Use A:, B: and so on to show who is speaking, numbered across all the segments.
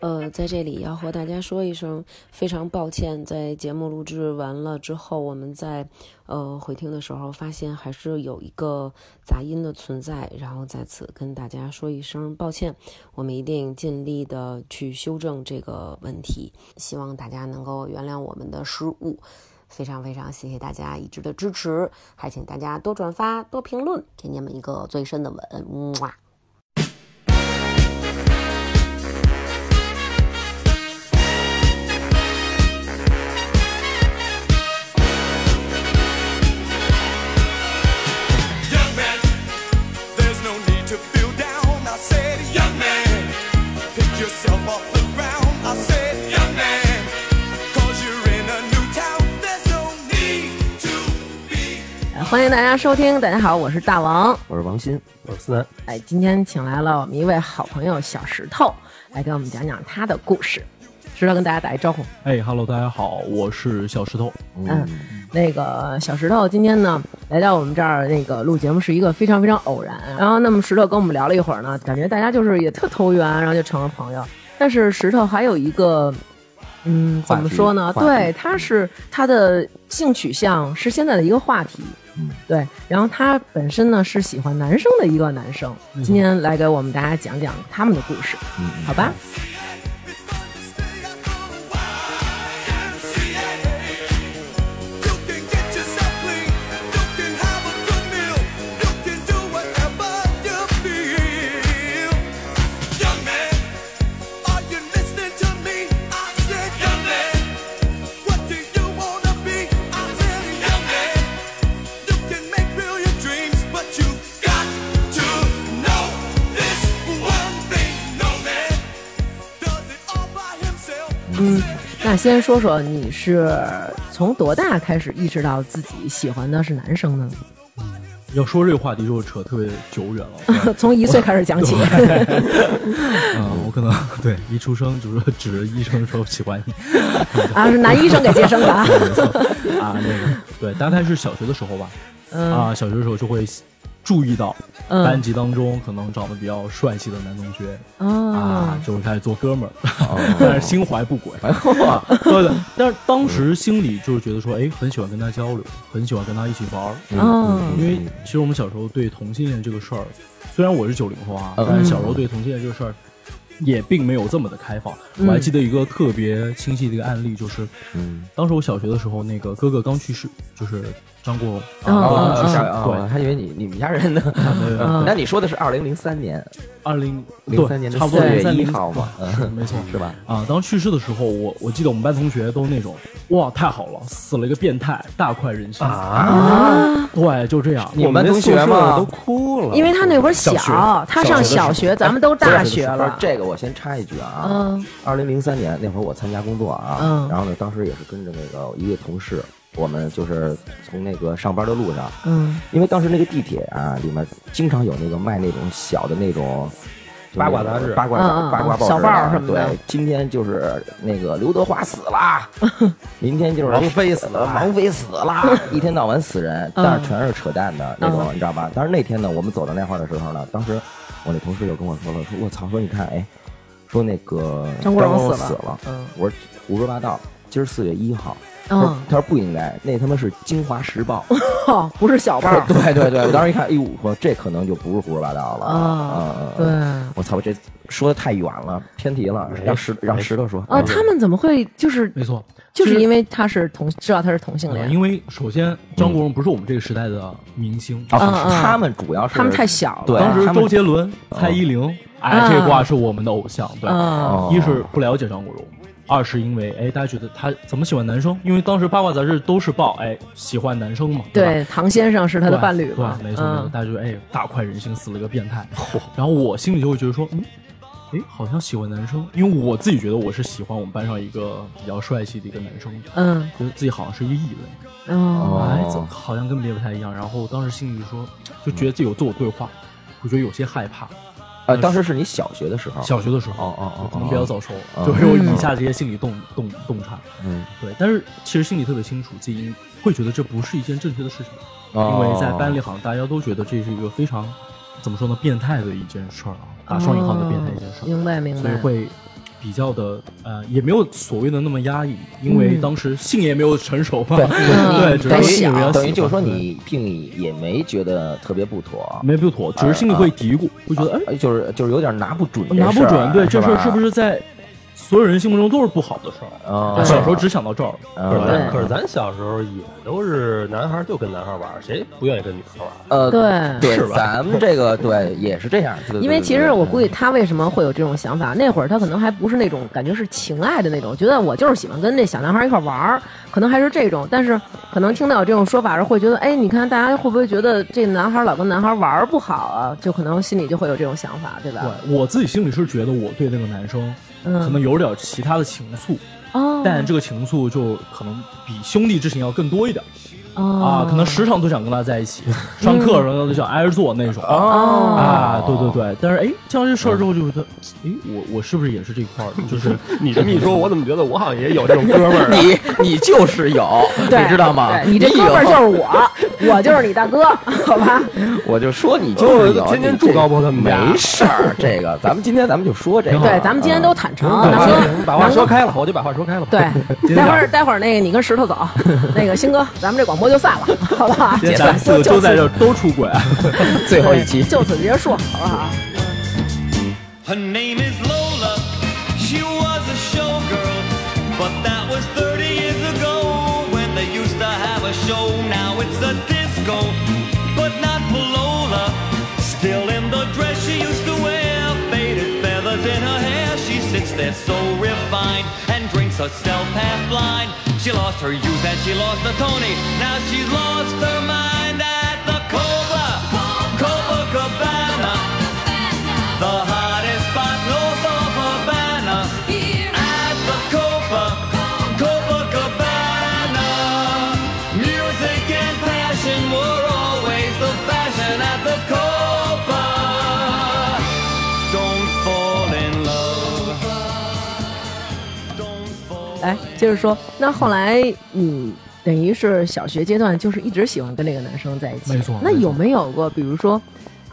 A: 呃，在这里要和大家说一声，非常抱歉，在节目录制完了之后，我们在呃回听的时候发现还是有一个杂音的存在，然后在此跟大家说一声抱歉，我们一定尽力的去修正这个问题，希望大家能够原谅我们的失误。非常非常谢谢大家一直的支持，还请大家多转发、多评论，给你们一个最深的吻，么、嗯、啊！欢迎大家收听，大家好，我是大王，
B: 我是王鑫，
C: 我是思南。
A: 哎，今天请来了我们一位好朋友小石头，来给我们讲讲他的故事。石头跟大家打一招呼。
C: 哎哈喽，大家好，我是小石头。
A: 嗯，嗯 那个小石头今天呢来到我们这儿，那个录节目是一个非常非常偶然。然后，那么石头跟我们聊了一会儿呢，感觉大家就是也特投缘，然后就成了朋友。但是石头还有一个。嗯，怎么说呢？对，他是他的性取向是现在的一个话题，嗯，对。然后他本身呢是喜欢男生的一个男生，嗯、今天来给我们大家讲讲他们的故事，嗯、好吧？嗯，那先说说你是从多大开始意识到自己喜欢的是男生呢？
C: 嗯、要说这个话题，就扯特别久远 了，
A: 从一岁开始讲 起。
C: 啊嗯，我可能对一出生就是指着医生说喜 欢你
A: 啊，是男医生给接生的 啊。
C: 啊，那个对，大概是小学的时候吧。嗯、啊，小学的时候就会。注意到班级当中可能长得比较帅气的男同学、
A: 哦
C: 嗯、啊，就会开始做哥们儿，哦、 但是心怀不轨。
B: 嗯
C: 哦、 对对，但是当时心里就是觉得说，哎，很喜欢跟他交流，很喜欢跟他一起玩儿。
A: 哦
C: 嗯，因为其实我们小时候对同性恋这个事儿，虽然我是九零后啊，但是小时候对同性恋这个事儿也并没有这么的开放。嗯、我还记得一个特别清晰的一个案例，就是，嗯，当时我小学的时候，那个哥哥刚去世，就是。张国荣
B: 啊，对，啊还以为你你们家人呢。嗯那你说的是二零零三年，
C: 二零
B: 零三年
C: 差不多
B: 月一号嘛，嗯
C: 没错，
B: 是吧？
C: 啊，当时去世的时候，我我记得我们班同学都那种，哇，太好了，死了一个变态，大快人心
B: 啊！
C: 对，就这样，
B: 我们同学嘛
D: 都哭了，
A: 因为他那会儿小，他上小学，咱们都大学了。
B: 这个我先插一句啊，嗯，二零零三年那会儿我参加工作啊，嗯，然后呢，当时也是跟着那个一个同事。我们就是从那个上班的路上，
A: 嗯，
B: 因为当时那个地铁啊，里面经常有那个卖那种小的那种
D: 八卦杂志、
B: 八卦八卦
A: 嗯
B: 报
A: 小报什么
B: 的。对，今天就是那个刘德华死啦， 明天就是
D: 王菲死了，
B: 王菲死啦，一天到晚死人，
A: 嗯
B: 但是全是扯淡的那种，你知道吧？但是那天呢，我们走到那块儿的时候呢，当时我那同事就跟我说了，说我操，说你看，哎，说那个
A: 张
B: 国
A: 荣
B: 死
A: 了，
B: 嗯，我说胡说八道，今儿四月一号。嗯，他说不应该，那他妈是《京华时报》
A: 哦，不是小报。
B: 对对对，我当时一看，哎呦，我这可能就不是胡说八道了
E: 哦
B: 啊！
A: 哦对，
B: 我操，我这说的太远了，偏题了，让石让石头说。
E: 哦
A: 啊，他们怎么会就是
C: 没错，嗯
A: 就是因为他是同知道他是同性恋，
C: 因为首先张国荣不是我们这个时代的明星
B: 啊，他们主要是
A: 他们太小了。
B: 对，
C: 当时周杰伦、蔡依
A: 嗯
C: 林，哎，这挂是我们的偶像。对，
B: 哦
C: 一是不了解张国荣。二是因为，哎，大家觉得他怎么喜欢男生？因为当时八卦杂志都是报，哎，喜欢男生嘛。
A: 对，
C: 对
A: 唐先生是他的伴侣嘛。嗯
C: 对，没错没错。大家觉得，哎，大快人心，死了个变态。哦、然后我心里就会觉得说，嗯，哎，好像喜欢男生，因为我自己觉得我是喜欢我们班上一个比较帅气的一个男生。
A: 嗯，
C: 觉得自己好像是一个异类。
A: 哦，
C: 哎，怎么好像跟别人不太一样？然后当时心里就说，就觉得自己有自我对话，我觉得有些害怕。
B: 呃，当时是你小学的时候，
C: 小学的时候，
B: 哦哦哦，嗯
C: 可能比较早熟，就是有以下这些心理洞洞洞察，嗯，对，但是其实心里特别清楚，自己会觉得这不是一件正确的事情，
B: 哦
C: 因为在班里好像大家都觉得这是一个非
E: 哦
C: 啊常怎么说呢，变态的一件事儿啊，打双引号的变态一件事儿，
A: 哦明白明白，
C: 所以会比较的呃，也没有所谓的那么压抑，因为当时性也没有成熟嘛，
B: 对
C: 嗯 对，只
B: 等
C: 是
B: 于
C: 性比较
B: 等于
C: 喜
B: 就是说
C: 欢
B: 你并也没觉得特别不妥，
C: 没不
D: 哎
C: 妥，只是心里会嘀咕，会觉得哎，
B: 哎，就是就是有点拿不准这事儿，
C: 拿不准，对，这事儿是不
B: 是
C: 是在所有人心目中都是不好的事儿？
D: 啊
B: 吧？
A: 对
C: 小时候只想到这儿，
B: 嗯
D: 可是
A: 对
D: 咱可是咱小时候也都是男孩儿就跟男孩儿玩儿，谁不愿意跟女孩儿玩儿？
B: 呃，
E: 对
B: 对
C: 是，吧
B: 咱们这个对也是这样，对对
E: 因为
B: 对
E: 其
B: 对
E: 实我估计
B: 嗯
E: 他为什么会有这种想法，那会儿他可能还不是那种感觉是情爱的那种，觉得我就是喜欢跟那小男孩一块玩儿，可能还是这种。但是可能听到有这种说法时，会觉得，哎，你看大家会不会觉得这男孩老跟男孩玩儿不好啊？就可能心里就会有这种想法，对吧？
C: 对我自己心里是觉得我对那个男生
D: 嗯
C: 可能有点其他的情愫，
E: 哦，
C: 但这个情愫就可能比兄弟之情要更多一点
E: 哦
C: 啊，可能时常都想跟他在一起，
D: 嗯
C: 上课的时候都想挨着坐那种
E: 哦
C: 啊，对对对。但是哎，听到这事儿之后就觉得，哎，
D: 嗯
C: 我我是不是也是这块儿的？就是
D: 你这么一说，我怎么觉得我好像也有这种哥 们儿啊？
B: 你你就是有，
E: 对
B: 你知道吗？
E: 对你这哥们儿
B: 有
E: 就是我，我就是你大哥， 好吧？
B: 我就说你
C: 哦
B: 就是有，
D: 天天
B: 你这
D: 住高坡他们家
B: 没事儿。这个咱们今天咱们就说这个，
E: 对，咱们今天都
B: 嗯
E: 坦
C: 啊
E: 诚，
D: 把
E: 大
D: 话
E: 哥。
D: 把话说开了，我就把话说开了。
E: 对，待会儿待会儿那个你跟石头走，那个新哥，咱们这广播就散了，好不好？
C: 今天咱们四个
E: 就
C: 都
E: 就
C: 在
E: 此
C: 这儿都出轨。啊
B: 最后一期。哦
E: 就此结束，好啊不好？
F: Her name is Lola. She was a showgirl, but that was 30 years ago when they used to have a show. Now it's a disco, but not for Lola. Still in the dress she used to wear, faded feathers in her hair. She sits there so refined and drinks herself half blind. She lost her youth and she lost her Tony. Now she's lost her mind at the Cobra, Copacabana. The hottest spot north of Havana. At the Copa, Copacabana. Music and passion were always the fashion at the Copa. Don't fall in love. Don't fall.
E: 来，接着哎说，那后来你等于是小学阶段，就是一直喜欢跟这个男生在一起，
C: 没错
E: 那
C: 没错
E: 有没有过，比如说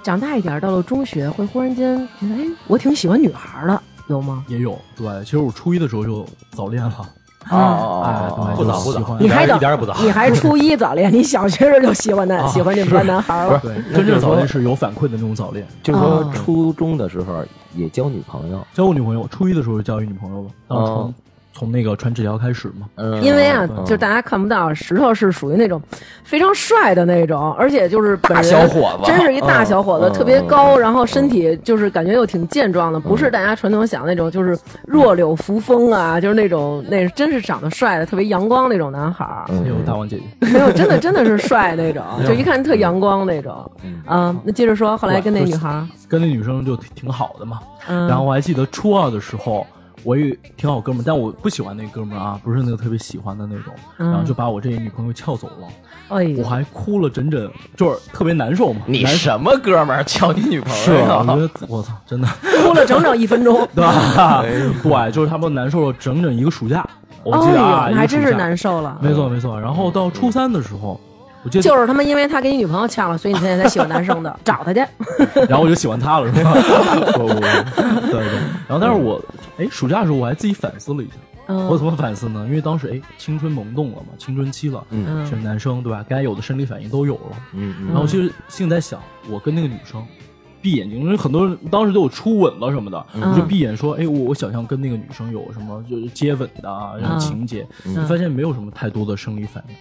E: 长大一点，到了中学，会忽然间觉得，哎，我挺喜欢女孩的，有吗？
C: 也有，对，其实我初一的时候就早恋了，
E: 嗯
B: 哦哦
C: 哎，
B: 哦，
C: 对，
D: 不早
C: 就喜
D: 不早
C: 欢
E: 你还
D: 一
E: 等
D: 点儿一点儿也不早
E: 你还初一早恋，你小学时候就喜欢男、
C: 啊
E: 喜欢你们班男孩了，
C: 对，
B: 那
C: 真
B: 就
C: 正
B: 是
C: 早
B: 说
C: 恋是有反馈的那种早恋。
B: 就是说
E: 哦
B: 初中的时候也交女朋友，
C: 交过女朋友，初一的时候就交一女朋友了，当时从、
B: 哦
C: 从那个传纸条开始嘛。
B: 嗯
E: 因为啊，
B: 嗯
E: 就是大家看不到，石头是属于那种非常帅的那种，而且就是本人
B: 大小伙子
E: 真是一大小伙子，
B: 嗯
E: 特别高，
B: 嗯
E: 然后身体就是感觉又挺健壮的，不
C: 嗯
E: 是大家传统想的那种就是弱柳扶风啊，就是那种那真是长得帅的，特别阳光那种男孩儿，
C: 还有大王姐姐，
E: 没有真的真的是帅那种，
C: 嗯
E: 就一看特阳光那种。啊，那接着说，后来跟那女孩儿，
C: 跟那女生就挺挺好的嘛。
E: 嗯
C: 然后我还记得初二的时候，我有挺好哥们儿，但我不喜欢那哥们儿啊，不是那个特别喜欢的那种。然后就把我这女朋友撬走了，
E: 哎
C: 我
E: 呦，
C: 还哭了整整，就是特别难受嘛。
B: 你
C: 难
B: 什么哥们儿叫你女朋
C: 是
B: 友？
C: 啊，我觉得我操，真的，。
E: 哭了整整一分钟
C: 对
E: 哎
C: 吧？对，就是他们难受了整整一个暑假， 我记
E: 哎
C: 得啊，
E: 呦，
C: 一
E: 那
C: 个
E: 还真
C: 暑
E: 是
C: 假
E: 难受啊了。
C: 没错没错。然后到初三的时候，我记 得
E: 就是他妈因为他给你女朋友掐了，所以你现在才喜欢男生的，找他去。
C: 然后我就喜欢他 了，是吧？ 不不不，对对。然后，但是我，哎，暑假的时候我还自己反思了一下，
E: 嗯
C: 我怎么反思呢？因为当时哎，青春萌动了嘛，青春期了，
E: 嗯
C: 是男生对吧？该有的生理反应都有了。
B: 嗯嗯
C: 然后其实心里在想，我跟那个女生闭眼睛，因为很多人当时都有初吻了什么的，
E: 嗯
C: 我就闭眼说，哎，我我想象跟那个女生有什么就是接吻的啊，然后
E: 嗯
C: 情节，
E: 嗯
C: 你发现没有什么太多的生理反应。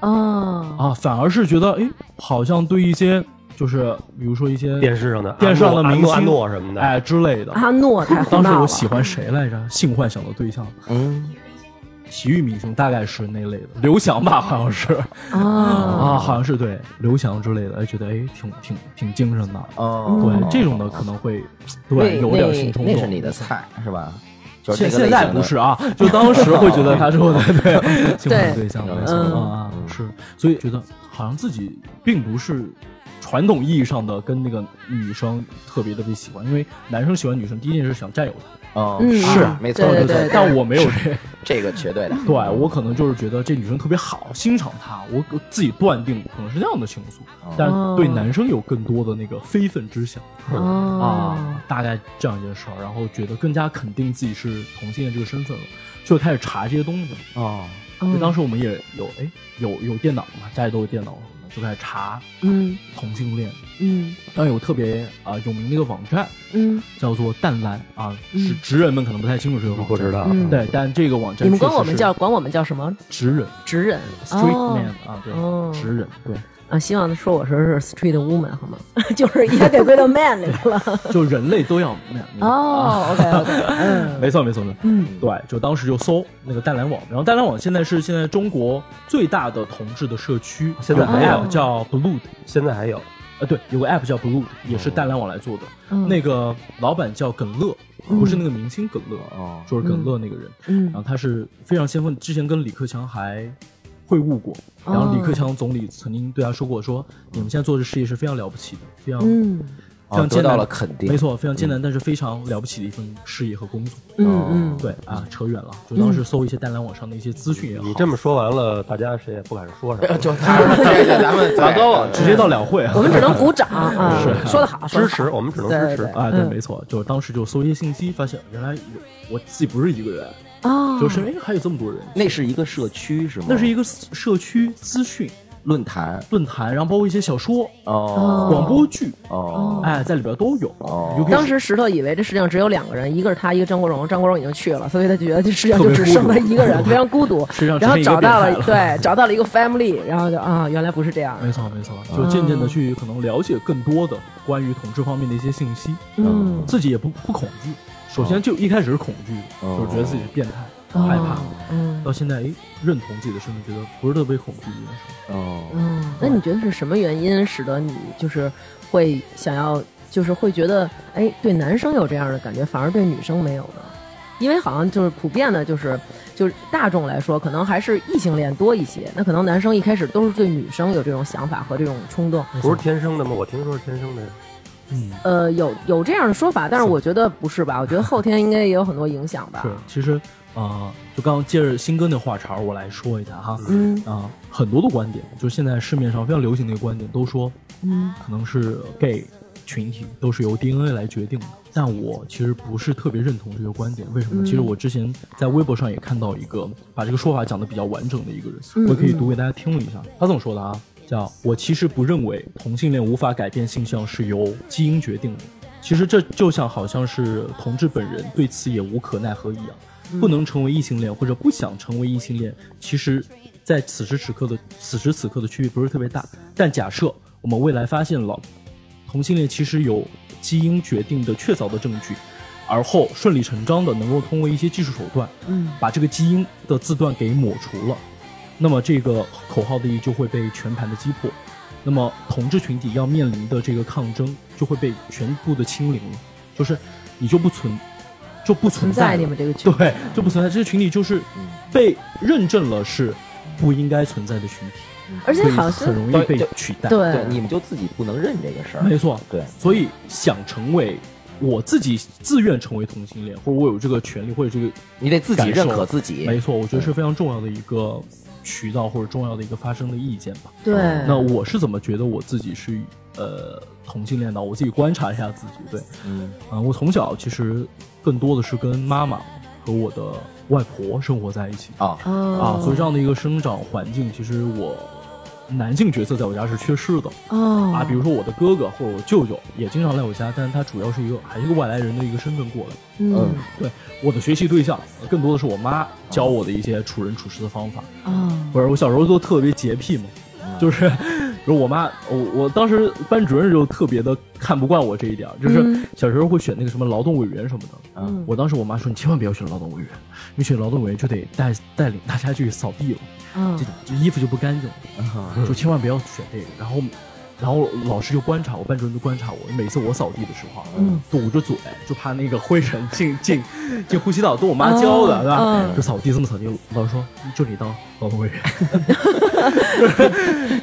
E: 哦，
C: 啊，反而是觉得，哎，好像对一些就是比如说一些
D: 电视上的
C: 电视上的明星
D: 阿诺阿诺什么的
C: 哎之类的。
E: 阿诺啊太胡
C: 当时
E: 闹
C: 我
E: 了。
C: 喜欢谁来着？性幻想的对象，
B: 嗯，
C: 体育明星大概是那类的，刘翔吧，好像是
B: 嗯
E: 啊，
C: 啊，好像是对刘翔之类的，哎，觉得哎，挺挺挺精神的。
B: 哦
E: 嗯
C: 对这种的可能会，
E: 那
C: 对有点性冲
B: 那是
C: 动。
B: 你的菜是吧？就是
C: 现
B: 这个
C: 现
B: 类
C: 在
B: 型的
C: 不是啊，就当时会觉得他是我的 对性幻想对象，
B: 对
C: 没错
E: 嗯
C: 啊，是，所以觉得好像自己并不是传统意义上的跟那个女生特别特别喜欢，因为男生喜欢女生，第一件事想占有她，哦
B: 嗯，
E: 嗯
B: 是
E: 嗯
B: 没错，
E: 对
B: 没
E: 对
B: 错
E: 对，
C: 但我没有这，
B: 这个绝对的。
C: 对我可能就是觉得这女生特别好，欣赏她，我我自己断定可能是那样的情愫，但是对男生有更多的那个非分之想。
E: 哦
C: 啊，，大概这样一件事儿，然后觉得更加肯定自己是同性恋这个身份了，就开始查这些东西。
B: 哦，
C: 就
E: 嗯
C: 当时我们也有哎有有电脑嘛，家里都有电脑什么的，就开始查
E: 嗯
C: 同性恋。
E: 嗯
C: 当然有特别啊、有名的一个网站
E: 嗯，
C: 叫做淡蓝啊，
E: 嗯
C: 直直人们可能不太清楚这个网站，
D: 不知道。
E: 嗯
C: 啊对，但这个网站
E: 你们
C: 确
E: 管
C: 实
E: 我们
C: 是
E: 叫管我们叫什么？
C: 直人
E: 直人
C: straight
E: 哦
C: man 啊，对，
E: 哦
C: 直人对，
E: 啊，希望说我说是 street woman 好 吗？就是也给归到 man 里去了。
C: 就人类都要那样。
E: 哦，OK OK，嗯
C: 没错，没错，没错。
E: 嗯，
C: 对，就当时就搜那个淡蓝网，然后淡蓝网现在是现在中国最大的同志的社区，
D: 现在
C: 有个
D: 还有
C: app 叫 Blue，
D: 现在还有，
C: 呃，对，有个 app 叫 Blue，也
B: 哦
C: 是淡蓝网来做的。
E: 嗯
C: 那个老板叫耿乐，不是那个明星耿乐，
B: 哦
C: 就是耿乐那个人。然
E: 嗯
C: 后他是非常先锋，之前跟李克强还会晤过。
E: 哦
C: 然后李克强总理曾经对他说过说，你们现在做这事业是非常了不起的，非常、
E: 嗯
C: 非常
B: 嗯哦
C: 艰
B: 得
C: 难，
B: 到了肯定。嗯
C: 没，错，非常艰难，但是非常了不起的一份事业和工作。
B: 哦
E: 嗯
C: 对啊，扯远了，就当时搜一些淡蓝网上的一些资讯也好，
D: 你这么说完了，大家谁也不敢说什么。
B: 就 他这个咱们早高网
C: 直接到两会啊
E: 嗯，我们只能鼓掌啊，说得好，说得
D: 支
E: 好
D: 持，我们只能
E: 对
D: 支
E: 对
D: 持。
C: 啊，对，没错，就是当时就搜一些信息，发现原来有我自己不是一个人，
E: 啊，
C: 就是哎还有这么多人，
B: 那是一个社区是吗？
C: 那是一个社区资讯
B: 论坛
C: 论坛，然后包括一些小说、
B: 哦
C: 广播剧，
B: 哦
C: 哎，在里边都有
B: 哦，
C: 你就可以
E: 当时石头以为这世界上只有两个人，一个是他，一个张国荣。张国荣已经去了，所以他就觉得这世界上就只剩他一个 人，非常孤独
C: 实际上。只
E: 然后
C: 剩一个
E: 找到
C: 变态
E: 对，找到了一个 family，然后就啊，原来不是这样。
C: 没错没错，就渐
E: 哦
C: 渐的去可能了解更多的关于统治方面的一些信息，
E: 嗯
C: 自己也不不恐惧。首先就一开始是恐惧的，
B: 哦
C: 就是觉得自己是变态，
E: 哦
C: 害怕。
E: 嗯
C: 到现在，哎，认同自己的身份，觉得不是特别恐惧这件事。
B: 哦，
E: 嗯。那你觉得是什么原因使得你就是会想要，就是会觉得哎，对男生有这样的感觉，反而对女生没有呢？因为好像就是普遍的，就是就是大众来说，可能还是异性恋多一些。那可能男生一开始都是对女生有这种想法和这种冲动。
D: 不是天生的吗？我听说是天生的。
C: 嗯，
E: 呃，有有这样的说法，但是我觉得不是吧？我觉得后天应该也有很多影响吧
C: 是。，其实，啊，就刚刚接着新哥那话茬儿，我来说一下哈。
E: 嗯
C: 啊，很多的观点，就是现在市面上非常流行的一个观点，都说
E: 嗯
C: 可能是呃 gay 群体都是由 DNA 来决定的。但我其实不是特别认同这个观点，为什么呢？其实我之前在微博上也看到一个把这个说法讲的比较完整的一个人，我可以读给大家听一下。他这么说的啊，叫我其实不认为同性恋无法改变性向是由基因决定的。其实这就像好像是同志本人对此也无可奈何一样，不能成为异性恋或者不想成为异性恋，其实在此时此刻的此时此刻的区别不是特别大。但假设我们未来发现了同性恋其实有基因决定的确凿的证据，而后顺理成章的能够通过一些技术手段，
E: 嗯，
C: 把这个基因的字段给抹除了，那么这个口号的意义就会被全盘的击破，那么同志群体要面临的这个抗争就会被全部的清零了，就是你就不存就不存
E: 存
C: 在
E: 在
C: 了
E: 你们这个群体，
C: 对就不存在这个群体就是被认证了是不应该存在的群体，
E: 而且
C: 所以
E: 好像
C: 很容易被取代。
B: 对，
E: 对
B: 你们就自己不能认这个事儿。
C: 没错，
B: 对，
C: 所以想成为我自己自愿成为同性恋，或者我有这个权利，或者这个
B: 你得自己认
C: 感
B: 可
C: 受
B: 自己。
C: 没错，我觉得是非常重要的一个渠道或者重要的一个发声的意见吧。
E: 对，
B: 嗯
C: 嗯那我是怎么觉得我自己是呃同性恋的？我自己观察一下自己，对，
B: 嗯，
C: 嗯，我从小其实更多的是跟妈妈和我的外婆生活在一起
B: 啊
C: 啊，所以
E: 哦
C: 这样的一个生长环境，其实我男性角色在我家是缺失的。啊，
E: 哦
C: 比如说我的哥哥或者我舅舅也经常来我家，但是他主要是一个还是一个外来人的一个身份过来。
E: 嗯
C: 对，我的学习对象呃更多的是我妈教我的一些处人处事的方法。
E: 哦
C: 不是，我小时候都特别洁癖嘛，就是，就是我妈，我我当时班主任就特别的看不惯我这一点儿，就是小时候会选那个什么劳动委员什么的。
B: 嗯
C: 我当时我妈说你千万不要选劳动委员，你选劳动委员就得带带领大家去扫地了。
E: 嗯
C: 这这衣服就不干净了，就千万不要选这个。然后，然后老师就观察我，班主任就观察我，每次我扫地的时候啊，堵着嘴，就怕那个灰尘进进进呼吸道，都我妈教的，对吧？就扫地这么扫地，老师说就你当劳动委员，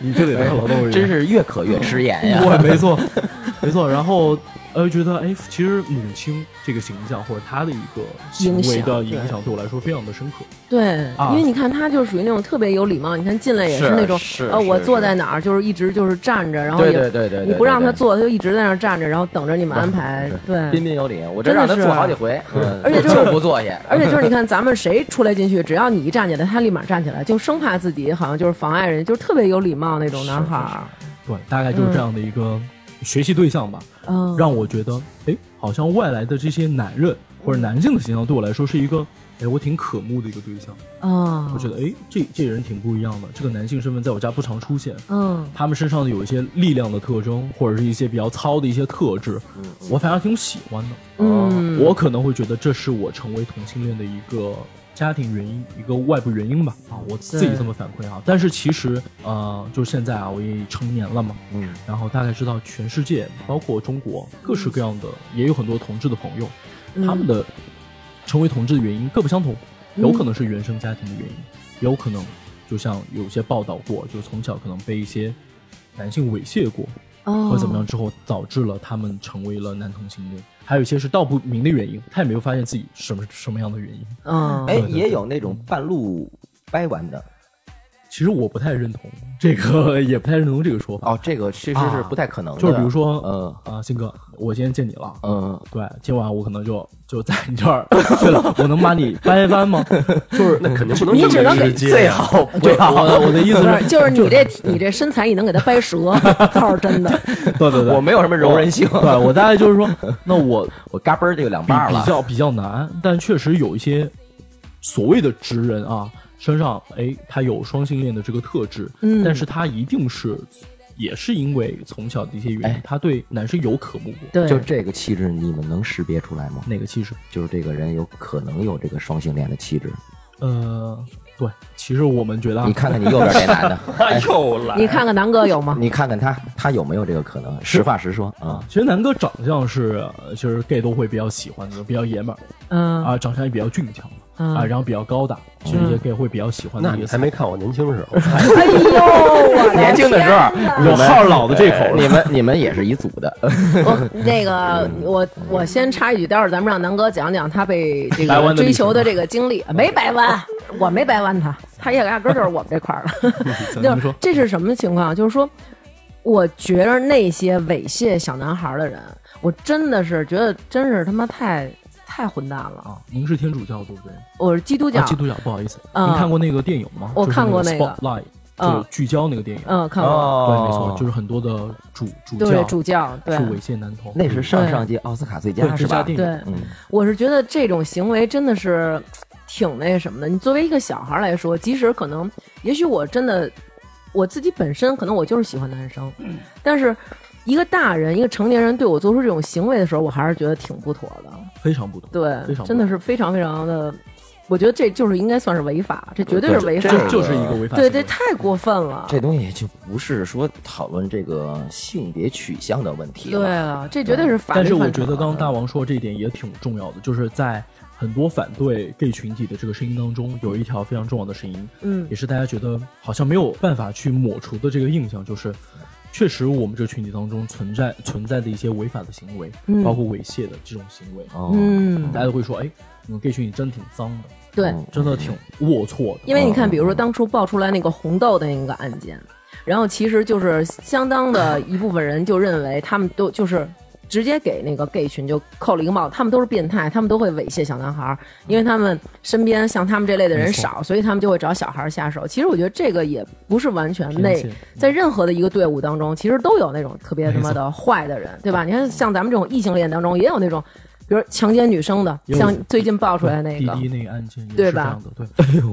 C: 你就得当劳动委员，
E: 哎
B: 真是越渴越吃盐呀。
C: 我没错，没错。然后呃，觉得哎，其实母亲这个形象或者她的一个行为的
E: 影
C: 影
E: 响
C: 响，对我来说非常的深刻。
E: 对，
C: 啊
E: 因为你看他就属于那种特别有礼貌，你看进来也
B: 是
E: 那种
B: 是，
E: 呃，
B: 是
E: 我
B: 是
E: 坐在哪儿就是一直就是站着，然后
B: 嗯对
E: 也
B: 对对对，
E: 嗯你不让他坐，他就一直在那儿站着，然后等着你们安排。
B: 彬
E: 对，
B: 彬有礼，我这让他
E: 真的是啊
B: 坐好几回，嗯
E: 而且就是
B: 就不坐下，
E: 而且就是你看咱们谁出来进去，只要你一站起来，他立马站起来，就生怕自己好像就是妨碍人，就是特别有礼貌那种男孩儿。
C: 对，大概就是这样的一个学习对象吧，
E: 嗯，
C: 让我觉得哎，好像外来的这些男人或者男性的形象对我来说是一个哎，我挺渴慕的一个对象。
E: 嗯，
C: 我觉得哎，这这人挺不一样的，这个男性身份在我家不常出现。
E: 嗯
C: 他们身上有一些力量的特征，或者是一些比较糙的一些特质，我反而挺喜欢的。
E: 嗯，
C: 我可能会觉得这是我成为同性恋的一个家庭原因，一个外部原因吧。啊，我自己
E: 对
C: 这么反馈啊。但是其实，呃，就是现在啊，我也成年了嘛，
B: 嗯，
C: 然后大概知道全世界，包括中国，各式各样的，
E: 嗯
C: 也有很多同志的朋友，他们的成为同志的原因各不相同，
E: 嗯
C: 有可能是原生家庭的原因，有可能就像有些报道过，就从小可能被一些男性猥亵过，
E: 哦
C: 或怎么样之后，导致了他们成为了男同性恋。还有一些是道不明的原因，他也没有发现自己什么什么样的原因。
E: 嗯，
B: 哎
C: 对，对
B: 也有那种半路掰弯的，
C: 其实我不太认同这个，也不太认同这个说法。
B: 哦，这个其实是
C: 啊
B: 不太可能的，
C: 就是比如说，
B: 嗯
C: 啊，鑫哥，我今天见你了，
B: 嗯，
C: 对，今晚我可能就就在你这儿睡了，我能把你掰弯 吗？就是
D: 那肯定不能
E: 你
D: 这么
E: 只能给
D: 直接
B: 最
D: 呀
B: 好
C: 就
B: 不
C: 啊我
B: 要，
C: 的我的意思
E: 不是，
C: 是，
E: 就是你这你这身材，你能给他掰 折， 倒是真的。
C: 对对对，
B: 我没有什么柔韧 性，
C: 哦对我大概就是说，那我
B: 我嘎嘣儿就有两
C: 比
B: 半
C: 比
B: 了，
C: 较比较难，但确实有一些所谓的直人啊，身上哎，他有双性恋的这个特质，
E: 嗯
C: 但是他一定是也是因为从小的一些原因，
B: 哎
C: 他对男生有渴慕过。
E: 对，
B: 就这个气质，你们能识别出来吗？
C: 哪个气质？
B: 就是这个人有可能有这个双性恋的气质，
C: 呃，对，其实我们觉得啊
B: 你看看你右边这 男的，
D: 哎又来，
E: 你看看南哥有吗？
B: 你看看他，他有没有这个可能？实话实说啊，
C: 其实南哥长相是，呃其实 gay 都会比较喜欢的，比较爷们儿
E: 嗯
C: 啊，长相也比较俊强
E: 嗯
C: 啊，然后比较高大，其实一些 gay 会比较喜欢
D: 那
C: 的
D: 你
C: 一
D: 还
C: 个。
D: 没看我年轻时候，
E: 哎呦，我的
B: 年轻的时候
C: 有号老的这口了
B: 你们你们也是一组的，
E: 我 那个，我我先插一句，待会儿咱们让南哥讲讲他被这
C: 掰
E: 个
C: 弯的
E: 追
C: 历史啊
E: 求的这个经历，没掰弯，我没掰弯他，他也压根儿就是我们这块儿了。
C: 行
E: 就
C: 嗯您
E: 是
C: 说
E: 这是什么情况？就是说，我觉着那些猥亵小男孩的人，我真的是觉得真是他妈太太混蛋了。
C: 啊，您是天主教对不对？
E: 我是基督教，
C: 啊，基督教，不好意思，
E: 嗯
C: 您看过那个电影吗？
E: 我
C: 就是
E: 看过那个
C: Spotlight，
E: 嗯
C: 就是聚焦那个电影。
E: 嗯，看过，
C: 对，没错，就是很多的主哦主教
E: 对主教，对
C: 是猥亵男童，
B: 那是上上届奥斯卡最佳
C: 对
B: 是
C: 最
B: 吧嗯
C: 佳？电影。
E: 对。我是觉得这种行为真的是挺那什么的。你作为一个小孩儿来说，即使可能，也许我真的我自己本身可能我就是喜欢男生，但是一个大人、一个成年人对我做出这种行为的时候，我还是觉得挺不妥的。
C: 非常不同。非
E: 对，
C: 常不
E: 真的是非常非常的，我觉得这就是应该算是违法，这绝对是违法。
B: 这
C: 这就是一个违法行
E: 对，
C: 为。
E: 这太过分了。
B: 这东西就不是说讨论这个性别取向的问题
E: 对
B: 了，
E: 啊，这绝对是法律
C: 但是我
E: 范畴
C: 觉得刚刚大王说这一点也挺重要的，就是在很多反对 gay 群体的这个声音当中，有一条非常重要的声音，
E: 嗯
C: 也是大家觉得好像没有办法去抹除的这个印象，就是确实我们这个群体当中存在存在的一些违法的行为，
E: 嗯
C: 包括猥亵的这种行为，啊
B: 哦
E: 嗯，
C: 大家都会说，哎，你们 gay 群体真的挺脏的，
E: 对，
C: 真的挺龌龊的。
E: 因为你看，比如说当初爆出来那个红豆的那个案件，然后其实就是相当的一部分人就认为他们都就是直接给那个 gay 群就扣了一个帽子，他们都是变态，他们都会猥亵小男孩儿，因为他们身边像他们这类的人少，所以他们就会找小孩儿下手。其实我觉得这个也不是完全
C: 偏
E: 内
C: 见，嗯
E: 在任何的一个队伍当中，其实都有那种特别他妈的坏的人，对吧？你看像咱们这种异性恋当中也有那种。比如强奸女生的，
C: 也有
E: 像最近爆出来那个，
C: 滴滴那个案件也
E: 对
C: 是这
E: 吧
C: 样的，对，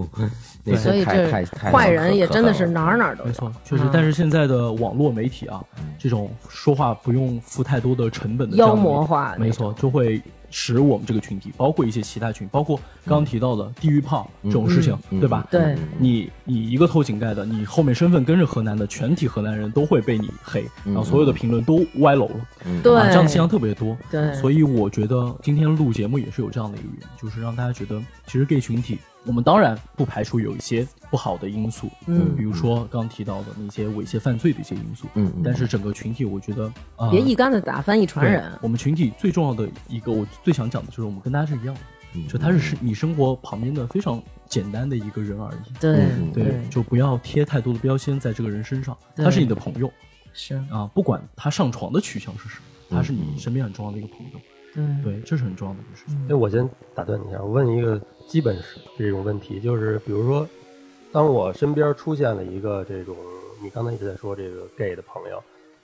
B: 那
E: 所以
B: 太太
E: 这
B: 太
E: 坏人也真的是
B: 可
E: 哪儿哪儿都
C: 没
E: 有。
C: 错，确实
E: 嗯。
C: 但是现在的网络媒体啊，这种说话不用付太多的成本的
E: 妖
C: 这样的媒体
E: 魔化
C: 没错，就会使我们这个群体，包括一些其他群，包括刚
E: 嗯
C: 刚提到的地狱炮这种事情，对吧？
E: 对，
B: 嗯
C: 你你一个偷井盖的，你后面身份跟着河南的，全体河南人都会被你黑，然后所有的评论都歪楼了，
E: 对，
C: 啊，这样的现象特别多。
E: 对
C: 所以我觉得今天录节目也是有这样的一个原因，就是让大家觉得其实 gay 群体我们当然不排除有一些不好的因素，嗯，比如说刚提到的那些猥亵犯罪的一些因素，
B: 嗯嗯
C: 但是整个群体，我觉得呃
E: 别一竿子打翻一船
C: 对
E: 人。
C: 我们群体最重要的一个，我最想讲的就是我们跟大家是一样的，就他是你生活旁边的非常简单的一个人而已。
E: 对
B: 嗯
C: 对，就不要贴太多的标签在这个人身上，
E: 对
C: 他是你的朋友
E: 是，
C: 啊，不管他上床的取向是什么，他是
B: 嗯
C: 你身边很重要的一个朋友。
E: 嗯，
C: 对，这是很重要的一个事情。
D: 哎，我先打断你一下，我问一个基本是这种问题，就是比如说，当我身边出现了一个这种，你刚才一直在说这个 gay 的朋友，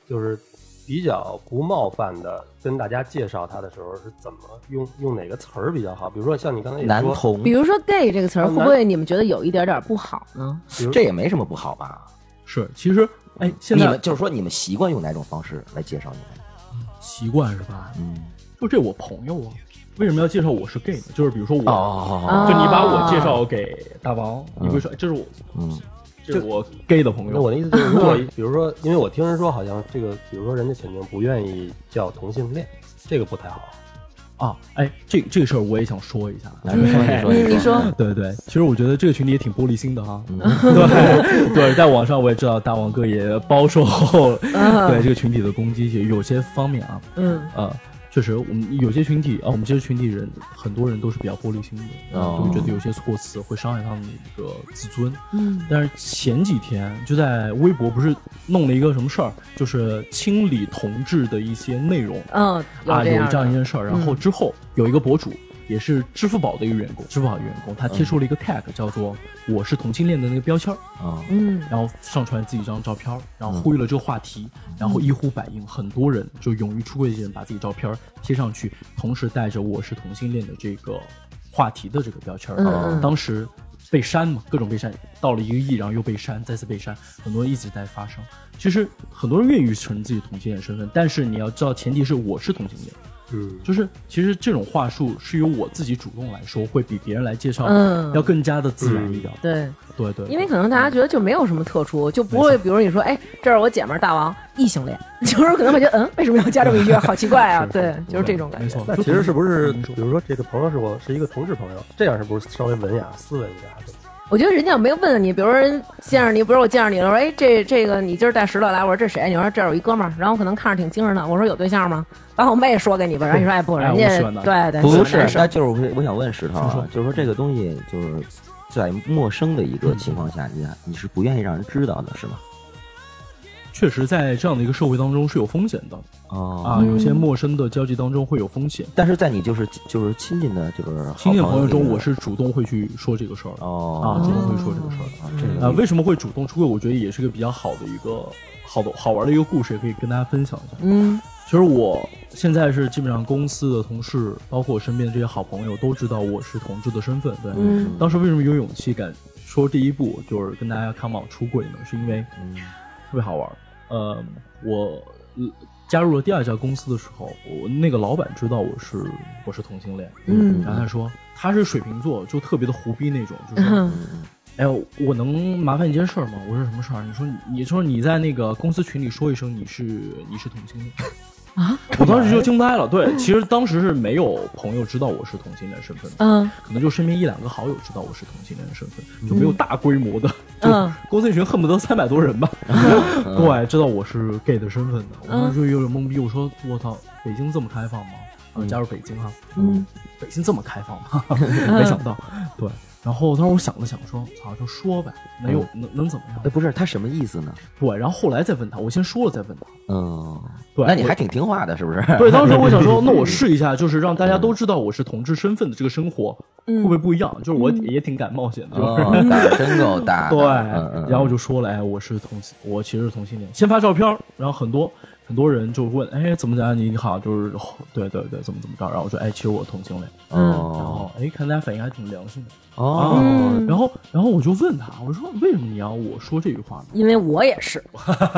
D: 就是比较不冒犯的跟大家介绍他的时候，是怎么用用哪个词儿比较好？比如说像你刚才也
B: 男
D: 说，
B: 同
E: 比，如说 “gay” 这个词儿，
D: 啊
B: 嗯
E: 会不会你们觉得有一点点不好呢？
D: 比如
B: 这也没什么不好吧？
C: 是，其实哎，现
B: 你
C: 在
B: 们就是说你们习惯用哪种方式来介绍你们？
C: 习惯是吧？
B: 嗯，
C: 就这我朋友啊，为什么要介绍我是 gay 呢？就是比如说我，
B: 哦，
C: 就你把
E: 啊
C: 我介绍给大王，你会说哎这是我，
B: 嗯，
C: 这是我 gay 的朋
D: 那我的
C: 友。
D: 意思就是，如果比如说，因为我听人说好像这个，比如说人家肯定不愿意叫同性恋，这个不太好。
C: 啊，哎，这这个事儿我也想说一下。
B: 来你说你说
E: 哎
B: 嗯
E: 你你说，
C: 对对，其实我觉得这个群体也挺玻璃心的哈。 对对，在网上我也知道大王哥也饱受
B: 嗯
C: 对这个群体的攻击，也有些方面啊，
E: 嗯，
C: 呃，确实我们有些群体啊，我们这些群体人很多人都是比较玻璃心的，
B: 哦
C: 都会觉得有些措辞会伤害他们的一个自尊。嗯，但是前几天就在微博不是弄了一个什么事儿，就是清理同志的一些内容。
E: 嗯，
C: 啊，有
E: 样
C: 这样一
E: 的，
C: 件事儿。然后之后有一个博主，也是支付宝的一个员工，支付宝员工，他贴出了一个 tag 叫做“我是同性恋”的那个标签儿，
B: 啊，
E: 嗯，
C: 然后上传自己一张照片儿，然后呼吁了这个话题，然后一呼百应，很多人就勇于出柜的人把自己照片儿贴上去，同时带着“我是同性恋”的这个话题的这个标签儿。
E: 嗯嗯
C: 当时。被删嘛，各种被删，到了一个亿，然后又被删，再次被删，很多人一直在发生。其实很多人愿意承认自己同性恋身份，但是你要知道，前提是我是同性恋，
D: 嗯，
C: 就是其实这种话术是由我自己主动来说，会比别人来介绍
E: 嗯
C: 要更加的自然一点。
E: 对，
C: 对对，
E: 因为可能大家觉得就没有什么特殊，就不会，比如你说，哎，这是我姐们儿大王，异性恋， 就是可能会觉得，嗯，为什么要加这么一句，好奇怪啊，对，就是这种感
C: 没
E: 觉。
C: 错。
D: 那
C: 就
D: 其实是不是，
C: 同
D: 比如说这个朋友是我是一个同志朋友，这样是不是稍微文雅斯文一点？
E: 我觉得人家没问你，比如说人见着你，比如我见着你了，我说，哎，这这个你今儿带石头来，我说这谁？你说这是我一哥们儿，然后我可能看着挺精神的，我说有对象吗？把我妹说给你吧，然后你说，哎不，
C: 哎
E: 人
C: 我
E: 家
C: 喜欢的
E: 对对
B: 不
E: 喜欢
B: 是
E: 男，生
B: 那就是我我想问石头啊，就是说这个东西就是在陌生的一
C: 嗯
B: 个情况下，你你是不愿意让人知道的，是吗？
C: 确实在这样的一个社会当中是有风险的
B: 哦，
C: 啊，有些陌生的交际当中会有风险。
B: 但是在你就是就是亲近的，就是好
C: 亲近的朋友
B: 里
C: 中，
B: 面
C: 我是主动会去说这个事儿的啊，
B: 哦
C: 主动会说这个事儿的。
B: 啊这
C: 啊，
B: 个
C: 为什么会主动出柜？我觉得也是个比较好的一个好的好玩的一个故事，也可以跟大家分享一下。
E: 嗯
C: 其实我现在是基本上公司的同事，包括我身边的这些好朋友，都知道我是同志的身份。对，
E: 嗯
C: 当时为什么有勇气敢说第一步就是跟大家 come out 出柜呢？是因为特别好玩儿。呃，我呃加入了第二家公司的时候，我那个老板知道我是我是同性恋，
E: 嗯
C: 然后他说他是水瓶座，就特别的胡逼那种，就是。
E: 嗯
C: 哎呦，我能麻烦你件事儿吗？我说什么事儿？你说你说你在那个公司群里说一声你是你是同性恋
E: 啊？
C: 我当时就惊呆了。对，其实当时是没有朋友知道我是同性恋身份的，
E: 嗯
C: 可能就身边一两个好友知道我是同性恋身
B: 嗯
C: 份，就没有大规模的，
E: 嗯
C: 就公司一群恨不得三百多人 吧，过来知道我是 gay 的身份的，
E: 嗯
C: 我当时就有点懵逼，我说我操，北京这么开放吗？啊，加入北京哈，
E: 嗯，
C: 北京这么开 放吗？没想到，对。然后当时我想了想，说：“操，就说呗，能有能能怎么样
B: 哎，不是他什么意思呢？？”
C: 对，然后后来再问他，我先说了再问他。
B: 嗯，
C: 对
B: 那你
C: 我
B: 还挺听话的，是不是？
C: 对，当时我想说，那我试一下，就是让大家都知道我是同志身份的这个生活，
E: 嗯
C: 会不会不一样？就是我也挺敢冒险的，就是
B: 哦，胆儿真够大的。
C: 对，
B: 嗯嗯，
C: 然后我就说了，哎，我是同性，我其实是同性恋，先发照片儿，然后很多很多人就问，哎，怎么怎么样，你好，就是哦对对对，怎么怎么着，然后我说，哎，其实我同性恋，然
B: 哦
C: 后哎，看大家反应还挺良性的啊
B: 哦，
C: 嗯然后然后我就问他，我说为什么你要我说这句话呢？
E: 因为我也是，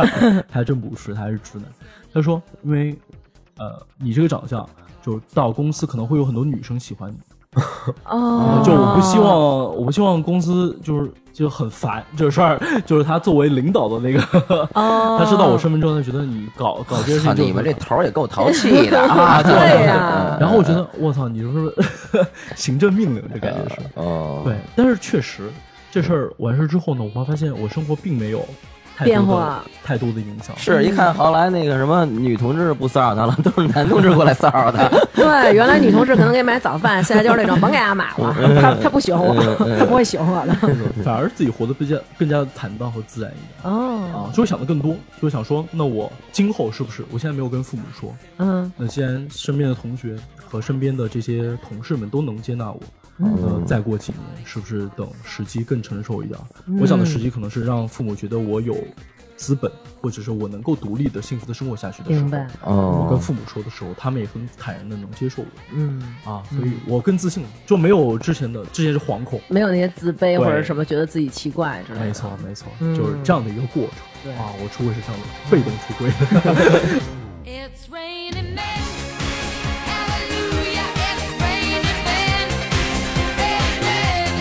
C: 他还真不是，他还是直男，他说因为呃，你这个长相，就是到公司可能会有很多女生喜欢你，
E: 哦，
C: 就我不希望，我不希望公司就是就很烦这事儿，就是他作为领导的那个，
E: 哦
C: 他知道我身份证，他觉得你搞搞这些事
B: 操
C: 情就
B: 你
C: 是
B: 们这头儿也够淘气 的啊！
E: 对呀
C: 然后我觉得我操，你是 不是行政命令？这感觉是
B: 哦，
C: 对，但是确实这事儿完事之后呢，我发现我生活并没有太多的
E: 变化
C: 太多的影响，
B: 是一看后来那个什么女同志不骚扰他了，都是男同志过来骚扰他。
E: 对，原来女同事可能给买早饭，现在就是那种甭给她买 了，
C: 嗯
E: 她她不喜欢我，她不会喜欢我的。
C: 反而自己活得比较更加坦荡和自然一点
E: 哦，
C: 啊，就会想的更多，就会想说，那我今后是不是？我现在没有跟父母说，
E: 嗯，
C: 那既然身边的同学和身边的这些同事们都能接纳我，
E: 嗯
C: 呃，再过几年是不是等时机更成熟一点儿？
E: 嗯
C: 我想的时机可能是让父母觉得我有资本，或者是我能够独立的幸福的生活下去的时
E: 明
C: 候，
E: 白。
B: 哦
C: 我跟父母说的时候，他们也很坦然的能接受我
E: 嗯，
C: 啊，所以我更自信了，就没有之前的之前是惶恐。
E: 没有那些自卑
C: 对
E: 或者什么觉得自己奇怪之类的。
C: 没错，没错，
E: 嗯
C: 就是这样的一个过程。
E: 对
C: 啊，我出轨是这样的， 被动出轨。
G: It's raining men. Hallelujah, it's raining men.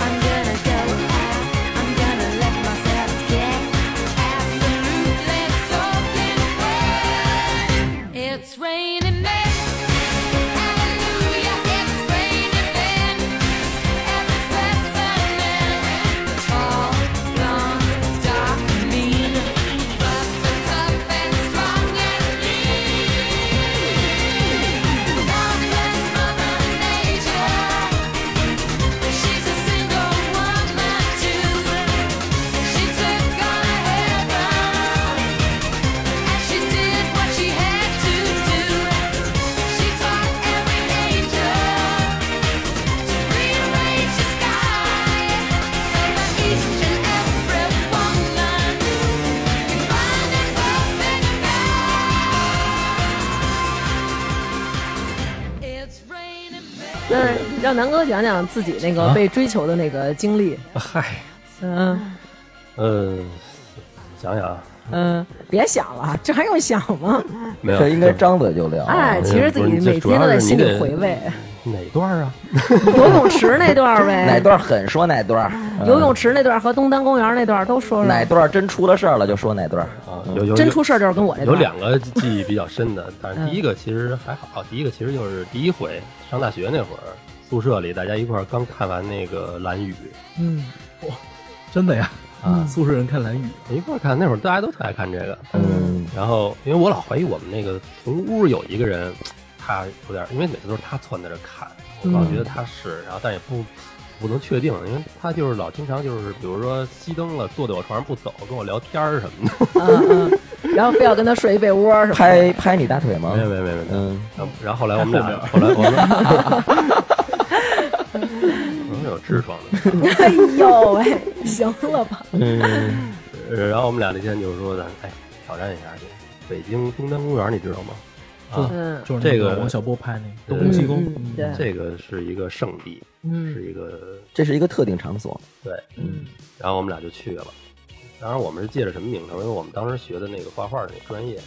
G: Amen. I'm gonna go out. I'm gonna let myself get absolutely soaking wet. It's raining men. Hallelujah, it's raining men. Every sweater man. Tall, blonde, dark, mean. But so tough and strong and lean. Marvelous Mother Nature. She's a single woman too. She took on heaven, and she did what she had to do. She taught every angel to rearrange the sky so that each and every woman can find a perfect guy. It's raining men.
E: 就是让南哥讲讲自己那个
C: 啊
E: 被追求的那个经历。
D: 嗨，
E: 嗯
D: 呃，想想啊，
E: 嗯，别想了，这还用想吗？
D: 没有，
B: 这应该张嘴就聊。
E: 哎，其实自己
D: 不是这
E: 每
D: 主要
E: 天都在
D: 是你
E: 心里
D: 得
E: 回味。
D: 哪段儿啊？
E: 游泳池那段 儿呗，
B: 哪段狠说哪段儿，
E: 游泳池那段儿和东单公园那段儿都说
B: 哪
E: 说。
B: 段儿真出了事儿了就说哪段儿。
D: 啊，有有
E: 真
D: 有
E: 出事儿就是跟我这
D: 有
E: 段儿
D: 两个记忆比较深的，但
B: 嗯
D: 是第一个其实还好，第一个其实就是第一回上大学那会儿，宿舍里大家一块儿刚看完那个《蓝雨
E: 嗯，
C: 真的呀，啊，宿舍人看蓝雨，》，
D: 一块儿看，那会儿大家都特爱看这个。
B: 嗯，
D: 然后因为我老怀疑我们那个同屋有一个人，他有点儿，因为每次都是他窜在这看，我老觉得他是，然后但也不不能确定，因为他就是老经常就是比如说熄灯了，坐在我床上不走，跟我聊天儿什么的。
E: 嗯嗯，然后非要跟他睡一被窝儿什么的。
B: 拍拍你大腿吗
D: 没？有没有没有没有。
B: 嗯，
D: 然后然后后来我们俩， 后来我们，我们有痔疮的。
E: 哎呦喂， 行了吧？
D: 呃 然后我们俩那天就是说，咱哎挑战一下去，北京东单公园，你知道吗？啊，
E: 嗯
C: 就是那
D: 这个
C: 王小波拍那个《
D: 对
C: 东宫西宫》
E: 嗯嗯对
D: 这个是一个圣地，
E: 嗯
D: 是一个
B: 这是一个特定场所。
D: 对，然后我们俩就去了。当然我们是借着什么名头？因为我们当时学的那个画画那专业，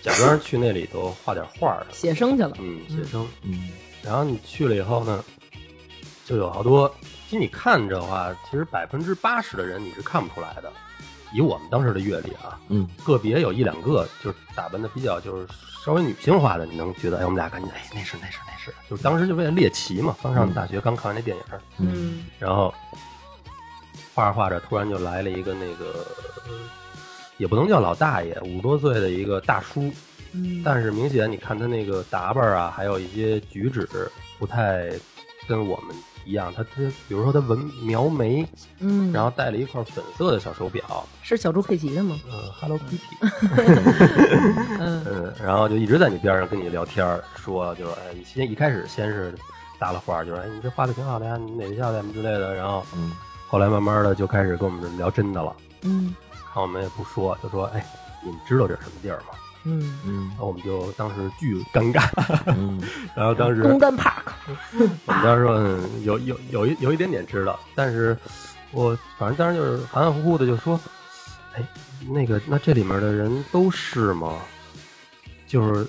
D: 假装去那里头画点画儿，
E: 写生去了。
D: 嗯，写生。
B: 嗯，
D: 然后你去了以后呢，就有好多，其实你看着的话，其实百分之八十的人你是看不出来的。以我们当时的阅历啊，
B: 嗯，
D: 个别有一两个就是打扮的比较就是稍微女性化的，你能觉得哎，我们俩赶紧哎，那是那是那是，就是当时就为了猎奇嘛。刚上大学，刚看完那电影，
E: 嗯
D: 然后画着画着，突然就来了一个那个，呃也不能叫老大爷，五十多岁的一个大叔，
E: 嗯
D: 但是明显你看他那个打扮啊，还有一些举止不太跟我们一样。他他比如说他纹描眉，
E: 嗯，
D: 然后戴了一块粉色的小手表，
E: 是小猪佩奇的吗？
D: 呃，Hello Kitty，
E: 嗯
D: 嗯， 然后就一直在你边上跟你聊天儿，说就是哎，你先一开始先是搭了话儿，就是哎，你这画的挺好的呀，你哪个校的呀之类的，然后
B: 嗯
D: 后来慢慢的就开始跟我们聊真的了，
E: 嗯
D: 然后我们也不说，就说哎，你们知道这是什么地儿吗？
E: 嗯，
B: 嗯
D: 然后我们就当时巨尴尬，
B: 嗯，
D: 然后当时
E: 东单 park。
D: 我们当时说嗯有有有一有一点点知道，但是我反正当时就是含含糊糊的就说，哎，那个那这里面的人都是吗？就是，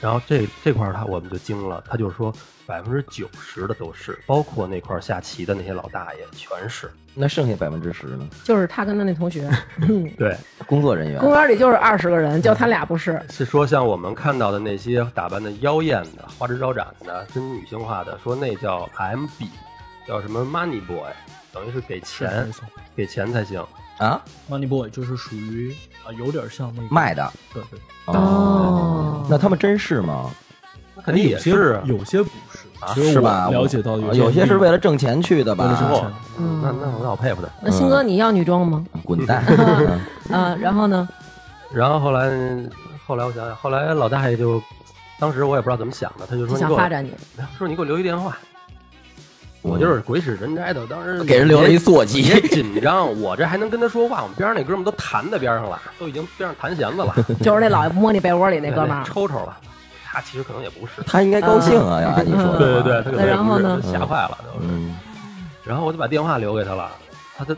D: 然后这这块儿他我们就惊了，他就说，百分之九十的都是，包括那块儿下棋的那些老大爷全是。
B: 那剩下百分之十呢？
E: 就是他跟他那同学，
D: 对，
B: 工作人员
E: 公园里就是二十个人，就他俩不是。
D: 是说像我们看到的那些打扮的妖艳的、花枝招展的、真女性化的，说那叫 MB，叫什么 Money Boy，等于是给钱
C: 没，错
D: 给钱才行。
B: 啊，
C: ，Money Boy 就是属于啊，有点像那个
B: 卖的
C: 对对，
E: 哦
B: 那他们真是吗？
D: 那肯定也
C: 哎有些
D: 是啊，
C: 有些不是，只有
B: 啊是
C: 我
B: 吧？啊
C: 了解到
B: 哦有
C: 些有
B: 些是为了挣钱去的吧？
C: 为了挣
D: 哦
C: 钱，
E: 嗯
D: 那那我好佩服他。
E: 那鑫哥，你要女装吗？
B: 滚 蛋！嗯
E: 啊，然后呢？
D: 然后后来，后来我想想，后来老大爷就，当时我也不知道怎么想的，他就
E: 就
D: 说你
E: 想
D: 给我
E: 发，展你，
D: 他说你给我留一电话。我就是鬼使神差的，当时
B: 给人留了一座机
D: 别紧张，我这还能跟他说话，我们边上那哥们都弹在边上了，都已经边上弹弦子了，
E: 就是那老爷摸你被窝里那
D: 对
E: 哥们儿。
D: 抽抽了。他其实可能也不是，
B: 他应该高兴
E: 嗯
B: 啊，要按你说的话。
D: 对对对，他可能也
E: 然
D: 不
E: 后
D: 是，
E: 呢
D: 他吓坏了都是。
B: 嗯，
D: 然后我就把电话留给他了，他他，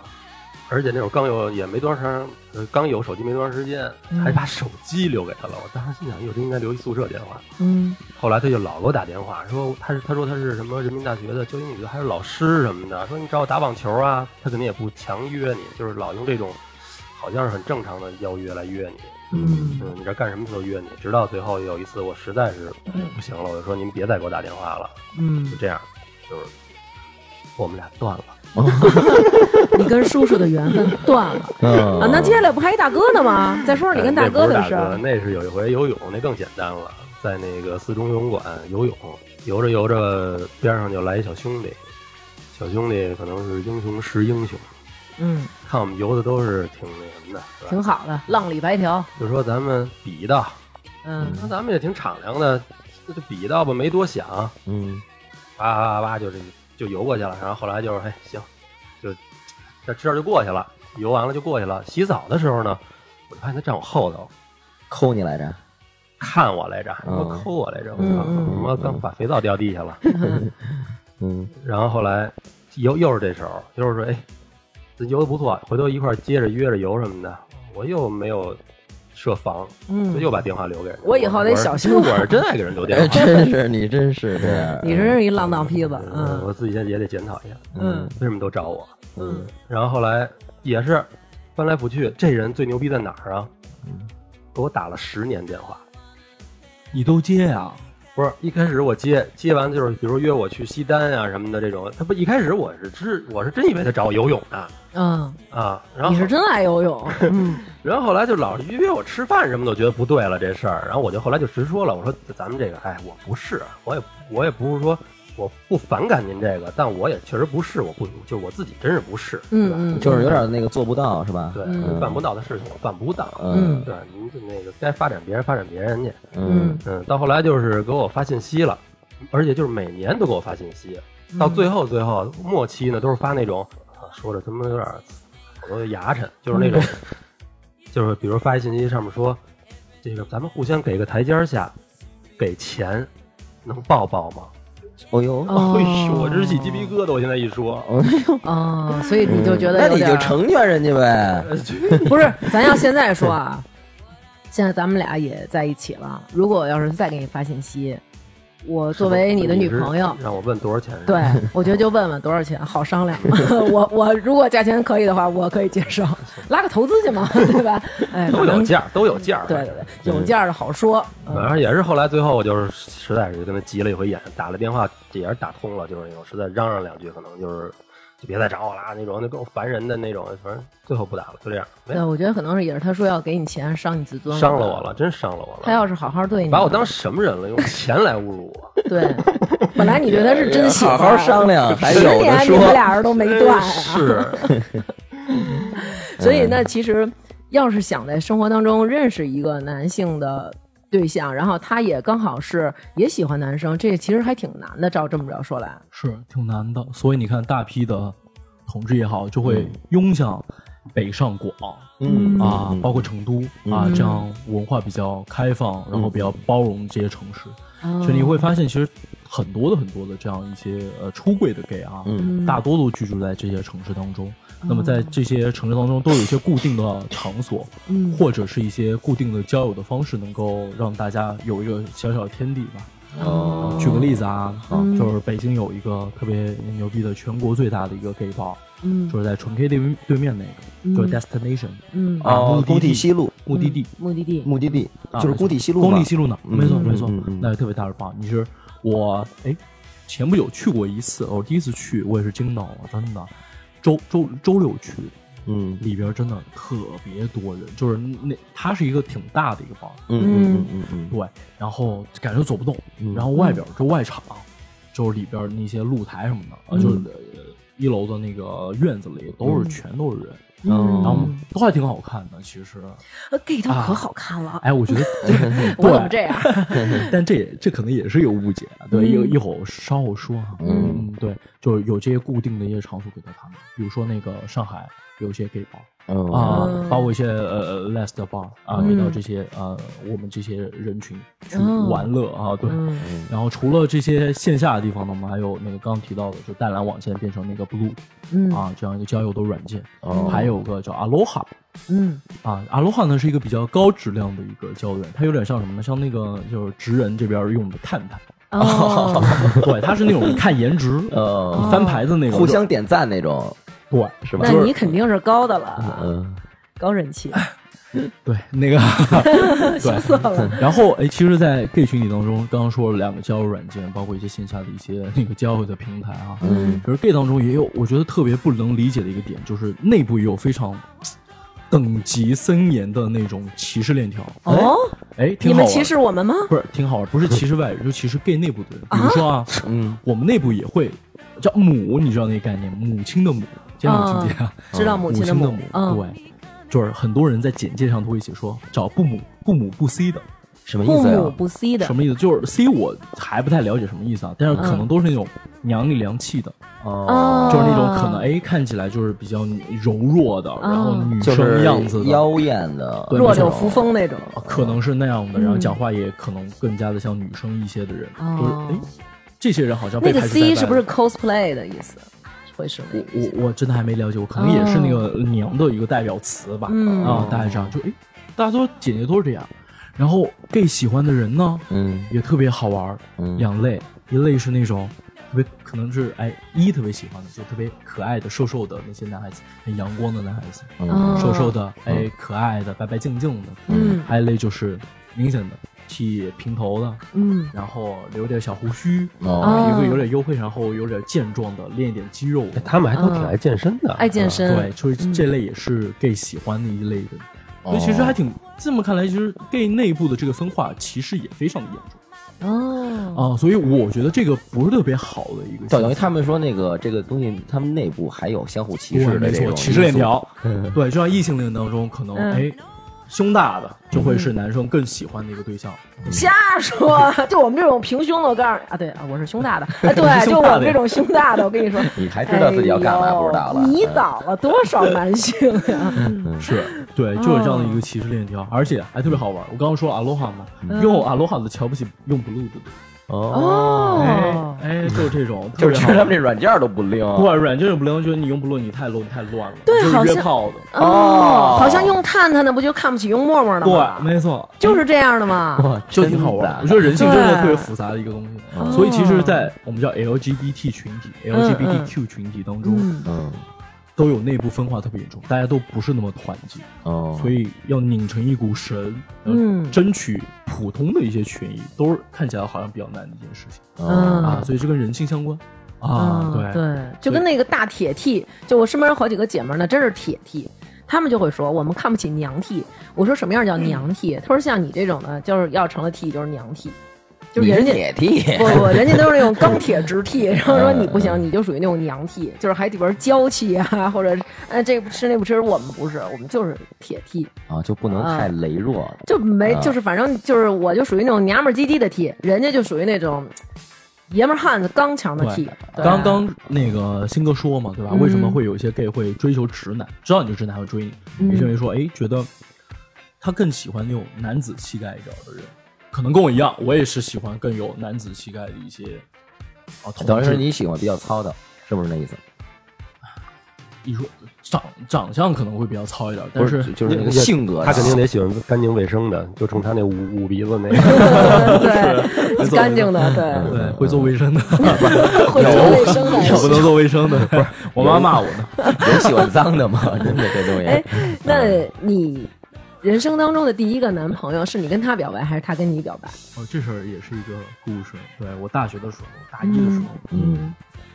D: 而且那会儿刚有也没多长时间，呃刚有手机没多长时间，
E: 嗯
D: 还把手机留给他了。我当时心想，哟，这应该留一宿舍电话。
E: 嗯，
D: 后来他就老给我打电话，说他是他说他是什么人民大学的教英语的，还是老师什么的，说你找我打网球啊，他肯定也不强约你，就是老用这种好像是很正常的邀约来约你。嗯，你这干什么他都约你，直到最后有一次我实在是不行了，我就说您别再给我打电话了，就
E: 嗯，
D: 这样，就是我们俩断了。
E: 嗯你跟叔叔的缘分断了
B: 嗯
E: 啊！那接下来不还一大哥呢吗？再说说你跟大哥
D: 哎那
E: 的
D: 不是
E: 事
D: 大
E: 儿
D: 哥，。那是有一回游泳，那更简单了，在那个四中游泳馆游泳，游着游着边上就来一小兄弟，小兄弟可能是英雄识英雄，
E: 嗯，
D: 看我们游的都是挺那什么的，是吧？
E: 挺好的，浪里白条。
D: 就说咱们比一道，
E: 嗯，
D: 那咱们也挺敞亮的，那就比一道吧，没多想，
B: 嗯，
D: 哇哇哇哇就这就游过去了，然后后来就是哎行，就这这就过去了，游完了就过去了。洗澡的时候呢，我就发现他站我后头，
B: 抠你来着。
D: 看我来着，还他妈
B: 嗯
D: 抠我来着，我
E: 嗯
D: 操！
E: 嗯
D: 他妈刚把肥皂掉地 下了。
B: 嗯，
D: 然后后来又又是这时候，又是说，哎，这游的不错，回头一块儿接着约着游什么的。我又没有设防，
E: 嗯
D: 就又把电话留给人。
E: 我以后得
D: 我是
E: 小心
D: 我是真爱给人留电
B: 哎，
D: 话。
B: 真是你，真是这样。
E: 你真是一浪荡坯子。
D: 嗯
E: 嗯
D: 我自己现在也得检讨一下，
E: 嗯
D: 为什么都找我？
E: 嗯
D: 然后后来也是翻来覆去，这人最牛逼在哪儿啊？
E: 嗯
D: 给我打了十年电话，
C: 你都接啊？
D: 不是一开始我接接完就是，比如约我去西单啊什么的这种，他不一开始我是知我是真以为他找我游泳呢
E: 嗯，
D: 啊，然
E: 你
D: 后
E: 是真爱游泳。嗯
D: 然后后来就老是约我吃饭什么的，我觉得不对了这事儿，然后我就后来就直说了，我说咱们这个，哎，我不是，我也我也不是说我不反感您这个，但我也确实不是，我不就我自己真是不是，对吧？
E: 嗯嗯，
B: 就是有点那个做不到，是吧？
D: 对，
E: 嗯
D: 办不到的事情我办不到，
B: 嗯
D: 对，您就那个该发展别人发展别人去，
B: 嗯
E: 嗯
D: 嗯，到后来就是给我发信息了，而且就是每年都给我发信息，
E: 嗯
D: 到最后最后末期呢，都是发那种啊说着他妈有点好多牙碜，就是那种，
E: 嗯
D: 就是比如发一信息上面说，这个咱们互相给个台阶儿下，给钱能抱抱吗？
B: 哦呦，
E: 哦
D: 哎呦，我真是起鸡皮疙瘩，我现嗯在一说，
E: 哦，所以你就觉得
B: 那
E: 有
B: 你
E: 点
B: 就
E: 儿
B: 成全人家呗。
E: 不是，咱要现在说啊，现在咱们俩也在一起了。如果我要是再给你发信息，我作为你的女朋 友
D: 你是，让我问多少钱？
E: 对，我觉得就问问多少钱，好商量。 我我如果价钱可以的话，我可以接受， 拉个投资去 嘛，对吧？哎，
D: 都
E: 反
D: 有
E: 正
D: 价儿，都有价儿，
E: 对对对，有价儿的好说。嗯
D: 反正也是后来最后我就是实在是跟他急了一回眼，打了电话也是打通了，就是那种实在嚷嚷两句，可能就是就别再找我了啊那种，那更烦人的那种，反正最后不打了，就这样，没
E: 对，我觉得可能是也是他说要给你钱，伤你自尊，
D: 伤了我。了，真伤了我
E: 他
D: 了，
E: 要是好好对你，
D: 把我当什么人了？用钱来侮辱我，
E: 对，本来你对他是真喜
B: 好
E: 欢，
B: 好商量，还
E: 十
B: 有的
E: 年你们
B: 说。
E: 俩人都没断啊。
D: 是，嗯
E: 所以那其实要是想在生活当中认识一个男性的对象，然后他也刚好是也喜欢男生，这其实还挺难的。照这么着说来，
C: 是挺难的，所以你看，大批的同志也好，就会涌向北上广、
B: 嗯
C: 啊
B: 嗯，嗯
C: 包括成都、啊，这样文化比较开放，然后比较包容这些城市，
E: 哦嗯
C: 所以你会发现，其实很多的很多的这样一些呃出柜的 gay 啊，
B: 嗯
C: 大多都居住在这些城市当中。
E: 嗯
C: 那么在这些城市当中，都有一些固定的场所，
E: 嗯
C: 或者是一些固定的交友的方式，能够让大家有一个小小的天地吧。
B: 哦
C: 举个例子啊，
E: 嗯
C: 就是北京有一个特别牛逼的全国最大的一个 gay bar，
E: 嗯
C: 就是在纯 K 对面对面那个，就是 Destination
E: 嗯，
C: 啊，
B: 哦，
C: 目
B: 工
C: 的
B: 体
C: 地
B: 西路，
C: 目的地，
E: 目的地
B: 目的地
C: 啊
B: 就是
C: 没错
B: 工体西路嘛，
C: 工体西路呢，
B: 嗯
C: 没错
B: 嗯
C: 没错
B: 嗯嗯，
C: 那特别大的棒。你是我哎，前不久去过一次，我第一次去我也是惊到了，真的。周周周六去，
B: 嗯
C: 里边真的特别多人，就是那它是一个挺大的一个棒，
B: 嗯嗯嗯嗯嗯
C: 对，然后感觉走不动，
B: 嗯
C: 然后外边就外场，就是里边那些露台什么的，
B: 嗯
C: 啊，就是呃一楼的那个院子里都是全都是人，
B: 嗯，
C: 然后都还挺好看的，其实。
E: 呃，gay 套可
C: 啊
E: 好看了，
C: 哎，我 觉得
E: 我
C: 对
E: 怎么这样？
C: 但这也这可能也是一个误解，对，
E: 嗯
C: 一一会儿稍后说哈。
B: 嗯
C: 嗯，对，就是有这些固定的一些场所给到他们，比如说那个上海有一些 gay bar
B: 嗯
C: 啊
E: 嗯，
C: 包括一些呃呃 les 的 bar 啊，给到这些呃我们这些人群去
E: 嗯
C: 玩乐啊，对。
E: 嗯
C: 然后除了这些线下的地方呢，我们还有那个刚刚提到的，就淡蓝网现在变成那个 blue
E: 嗯
C: 啊这样一个交友的软件，
B: 哦
C: 还有个叫 aloha
E: 嗯
C: 啊，Aloha 呢是一个比较高质量的一个交友软件，它有点像什么呢？像那个就是职人这边用的探探，
E: 哦，
C: 对，它是那种看颜值，
B: 呃，
C: 你翻牌子那种，
B: 互相点赞那种，
C: 对
B: 是吧
E: 那？你肯定是高的了，
B: 嗯
E: 高人气，
C: 对那个
E: 羞涩
C: 对。
E: 了。
C: 然后哎，其实，在 gay 群体当中，刚刚说了两个交友软件，包括一些线下的一些那个交友的平台啊，
B: 嗯
C: 其实 gay 当中也有我觉得特别不能理解的一个点，就是内部也有非常等级森严的那种歧视链条。
E: 哦，
C: 哎，挺
E: 你
C: 好
E: 们
C: 玩
E: 歧视我们吗？
C: 不是挺好玩，不是歧视外人，就 歧视 gay 内部的人。比如说啊，
B: 嗯，
C: 我们内部也会叫母，你知道那个概念，母亲的母，今天母亲节啊，
E: 知道母
C: 亲
E: 亲的
C: 母，
E: 母，嗯，
C: 对，就是很多人在简介上都会写说找不母不母不 C 的，
B: 什么意
E: 不
B: 思
E: 母
B: 呀？
E: 不 C 的
C: 什，么意思？就是 C 我还不太了解什么意思啊，但是可
E: 嗯
C: 能都是那种娘里娘气的，
B: 哦，
E: 啊
C: 就是那种可能哎看起来就是比较柔弱的，然后
E: 啊
C: 女生样子的。
B: 妖艳的，
C: 对
E: 弱柳扶风那种。
C: 可能是那样的，然
E: 嗯
C: 后讲话也可能更加的像女生一些的人，
E: 哦
C: 就是哎，这些人好像
E: 那
C: 被
E: 个
C: 排除在
E: C
C: 外嗯
E: 是不是
C: 了
E: cosplay 的意思？会是那个
C: 我我我真的还没了解，我可能也是那个娘的一个代表词吧，
E: 哦嗯
C: 啊，大概这样，就诶，大家都姐姐都是这样，然后 gay 喜欢的人呢，
B: 嗯
C: 也特别好玩儿，
B: 嗯
C: 两类，一类是那种特别可能是哎一特别喜欢的，就特别可爱的瘦瘦的那些男孩子，很阳光的男孩子，
E: 哦
C: 瘦瘦的，哎，可爱的，白白净净的，
E: 嗯
C: 还有一类就是明显的剃平头的，
E: 嗯
C: 然后留点小胡须，
B: 哦，
E: 啊
C: 一个有点优惠，然后有点健壮的，练一点肌肉的，
D: 哎他们还都
B: 嗯
D: 挺爱健身的，
B: 哎
E: 爱健身，
C: 对，就是这类也是 gay 喜欢的一类的，所以其实
B: 哦
C: 还挺这么看来，其实 gay 内部的这个分化其实也非常的严重
E: 哦，
C: 啊，所以我觉得这个不是特别好的一个现象，
B: 等于他们说那个这个东西，他们内部还有相互歧
C: 对
B: 视的
C: 没
B: 这
C: 错，
B: 种
C: 歧视链
B: 因素，
C: 条，对，就像异性恋当中可能
E: 嗯
C: 哎。胸大的就会是男生更喜欢的一个对象，
E: 瞎说， 就我们这种平胸的，我告诉你啊，对啊，我是胸 大的，哎，
C: 我是
E: 对，
C: 胸
E: 就我
C: 大的
E: 们这种胸大的，我跟你说，
B: 你还知道自己要干嘛
E: 哎呦
B: 不知道了
E: 你
B: 嗯
E: 倒了多少男性呀？
C: 是 对，就有这样的一个歧视链条，而且还特别好玩。我刚刚说阿罗哈嘛，用阿罗哈的瞧不起用 blue 的，
E: 哦
C: 哎，哎，就这种，特
B: 就
C: 别
B: 是
C: 好
B: 他
C: 玩
B: 们这软件儿都不灵，
C: 不管软件也不灵，觉得你用不论你太 low，你太乱了，
E: 对
C: 就是
E: 好像
C: 约炮的。
E: 哦，好像用探探的不就看不起用陌陌的吗？
C: 对，没错，
E: 就是这样的嘛。
C: 就挺好玩。我
B: 啊真
C: 觉
B: 的嗯
C: 得人性真的
E: 对嗯
C: 特别复杂的一个东西，所以其实，在我们叫 LGBT 群体、LGBTQ 群体当中，
E: 嗯，
B: 嗯
C: 都有内部分化特别严重，大家都不是那么团结，
B: 哦，
C: 所以要拧成一股绳，呃
E: 嗯
C: 争取普通的一些权益，都是看起来好像比较难的一件事情
B: 哦
E: 嗯
C: 啊。所以这跟人性相关啊，
E: 嗯
C: 对，
E: 就跟那个大铁 T，就我身边有好几个姐们儿呢，真是铁 T。她们就会说我们看不起娘 T，我说什么样叫娘 T？她说像你这种呢，就是要成了 T 就是娘 T，就是
B: 你
E: 人
B: 是
E: 家
B: 铁嗯 T，
E: 不不， 人家都是那种钢铁直剃，然后说你不行，你就属于那种娘剃，就是还得玩娇气啊，或者哎这个不吃那不吃，我们不是，我们就是铁剃，
B: 啊，就不能太羸弱了。
E: 就没
B: 啊
E: 就是反正就是我就属于那种娘们儿唧唧的剃，人家就属于那种爷们儿汉子刚强的剃
C: 对。，刚刚那个新哥说嘛，对吧？
E: 嗯
C: 为什么会有一些 gay 会追求直男？知道你是直男，还会追你，
E: 嗯
C: 也是因为说，哎，觉得他更喜欢那种男子气概一点的人，可能跟我一样，我也是喜欢更有男子气概的一些啊同
B: 等于是
C: 志。
B: 你喜欢比较糙的，是不是那意思？
C: 你说长长相可能会比较糙一点，但
B: 不
C: 是
B: 是就是那个性格，
D: 他肯 定得喜欢干净卫生的，就冲他那捂捂鼻子那个，
E: 对，干净的，对，
C: 对会做
B: 嗯
C: 卫生的，
E: 会做卫生
C: 也
E: 的。
C: 不能做卫生的。不是，我妈骂我呢。
B: 有喜欢脏的吗？真的这东
E: 哎
B: 西，
E: 那你人生当中的第一个男朋友是你跟他表白，还是他跟你表白？
C: 哦，这事儿也是一个故事。对我大学的时候，大一的时候，
E: 嗯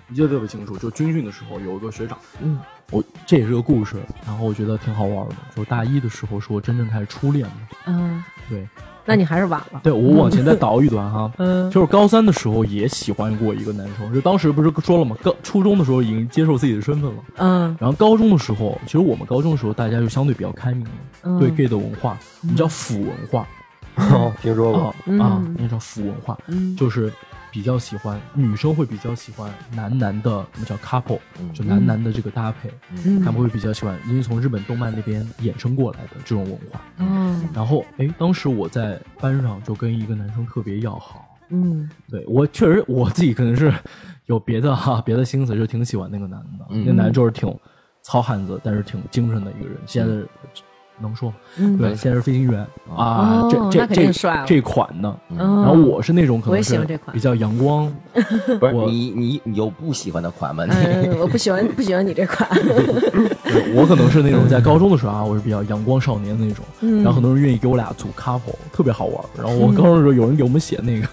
C: 我记得特别清楚，就军训的时候有一个学长，
E: 嗯，
C: 我这也是个故事，然后我觉得挺好玩的。就大一的时候是我真正开始初恋的，
E: 嗯，
C: 对，
E: 那你还是晚了。
C: 对我往前再倒一段哈，
E: 嗯
C: 就是高三的时候也喜欢过一个男生，就当时不是说了吗？高初中的时候已经接受自己的身份了，
E: 嗯
C: 然后高中的时候，其实我们高中的时候大家就相对比较开明了，
E: 嗯
C: 对 gay 的文化，我们叫腐文化
D: 哦听说过
C: 啊、
E: 嗯
C: 啊，那叫腐文化，
E: 嗯
C: 就是比较喜欢女生会比较喜欢男男的，我们叫 couple，就男男的这个搭配，
E: 嗯
C: 他们会比较喜欢，因为从日本动漫那边衍生过来的这种文化。
E: 嗯
C: 然后，哎，当时我在班上就跟一个男生特别要好，
E: 嗯
C: 对我确实我自己可能是有别的哈、 别的心思，就挺喜欢那个男的，
B: 嗯
C: 那男就是挺糙汉子，但是挺精神的一个人。现在能说吗？
E: 嗯
C: 对，现在是飞行员啊，
E: 哦那
C: 这
E: 肯定
C: 这
E: 帅了
C: 这这款的。
E: 嗯
C: 然后我是那种可
E: 我也
C: 能
E: 喜
C: 是
E: 欢这款
C: 比较阳光，
B: 不是
C: 我
B: 你你你有不喜欢的款吗？你
E: 嗯，我不喜欢不喜欢你这 款。
C: 对我可能是那种在高中的时候啊，我是比较阳光少年的那种，
E: 嗯
C: 然后很多人愿意给我俩组 couple，特别好玩儿。然后我高中的时候有人给我们写那个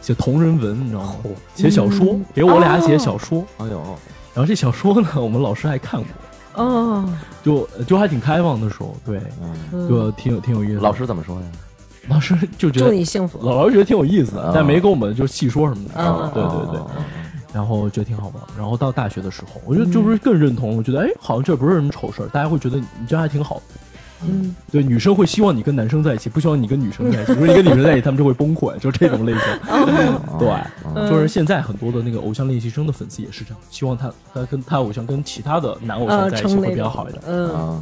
C: 写同人文，你知道吗？
B: 哦
C: 写小说，给我俩写小说。
B: 哎呦，
C: 然后这小说呢，我们老师还看过，
E: 哦，
C: 就就还挺开放的时候，对，就挺有挺有意思的。
B: 嗯老师怎么说的？
C: 老师就觉
E: 祝
C: 得
E: 你幸福。
C: 老师觉得挺有意思的
B: 啊，
C: 但没跟我们就细说什么的。
E: 嗯
C: 对对对。然后觉得挺好玩儿，然后到大学的时候，我就就是更认同，我觉得哎，好像这不是什么丑事儿，大家会觉得你这样还挺好的。
E: 嗯，
C: 对，女生会希望你跟男生在一起，不希望你跟女生 在一起。如果你跟女生在一起，他们就会崩溃，就这种类型。
E: 哦嗯
C: 对，就是现在很多的那个偶像练习生的粉丝也是这样，希望他他跟他偶像跟其他的男偶像
E: 呃，
C: 在一起
E: 成
C: 会
E: 那
C: 比较
E: 种
C: 好一点。
E: 嗯
B: 啊，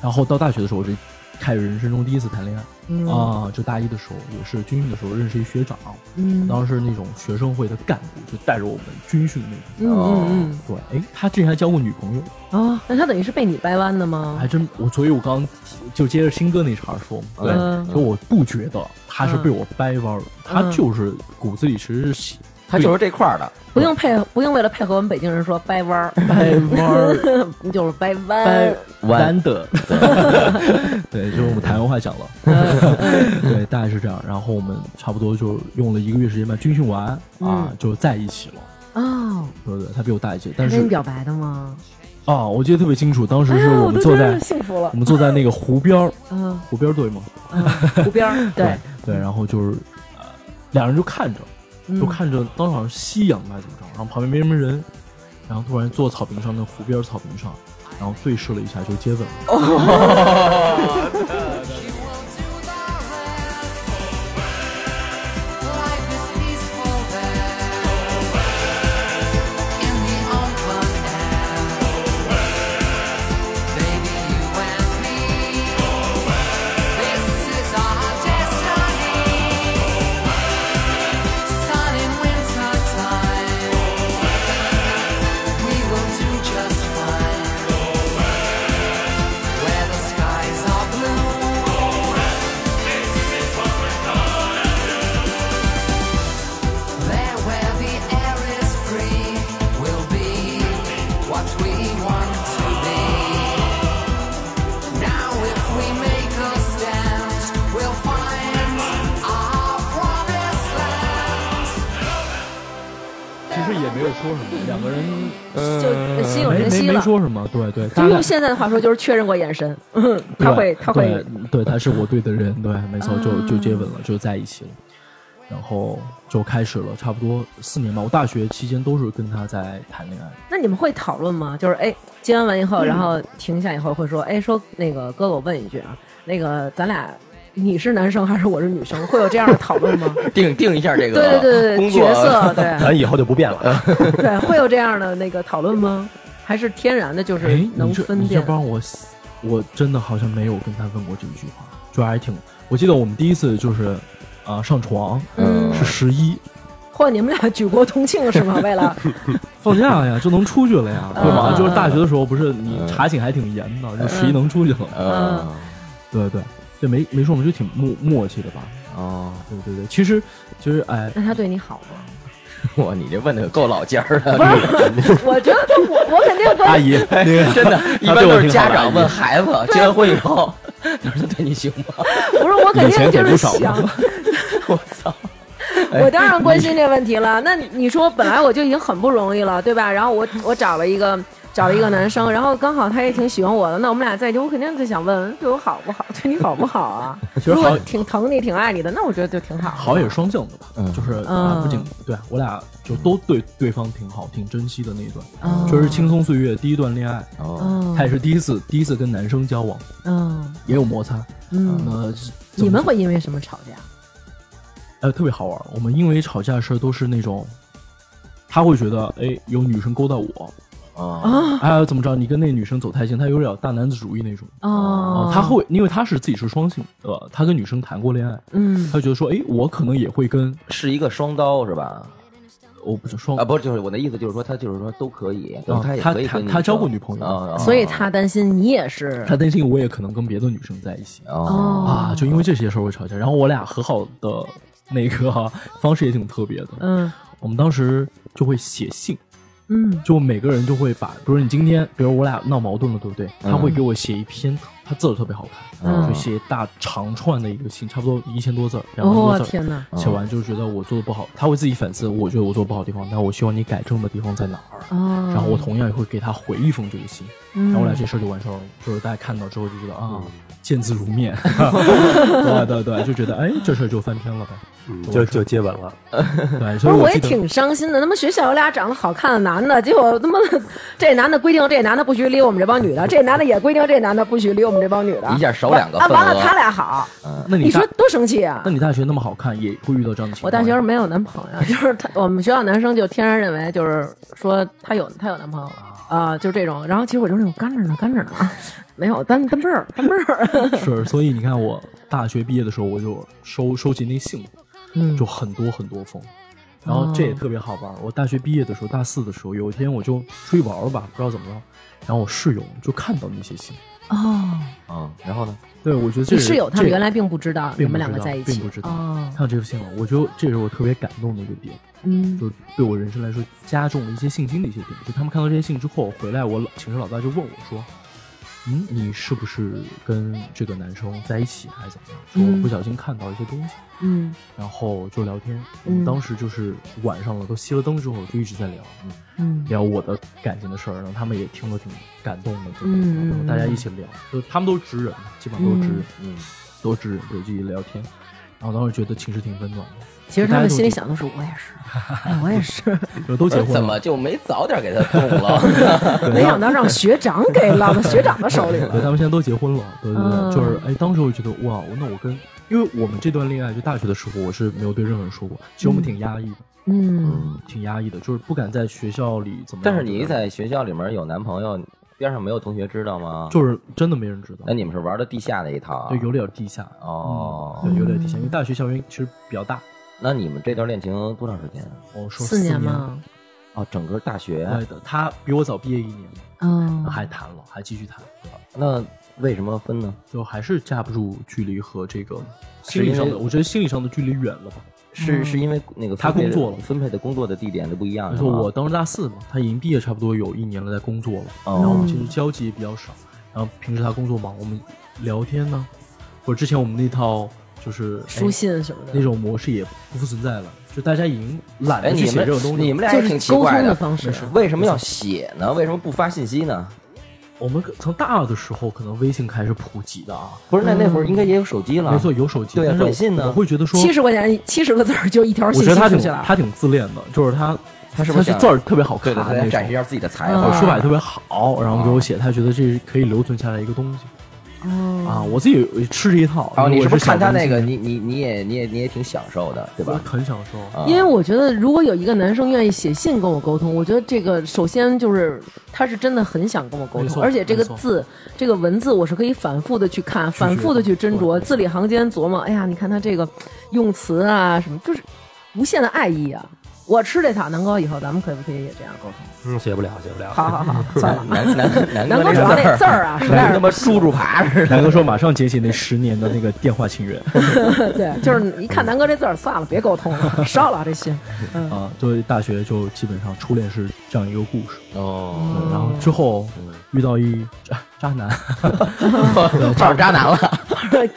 C: 然后到大学的时候，我就开始人生中第一次谈恋爱。
E: 嗯
C: 啊，就大一的时候，也是军训的时候认识一学长，
E: 嗯
C: 当时那种学生会的干部，就带着我们军训的那种。
E: 嗯嗯
C: 对，哎，他之前还交过女朋友，
E: 嗯。哦，那他等于是被你掰弯的吗
C: 还？真我，所以我刚刚就接着新哥那茬儿说嘛，对，
E: 嗯
C: 所以我不觉得他是被我掰弯儿的，他
E: 嗯
C: 就是骨子里其实是喜
B: 他就是这块儿的，
E: 不用配，不用为了配合我们北京人说掰弯儿，
C: 掰弯儿
E: 就是掰
C: 掰
E: 弯。
C: 弯的，
E: 嗯
C: 对，就是我们台湾话讲了，对，大概是这样。然后我们差不多就用了一个月时间吧，军训完啊
E: 嗯
C: 就在一起了。
E: 哦，
C: 对对，他比我大一届，
E: 他
C: 但
E: 跟
C: 是
E: 你表白的吗？
C: 啊，我记得特别清楚，当时
E: 哎
C: 是
E: 呀，
C: 我们
E: 都
C: 坐
E: 真
C: 在
E: 是幸福了
C: 我。们坐在那个湖边儿，
E: 嗯，
C: 湖边儿对吗？
E: 湖边 儿，对，
C: 对，然后就是呃，两人就看着，
E: 嗯
C: 就看着当时好像是夕阳吧还是怎么着，然后旁边没什么人，然后突然坐草坪上那湖边草坪上，然后对视了一下就接吻了。
H: Just fine. Where the skies are blue. There where the air is free will be what we want to be. Now if we make a stand, we'll find our promised land.
C: 其实也没有说什么，两个人
E: 就心有
C: 没
E: 灵犀
C: 没没
E: 了。
C: 说什么，对对，
E: 就
C: 大概
E: 用现在的话说，就是确认过眼神，
C: 对
E: 他会他会嗯
C: 对对，他是我对的人，对，没错，就就接吻了，就在一起了，然后就开始了，差不多四年吧，我大学期间都是跟他在谈恋爱。
E: 那你们会讨论吗？就是哎，接完完以后，然后停下以后会说，哎，说那个哥哥，我问一句啊，那个咱俩你是男生还是我是女生？会有这样的讨论 吗？
B: 定定一下这个
E: 对对对对，
B: 工作
E: 角
C: 啊
E: 色对
D: 咱以后就不变了。
E: 对，会有这样的那个讨论吗？还是天然的，就是
C: 哎，
E: 能
C: 你这
E: 分
C: 你这
E: 辨？
C: 帮我，我真的好像没有跟他问过这一句话，呃就还挺。我记得我们第一次就是，啊、上床
E: 嗯
C: 是十一、
E: 嚯，你们俩举国同庆是吗？为 了
C: 放假了呀，就能出去了 呀，对吧？
E: 嗯
C: 就是大学的时候，不是你查寝还挺严的，就十一能出去了。
B: 嗯
C: 对对，这没没说我们就挺默默契的吧？
B: 哦，
C: 对对对，其实其实哎，
E: 那他对你好吗？
B: 哇，你这问的够老尖儿 的，
C: 嗯
E: 我觉得我我肯定
B: 阿
E: 会，
B: 姨，真的，一般
C: 对我
B: 都是
C: 挺
B: 家
C: 好的阿
B: 长
C: 姨
B: 问孩子结完婚以后， 你说他对你行吗？
E: 不是我肯
C: 有钱
E: 定
C: 给
E: 就
C: 不
E: 是
C: 少
E: 想
C: 吧，
B: 我操！
E: 我当然关心这问题了。那你你说本来我就已经很不容易了，对吧？然后我我找了一个找了一个男生，然后刚好他也挺喜欢我的，那我们俩在一起，我肯定就想问对我好不好，对你好不好 啊？
C: 实
E: 如果
C: 好
E: 挺疼你、挺爱你的，那我觉得就挺好。
C: 好也是双向的吧，
B: 嗯
C: 就是
E: 嗯
C: 啊，不仅对我俩就都对对方挺好，挺珍惜的那一段，
E: 嗯
C: 就是轻松岁月第一段恋爱，
B: 哦，
E: 嗯
C: 他也是第一次第一次跟男生交往，
E: 嗯
C: 也有摩擦，
E: 嗯，
C: 那怎
E: 你
C: 么
E: 们会因为什么吵架？
C: 呃，特别好玩儿。我们因为吵架的事儿都是那种，他会觉得，哎，有女生勾 搭我，
B: 哦，
C: 哎，怎么着？你跟那女生走太近，他有点大男子主义那种。
E: 哦
C: 啊，他会，因为他是自己是双性，呃，他跟女生谈过恋爱，
E: 嗯
C: 他觉得说，哎，我可能也会跟，
B: 是一个双刀是吧？
C: 我不是双
B: 啊，，不是，就是我的意思，就是说他就是说都可以，
C: 啊
B: 他也
C: 哦他
B: 可以
C: 他
B: 跟你
C: 他交
B: 说
C: 过女朋友
B: 啊啊
E: 所以他担心你也是
C: 哦他担心我也可能跟别的女生在一起
B: 哦
C: 啊，就因为这些事儿会吵架。然后我俩和好的那个、方式也挺特别的，
E: 嗯
C: 我们当时就会写信。
E: 嗯
C: 就每个人就会把，比如你今天，比如我俩闹矛盾了，对不对？
B: 嗯
C: 他会给我写一篇，他字儿特别好看，
E: 嗯
C: 就写一大长串的一个信，差不多一千多字儿，两千
E: 哦
C: 多字儿。
E: 天哪
C: 写完就是觉得我做的不好，他会自己反思，我觉得我做的不好的地方，那我希望你改正的地方在哪儿？
E: 哦，
C: 然后我同样也会给他回一封这个信，
E: 嗯
C: 然后我俩这事儿就完事儿了。就是大家看到之后就觉得啊，见字如 面，对对对，就觉得哎，这事儿就翻篇了呗。
D: 嗯就就接吻了。
C: 对，
E: 不
C: 所以
E: 是，我也
C: 记得
E: 挺伤心的。他妈学校有俩长得好看的男的，结果他妈的这男的规定这男的不许理我们这帮女的，这男的也规定这男的不许理我们这帮女的，
B: 一下少两个
E: 啊！完
B: 份
E: 了，
B: 额
E: 他俩好，
C: 那
E: 你
C: 大
E: 说多生气啊
C: 那！你大学那么好看，也会遇到这样的情况？
E: 我大学时候没有男朋友， 就是他我们学校男生就天然认为就是说他有他有男朋友了啊、就这种。然后其实我就是那种干着呢，干着呢 啊，没有单单辈儿单辈 儿。
C: 是，所以你看，我大学毕业的时候，我就收收集那信，
E: 嗯
C: 就很多很多封。然
E: 哦
C: 后这也特别好玩儿。我大学毕业的时候，大四的时候，有一天我就出去玩儿吧，不知道怎么了，然后我室友就看到那些信。
E: 哦，
B: 嗯，然后呢？
C: 对，我觉得这
E: 你
C: 是
E: 室友他们
C: 这
E: 原来并不知道你
C: 并
E: 们
C: 不
E: 两个
C: 知道
E: 在一起，
C: 并不知道
E: 哦
C: 看，到这个信了，我就这是我特别感动的一个点，
E: 嗯
C: 就是对我人生来说加重了一些信心的一些点。就他们看到这些信之后回来，我老寝室老大就问我说：“嗯，你是不是跟这个男生在一起还是怎么样？”说我不小心看到一些东西。
E: 嗯
C: 然后就聊天。我
E: 嗯
C: 们当时就是晚上了，都熄了灯之后就一直在聊，
E: 嗯
C: 聊我的感情的事儿，然后他们也听了挺感动的，就
E: 嗯
C: 然后大家一起聊，就是他们都是直人，基本上都是直人，
B: 嗯，
C: 都是直人，对，就一聊天。然后当时觉得寝室挺温暖的，
E: 其实他们心里想的是我也是， 哎我也是。
C: 就都结婚
B: 怎
C: 了
B: 么，就没早点给他 动了？
E: 没想到让学长给落到学长的手里
C: 对，
E: 了。
C: 他们现在都结婚了，对对对，
E: 嗯
C: 就是哎，当时我觉得哇，那我跟，因为我们这段恋爱就大学的时候，我是没有对任何人说过，其实我们挺压抑的，哎
E: 嗯，
C: 挺压抑的，就是不敢在学校里怎么样。
B: 但是你在学校里面有男朋友，边上没有同学知道吗？
C: 就是真的没人知道
B: 那，你们是玩的地下那一套啊？
C: 对，有点地下，嗯
B: 哦
C: 对，有点提前，因为大学校园其实比较大，
B: 那你们这段恋情多长时间啊？
C: 我说
E: 四年
C: 年？
E: 嘛，
B: 哦，整个大学。
C: 对的，他比我早毕业一年，
E: 嗯
C: 还谈了，还继续谈，
B: 那为什么分呢？
C: 就还是架不住距离和这个心理上
B: 是因
C: 的，
B: 为
C: 我觉得心理上的距离远了吧。
B: 是是因为那个
C: 他
B: 分配
C: 工作了
B: 分配的工作的地点都不一样，
C: 就是是
B: 吗？
C: 我当时大四嘛，他已经毕业差不多有一年了，在工作了，
B: 哦
C: 然后我们其实交集也比较少，然后平时他工作忙，我们聊天呢，或者之前我们那套就是
E: 书
C: 哎
E: 信什么的
C: 那，种模式也不复存在了，就大家已经懒
B: 哎，
C: 得去
B: 你
C: 写
B: 们
C: 这种东西了。
B: 你们俩
E: 就
B: 也
E: 是
B: 挺奇
E: 沟
B: 怪
E: 通的方式。
B: 为什么要写呢？为什么不发信息呢？
C: 我们可从大二的时候，可能微信开始普及的啊，
B: 不是，那那会儿应该也有手机了，
C: 没错，有手机，
B: 对啊
C: 但是
B: 短信呢
C: 我会觉得说，
E: 七十块钱，七十个字儿就一条
C: 我
E: 信
C: 觉
E: 息
C: 得他
E: 出
C: 挺
E: 去了。
C: 他挺自恋的，就是他
B: 他是不
C: 他
B: 是
C: 是
B: 想
C: 字儿特别好看
B: 对的，
C: 那嗯
B: 他
C: 种，
B: 得展示一下自己的才
C: 对
B: 华。
C: 书法也特别好，然后给我写，他觉得这是可以留存下来一个东西啊，我自己吃这一套。
B: 哦，你是不是
C: 小
B: 看他
C: 东
B: 那
C: 西
B: 个，你你你也你也你也挺享受的，对
C: 我
B: 吧？
C: 很享受，
B: 啊
E: 因为我觉得，如果有一个男生愿意写信跟我沟通，我觉得这个首先就是他是真的很想跟我沟
C: 没
E: 通，
C: 错
E: 而且这个
C: 没错
E: 字、这个文字，我是可以反复的去看，反复的去斟酌，字里行间琢磨。哎呀，你看他这个用词啊，什么，就是无限的爱意啊。我吃这套，南哥，以后咱们可不可以也这样沟通？
D: 嗯，写不了，写不了。
E: 好好 好，算了。
B: 南南 南
E: 南哥主要那字儿 啊，实 在
B: 跟
E: 是
B: 他妈猪猪爬似的。
C: 南哥说马上捡起那十年的那个电话情缘
E: 对，就是一看南哥这字儿，算了，别沟通了， 烧了这心。
C: 啊，作为大学就基本上初恋是这样一个故事，
B: 哦，
C: 对然后之后
B: 嗯
C: 遇到一渣渣男，
B: 撞上渣男了，
C: 对，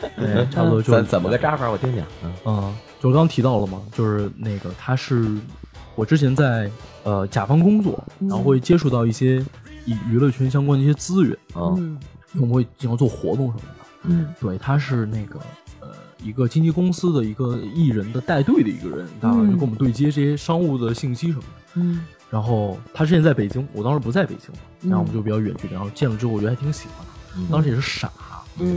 C: 差不多就
B: 怎怎么个渣法？我听听。嗯
C: 嗯，就是刚提到了嘛，就是那个他是我之前在呃甲方工作，然后会接触到一些与娱乐圈相关的一些资源，
B: 哦
E: 嗯
C: 我们会经常做活动什么的。
E: 嗯
C: 对，他是那个呃一个经纪公司的一个艺人的带队的一个人，当然就跟我们对接这些商务的信息什么的。
E: 嗯
C: 然后他之前在北京，我当时不在北京嘛，然后我们就比较远距离，然后见了之后我觉得还挺喜欢的，
E: 嗯
C: 当时也是傻，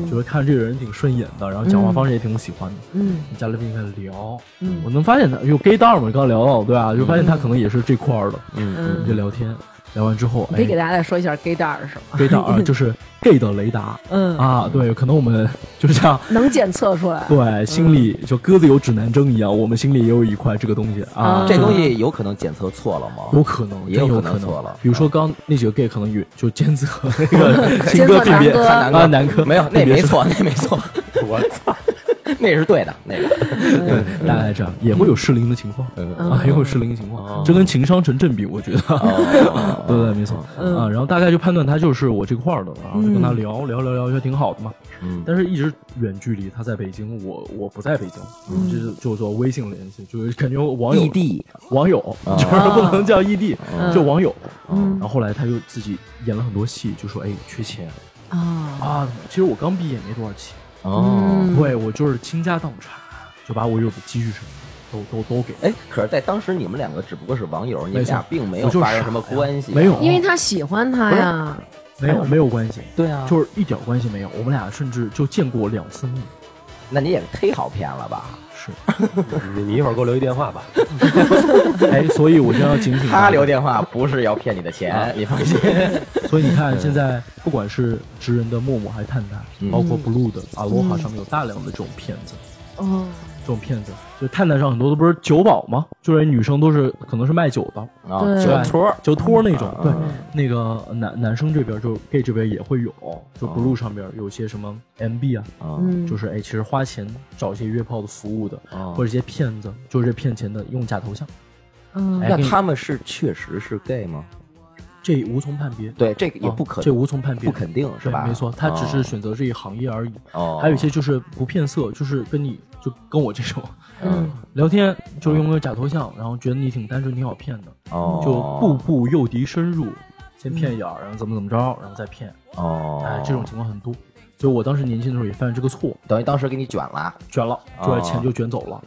C: 觉得看这个人挺顺眼的，然后讲话方式也挺喜欢的。
E: 嗯
C: 加了宾在聊，我能发现他有 gay 道嘛，刚聊到对吧？就发现他可能也是这块儿的，
B: 嗯，
C: 我们就
E: 嗯，
C: 聊天，聊完之后，
E: 你可
C: 哎
E: 以给大家再说一下 gay 蛋是什么？
C: ，gay 道啊，就是 gay 的雷达
E: 嗯，
C: 啊，对，可能我们就是这样，
E: 能检测出来。
C: 哎对，心里就鸽子有指南针一样，我们心里也有一块这个东西啊
E: 啊，
B: 这东西有可能检测错了吗？
C: 有可能，
B: 也有
C: 真有
B: 可能错了嗯
C: 比如说刚那几个 gay 可能有就监测 那个
E: 监
C: 青
E: 测
C: 哥辨别
E: 南哥
B: 看南哥
C: 啊，南哥
B: 没有，那
C: 辨别
B: 没
C: 是
B: 错，那没 错，
D: 我操，
B: 那是对的，那个。
C: 大概这样，也会有适龄的情况啊，也会有适龄的情况，这跟情商成正比，我觉得。
B: 哦
C: 对对，没错啊。然后大概就判断他就是我这块儿的，然后就跟他聊聊聊聊，觉得挺好的嘛。
B: 嗯
C: 但是一直远距离，他在北京，我我不在北京，就是就做微信联系，就是感觉网友
B: 异地
C: 网友就是不能叫异地，就网友。
E: 嗯
C: 然后后来他就自己演了很多戏，就说哎缺钱
E: 啊，
C: 啊。其实我刚毕业没多少钱，
B: 哦。
C: 对我就是倾家荡产，就把我有的积蓄什么的都都都给。
B: 哎，可是，在当时你们两个只不过是网友，你们
C: 没错
B: 俩并没
C: 我
B: 有
C: 就是
B: 发生
C: 傻
B: 什么
C: 呀
B: 关
C: 哎
B: 系，啊
C: 没有
E: 因为他喜欢他呀。
C: 没有没有关系，
B: 对啊，
C: 就是一点关系没有。我们俩甚至就见过两次面，
B: 那你也忒好骗了吧？
C: 是。
D: 你你一会儿给我留一电话吧。
C: 哎，所以我真要警醒
B: 他
C: 大
B: 留
C: 家。
B: 电话不是要骗你的钱，你 放心。
C: 所以你看，现在不管是职人的陌陌还是探探，
E: 嗯
C: 包括 Blue 的 Aloha 上面有大量的这种骗子，
E: 哦，
C: 这种骗子就探探上很多都不是酒保吗？就是女生都是可能是卖酒的，
B: 啊，
E: 嗯对嗯
B: 酒托儿，
C: 酒托那种。对，那个男男生这边就是 gay 这边也会有，就
B: 哦
C: Blue 上边有些什么 MB 啊，
B: 啊
E: 嗯，
C: 就是哎，其实花钱找一些约炮的服务的，
B: 啊
C: 或者一些骗子，就是骗钱的用假头像。
E: 嗯
C: 哎
B: 那
C: 给你
B: 他们是确实是 gay 吗？
C: 这无从判别，
B: 对，这个也
C: 啊
B: 不可，
C: 这无从判别，
B: 不肯定是
C: 对
B: 吧？
C: 没错，他只是
B: 哦
C: 选择这一行业而已。
B: 哦，
C: 还有一些就是不骗色，就是跟你就跟我这种
E: 嗯
C: 聊天，就是用个假头像，然后觉得你挺单纯、挺好骗的，
B: 哦，
C: 就步步诱敌深入，先骗一眼儿，然后怎么怎么着，然后再骗，
B: 哦，
C: 哎，这种情况很多。所以我当时年轻的时候也犯了这个错，
B: 等于当时给你卷了，
C: 卷了，
B: 哦
C: 就是钱就卷走了，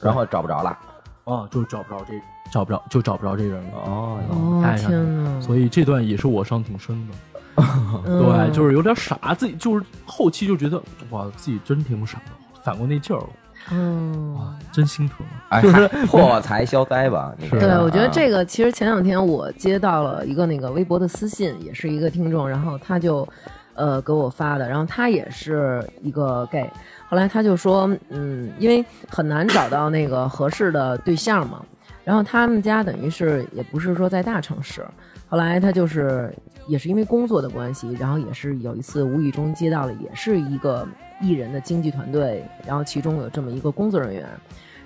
B: 然后找不着了。
C: 啊，就找不着这找不着就找不着这人了。
B: 哦，
E: 哦
C: 哎呀
E: 天哪！
C: 所以这段也是我伤挺深的，
E: 嗯
C: 对，就是有点傻，自己就是后期就觉得哇，自己真挺傻的，反过那劲儿了，
E: 嗯
C: 哇，真心疼。
B: 哎，嗨 破财消灾吧，你
E: 对，我觉得这
B: 个
E: 个其实前两天我接到了一个那个微博的私信，也是一个听众，然后他就呃给我发的，然后他也是一个 gay，后来他就说，嗯，因为很难找到那个合适的对象嘛，然后他们家等于是也不是说在大城市，后来他就是也是因为工作的关系，然后也是有一次无意中接到了，也是一个艺人的经纪团队，然后其中有这么一个工作人员，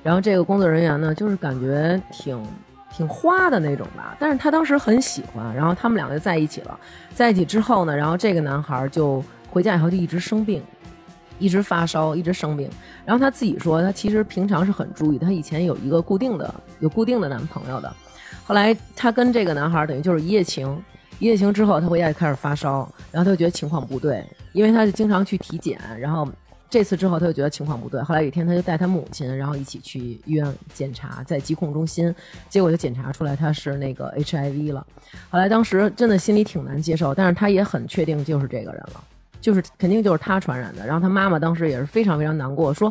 E: 然后这个工作人员呢，就是感觉挺挺花的那种吧，但是他当时很喜欢，然后他们两个就在一起了，在一起之后呢，然后这个男孩就回家以后就一直生病。一直发烧，一直生病。然后他自己说，他其实平常是很注意的，他以前有一个固定的有固定的男朋友的，后来她跟这个男孩儿等于就是一夜情，一夜情之后，她回家就开始发烧，然后她就觉得情况不对，因为她就经常去体检，然后这次之后她就觉得情况不对。后来有一天，她就带她母亲，然后一起去医院检查，在疾控中心，结果就检查出来她是那个 HIV 了。后来当时真的心里挺难接受，但是她也很确定就是这个人了。就是肯定就是他传染的，然后她妈妈当时也是非常非常难过，说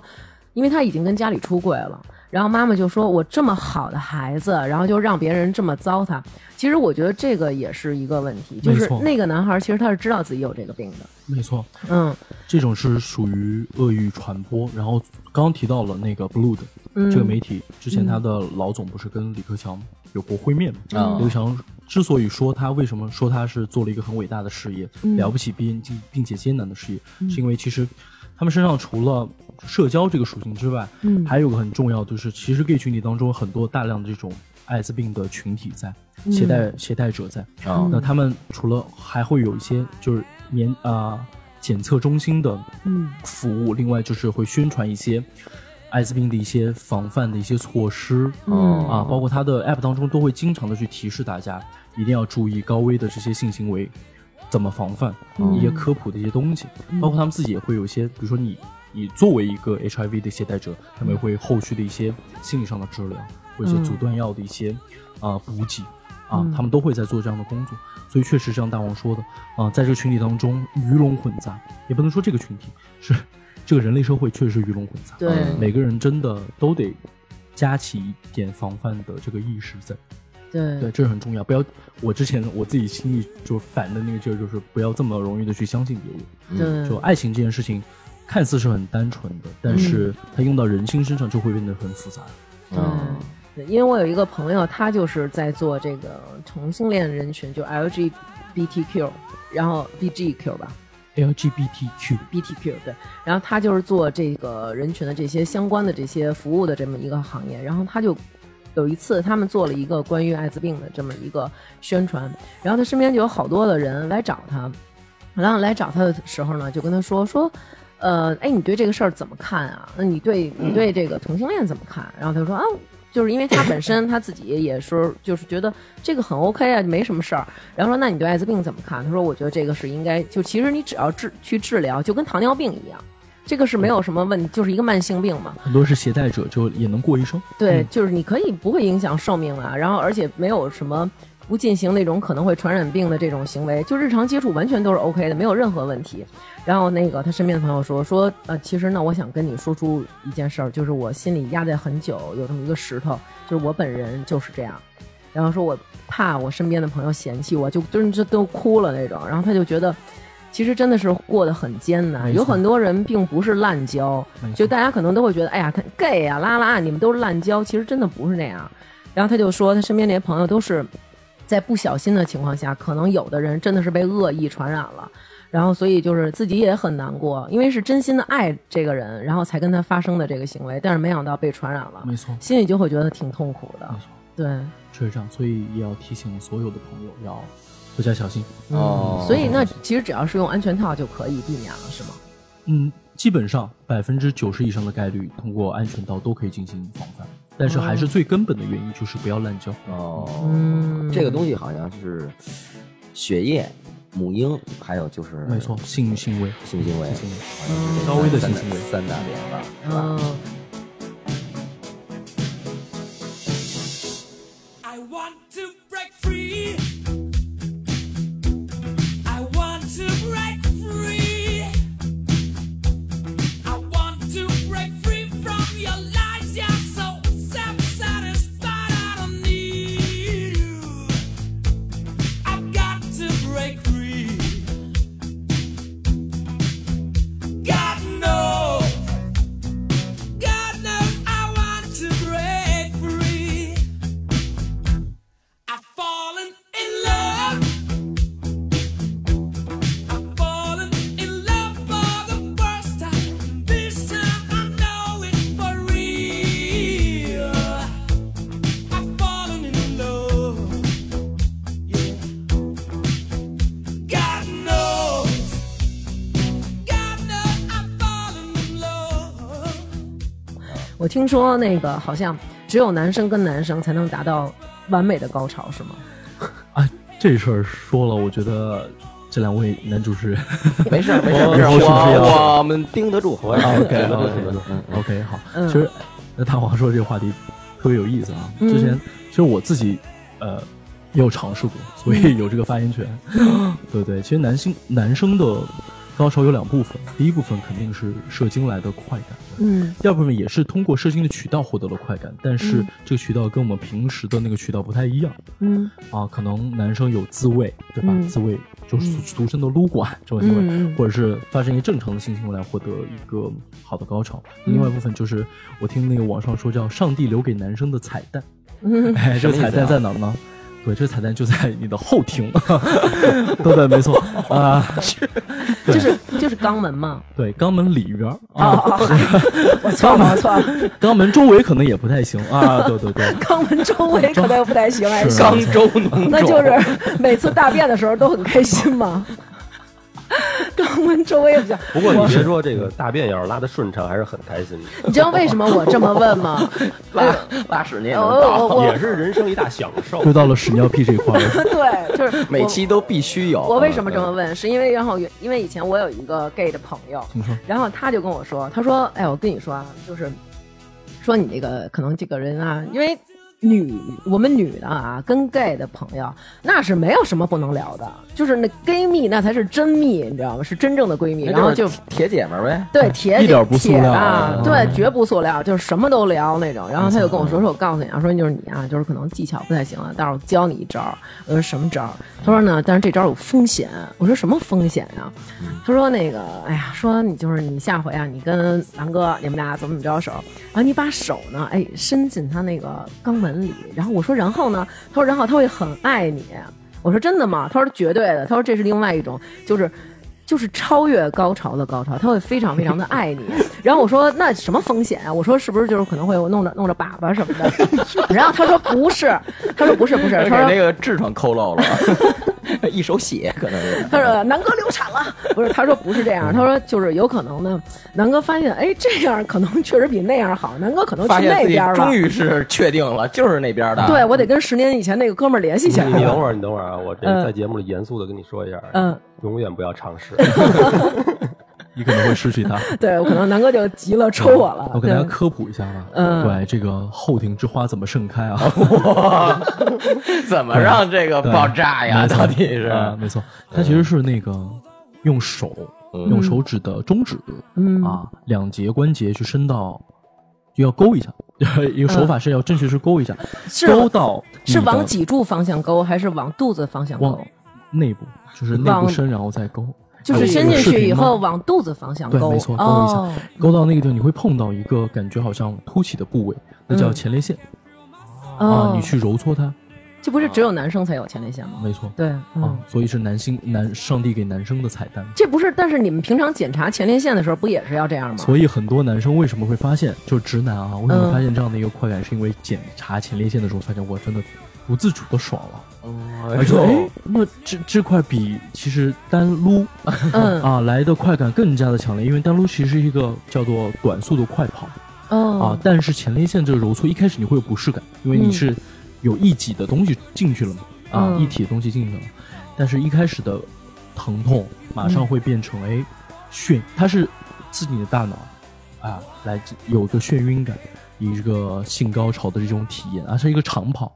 E: 因为他已经跟家里出柜了。然后妈妈就说：“我这么好的孩子，然后就让别人这么糟蹋。”其实我觉得这个也是一个问题，就
C: 没
E: 是
C: 错
E: 那个男孩其实他是知道自己有这个病的。
C: 没错，
E: 嗯
C: 这种是属于恶意传播。然后刚刚提到了那个 Blue 的、这个媒体，之前他的老总不是跟李克强有过会面吗？啊
B: 嗯
C: 李克强之所以说他为什么说他是做了一个很伟大的事业，了不起并并并且艰难的事业，是因为其实他们身上除了社交这个属性之外，
E: 嗯
C: 还有个很重要就是，其实 gay 群体当中很多大量的这种艾滋病的群体在携带携带者在，
B: 啊
C: 那他们除了还会有一些就是年啊、检测中心的服务，另外就是会宣传一些艾滋病的一些防范的一些措施，
B: 哦
E: 嗯
C: 啊，包括它的 app 当中都会经常的去提示大家一定要注意高危的这些性行为怎么防范，一些科普的一些东西，包括他们自己也会有一些，比如说你你作为一个 HIV 的携带者，他们也会后续的一些心理上的治疗，或者一些阻断药的一些啊、呃补给啊，他们都会在做这样的工作。所以确实像大王说的啊、在这个群体当中鱼龙混杂，也不能说这个群体是这个人类社会确实是鱼龙混杂，
E: 对
C: 每个人真的都得加起一点防范的这个意识在。
E: 对
C: 对，这是很重要。不要，我之前我自己心里就反的那个劲儿，就是不要这么容易的去相信别人。
E: 对
C: 就爱情这件事情，看似是很单纯的，但是它用到人心身上就会变得很复杂。
B: 嗯
E: 对，因为我有一个朋友，他就是在做这个同性恋人群，就 LGBTQ，然后 BGQ 吧
C: LGBTQ，
E: ，BTQ 对，然后他就是做这个人群的这些相关的这些服务的这么一个行业，然后他就。有一次，他们做了一个关于艾滋病的这么一个宣传，然后他身边就有好多的人来找他，然后来找他的时候呢，就跟他说说，呃，哎，你对这个事儿怎么看啊？那你对你对这个同性恋怎么看？然后他就说啊，就是因为他本身他自己也是就是觉得这个很 OK 啊，没什么事儿。然后说那你对艾滋病怎么看？他说我觉得这个是应该就其实你只要治去治疗，就跟糖尿病一样。这个是没有什么问题，就是一个慢性病嘛。
C: 很多是携带者，就也能过一生。
E: 对，就是你可以不会影响寿命啊，然嗯后而且没有什么不进行那种可能会传染病的这种行为，就日常接触完全都是 OK 的，没有任何问题。然后那个他身边的朋友说说，呃，其实呢，我想跟你说出一件事儿，就是我心里压在很久，有这么一个石头，就是我本人就是这样。然后说我怕我身边的朋友嫌弃我，就真就都哭了那种。然后他就觉得，其实真的是过得很艰难，
C: 没错
E: 有很多人并不是滥交
C: 没，错
E: 就大家可能都会觉得，哎呀，他 gay 啊，拉拉，你们都是滥交，其实真的不是那样。然后他就说，他身边那些朋友都是在不小心的情况下，可能有的人真的是被恶意传染了。然后，所以就是自己也很难过，因为是真心的爱这个人，然后才跟他发生的这个行为，但是没想到被传染了，
C: 没错，
E: 心里就会觉得挺痛苦的
C: 没。错，哦
E: 对，
C: 确实这样。所以也要提醒所有的朋友要多加小心。
B: 哦，
E: 所以那其实只要是用安全套就可以避免了，是吗？
C: 嗯，基本上百分之九十以上的概率通过安全套都可以进行防范，但是还是最根本的原因就是不要滥交。
B: 哦，
E: 嗯，
B: 这个东西好像是血液、母婴，还有就是
C: 没错，性欲行为，
B: 性行为，
C: 性行为
B: 好像是这
C: 稍微的
B: 三
C: 性行为
B: 三大点吧。
E: 嗯，
I: I want to break free. I want to break free. I want to break free from your lies. You're so self satisfied. I don't need you. I've got to break free. God knows. God knows I want to break free. I've fallen in love. I've fallen in love for the first time. This time I know it's for real. I've fallen in love. Yeah. God knows. God knows I've fallen in love.
E: 我听说那个好像只有男生跟男生才能达到完美的高潮，是吗？
C: 啊，这事儿说了，我觉得这两位男主 持人
B: 没事儿没事儿没事儿，
C: 我是不是
B: 我
C: 要
B: 我们盯得住。
C: ，OK OK OK 好，其实那大王说这个话题特别有意思啊。之前其实我自己呃也有尝试过，所以有这个发言权。对对，其实男性男生的高潮有两部分，第一部分肯定是射精来的快感，
E: 嗯
C: 第二部分也是通过射精的渠道获得了快感，但是这个渠道跟我们平时的那个渠道不太一样
E: 嗯
C: 啊，可能男生有自慰，对吧？
E: 嗯
C: 自慰就是俗俗称的撸管这种行为，
E: 嗯嗯
C: 或者是发生一个正常的性行为来获得一个好的高潮。另外一部分就是我听那个网上说叫上帝留给男生的彩蛋，
E: 嗯
C: 哎，这
B: 什么意思
C: 彩
B: 啊
C: 蛋在哪儿呢？对，这彩蛋就在你的后庭， 对对，没错啊，
E: 就是就是肛门嘛。
C: 对，肛门里边儿
E: 哦
C: 啊，
E: 哦，我错了，我错了，
C: 肛门周围可能也不太行啊，对对对，
E: 肛门周围可能不太行，哎，
C: 是
E: 是
C: 啊
B: 肛周脓
E: 那就是每次大便的时候都很开心嘛。肛门周围也不行，
D: 不过你别说，这个大便要是拉的顺畅，还是很开心的，
E: 你知道为什么我这么问吗？
B: 拉拉屎你也
E: 我
B: 能倒，
E: 我我
D: 也，是人生一大享受。
C: 又到了屎尿屁这一块儿了。
E: 对，就是
B: 每
E: 我
B: 期都必须有。
E: 我为什么这么
B: 嗯？
E: 问？是因为然后因为以前我有一个 gay 的朋友，
C: 怎么说？
E: 然后他就跟我说，他说：“哎，我跟你说啊，就是说你这个可能这个人啊，因为女我们女的啊，跟 gay 的朋友那是没有什么不能聊的，就是那闺蜜那才是真蜜，你知道吗？是真正的闺蜜。然
B: 然
E: 后
B: 后
E: 就
B: 就铁姐们儿呗。
E: 对铁
C: 哎一点不塑料
E: 铁啊
C: 嗯，
E: 对，绝不塑料，就是什么都聊那种。然后他就跟我说：“说我告诉你啊，说就是你啊，就是可能技巧不太行啊，但是我教你一招儿。”我说：“什么招儿？”他说：“呢，但是这招儿有风险。”我说：“什么风险呀、
C: 嗯
E: 他说：“那个，哎呀，说你就是你下回啊，你跟南哥你们俩怎么怎么着手，然后啊你把手呢，哎，伸进他那个肛门里。然后我说，然后呢？他说，然后他会很爱你。我说真的吗？他说绝对的。他说这是另外一种，就是。”就是超越高潮的高潮，他会非常非常的爱你。 然后我说那什么风险啊？我说是不是就是可能会弄着弄着粑粑什么的？ 然后他说不是，他说不是不 是，
B: 给
E: 他说
B: 那个痔疮抠 漏了，一手血可能是。
E: 他说南哥流产了， 不是，他说不是这
B: 嗯
E: 样，他说就是有可能呢。南哥发现，哎，这样可能确实比那样好，南哥可能
B: 发
E: 去
B: 现
E: 那
B: 自己
E: 边了
B: 终。于是确定了，就是那边
C: 啊
B: 的。
E: 对，我得跟十年以前那个哥们儿联系一下
C: 嗯
D: 你。你等会儿，你等会儿啊！我这
E: 嗯
D: 在节目里严肃的跟你说一下，
E: 嗯，哎
D: 永远不要尝试。
C: 你可能会失去 它。
E: 对，我可能南哥就急了，抽我了。
C: 我给
E: 对
C: 大家科普一下吧，
E: 嗯
C: 对这个后庭之花怎么盛开啊？
B: 哇， 怎么让这个
C: 对
B: 爆炸呀？
C: 没错
B: 到底是
C: 啊没错，它其实是那个用手
B: 嗯
C: 用手指的中指
E: 嗯
C: 啊两节关节去伸到，就要勾一下， 一个手法是要正确是勾一下，
E: 嗯是
C: 勾到你
E: 是
C: 的
E: 往脊柱方向勾还是往肚子方向勾
C: 往？内部，就是内部
E: 往
C: 伸然后再勾，
E: 就是伸进去以后往肚子方向
C: 对，
E: 勾。
C: 没错，勾一下，
E: 哦，
C: 勾到那个地方，你会碰到一个感觉好像凸起的部位，那叫
E: 嗯
C: 前列腺、
E: 哦
C: 啊，你去揉搓它，
E: 这不是只有男生才有前列腺吗？
C: 没错，
E: 对，
C: 啊
E: 嗯，，
C: 所以是男性男上帝给男生的彩蛋。
E: 这不是，但是你们平常检查前列腺的时候不也是要这样吗？
C: 所以很多男生为什么会发现，就直男啊，为什么
E: 嗯
C: 发现这样的一个快感，是因为检查前列腺的时候发现我真的不自主的爽了，而且哎，那这这块比其实单撸
E: 嗯，
C: 啊来的快感更加的强烈，因为单撸其实是一个叫做短速的快跑啊
E: 哦，，
C: 但是前列腺这个揉搓一开始你会有不适感，因为你
E: 嗯
C: 是有一己的东西进去了嘛，啊，
E: 嗯
C: 一体的东西进去了，但是一开始的疼痛马上会变成
E: 嗯
C: 哎眩，它是自己的大脑啊来有一个眩晕感，一个性高潮的这种体验啊，是一个长跑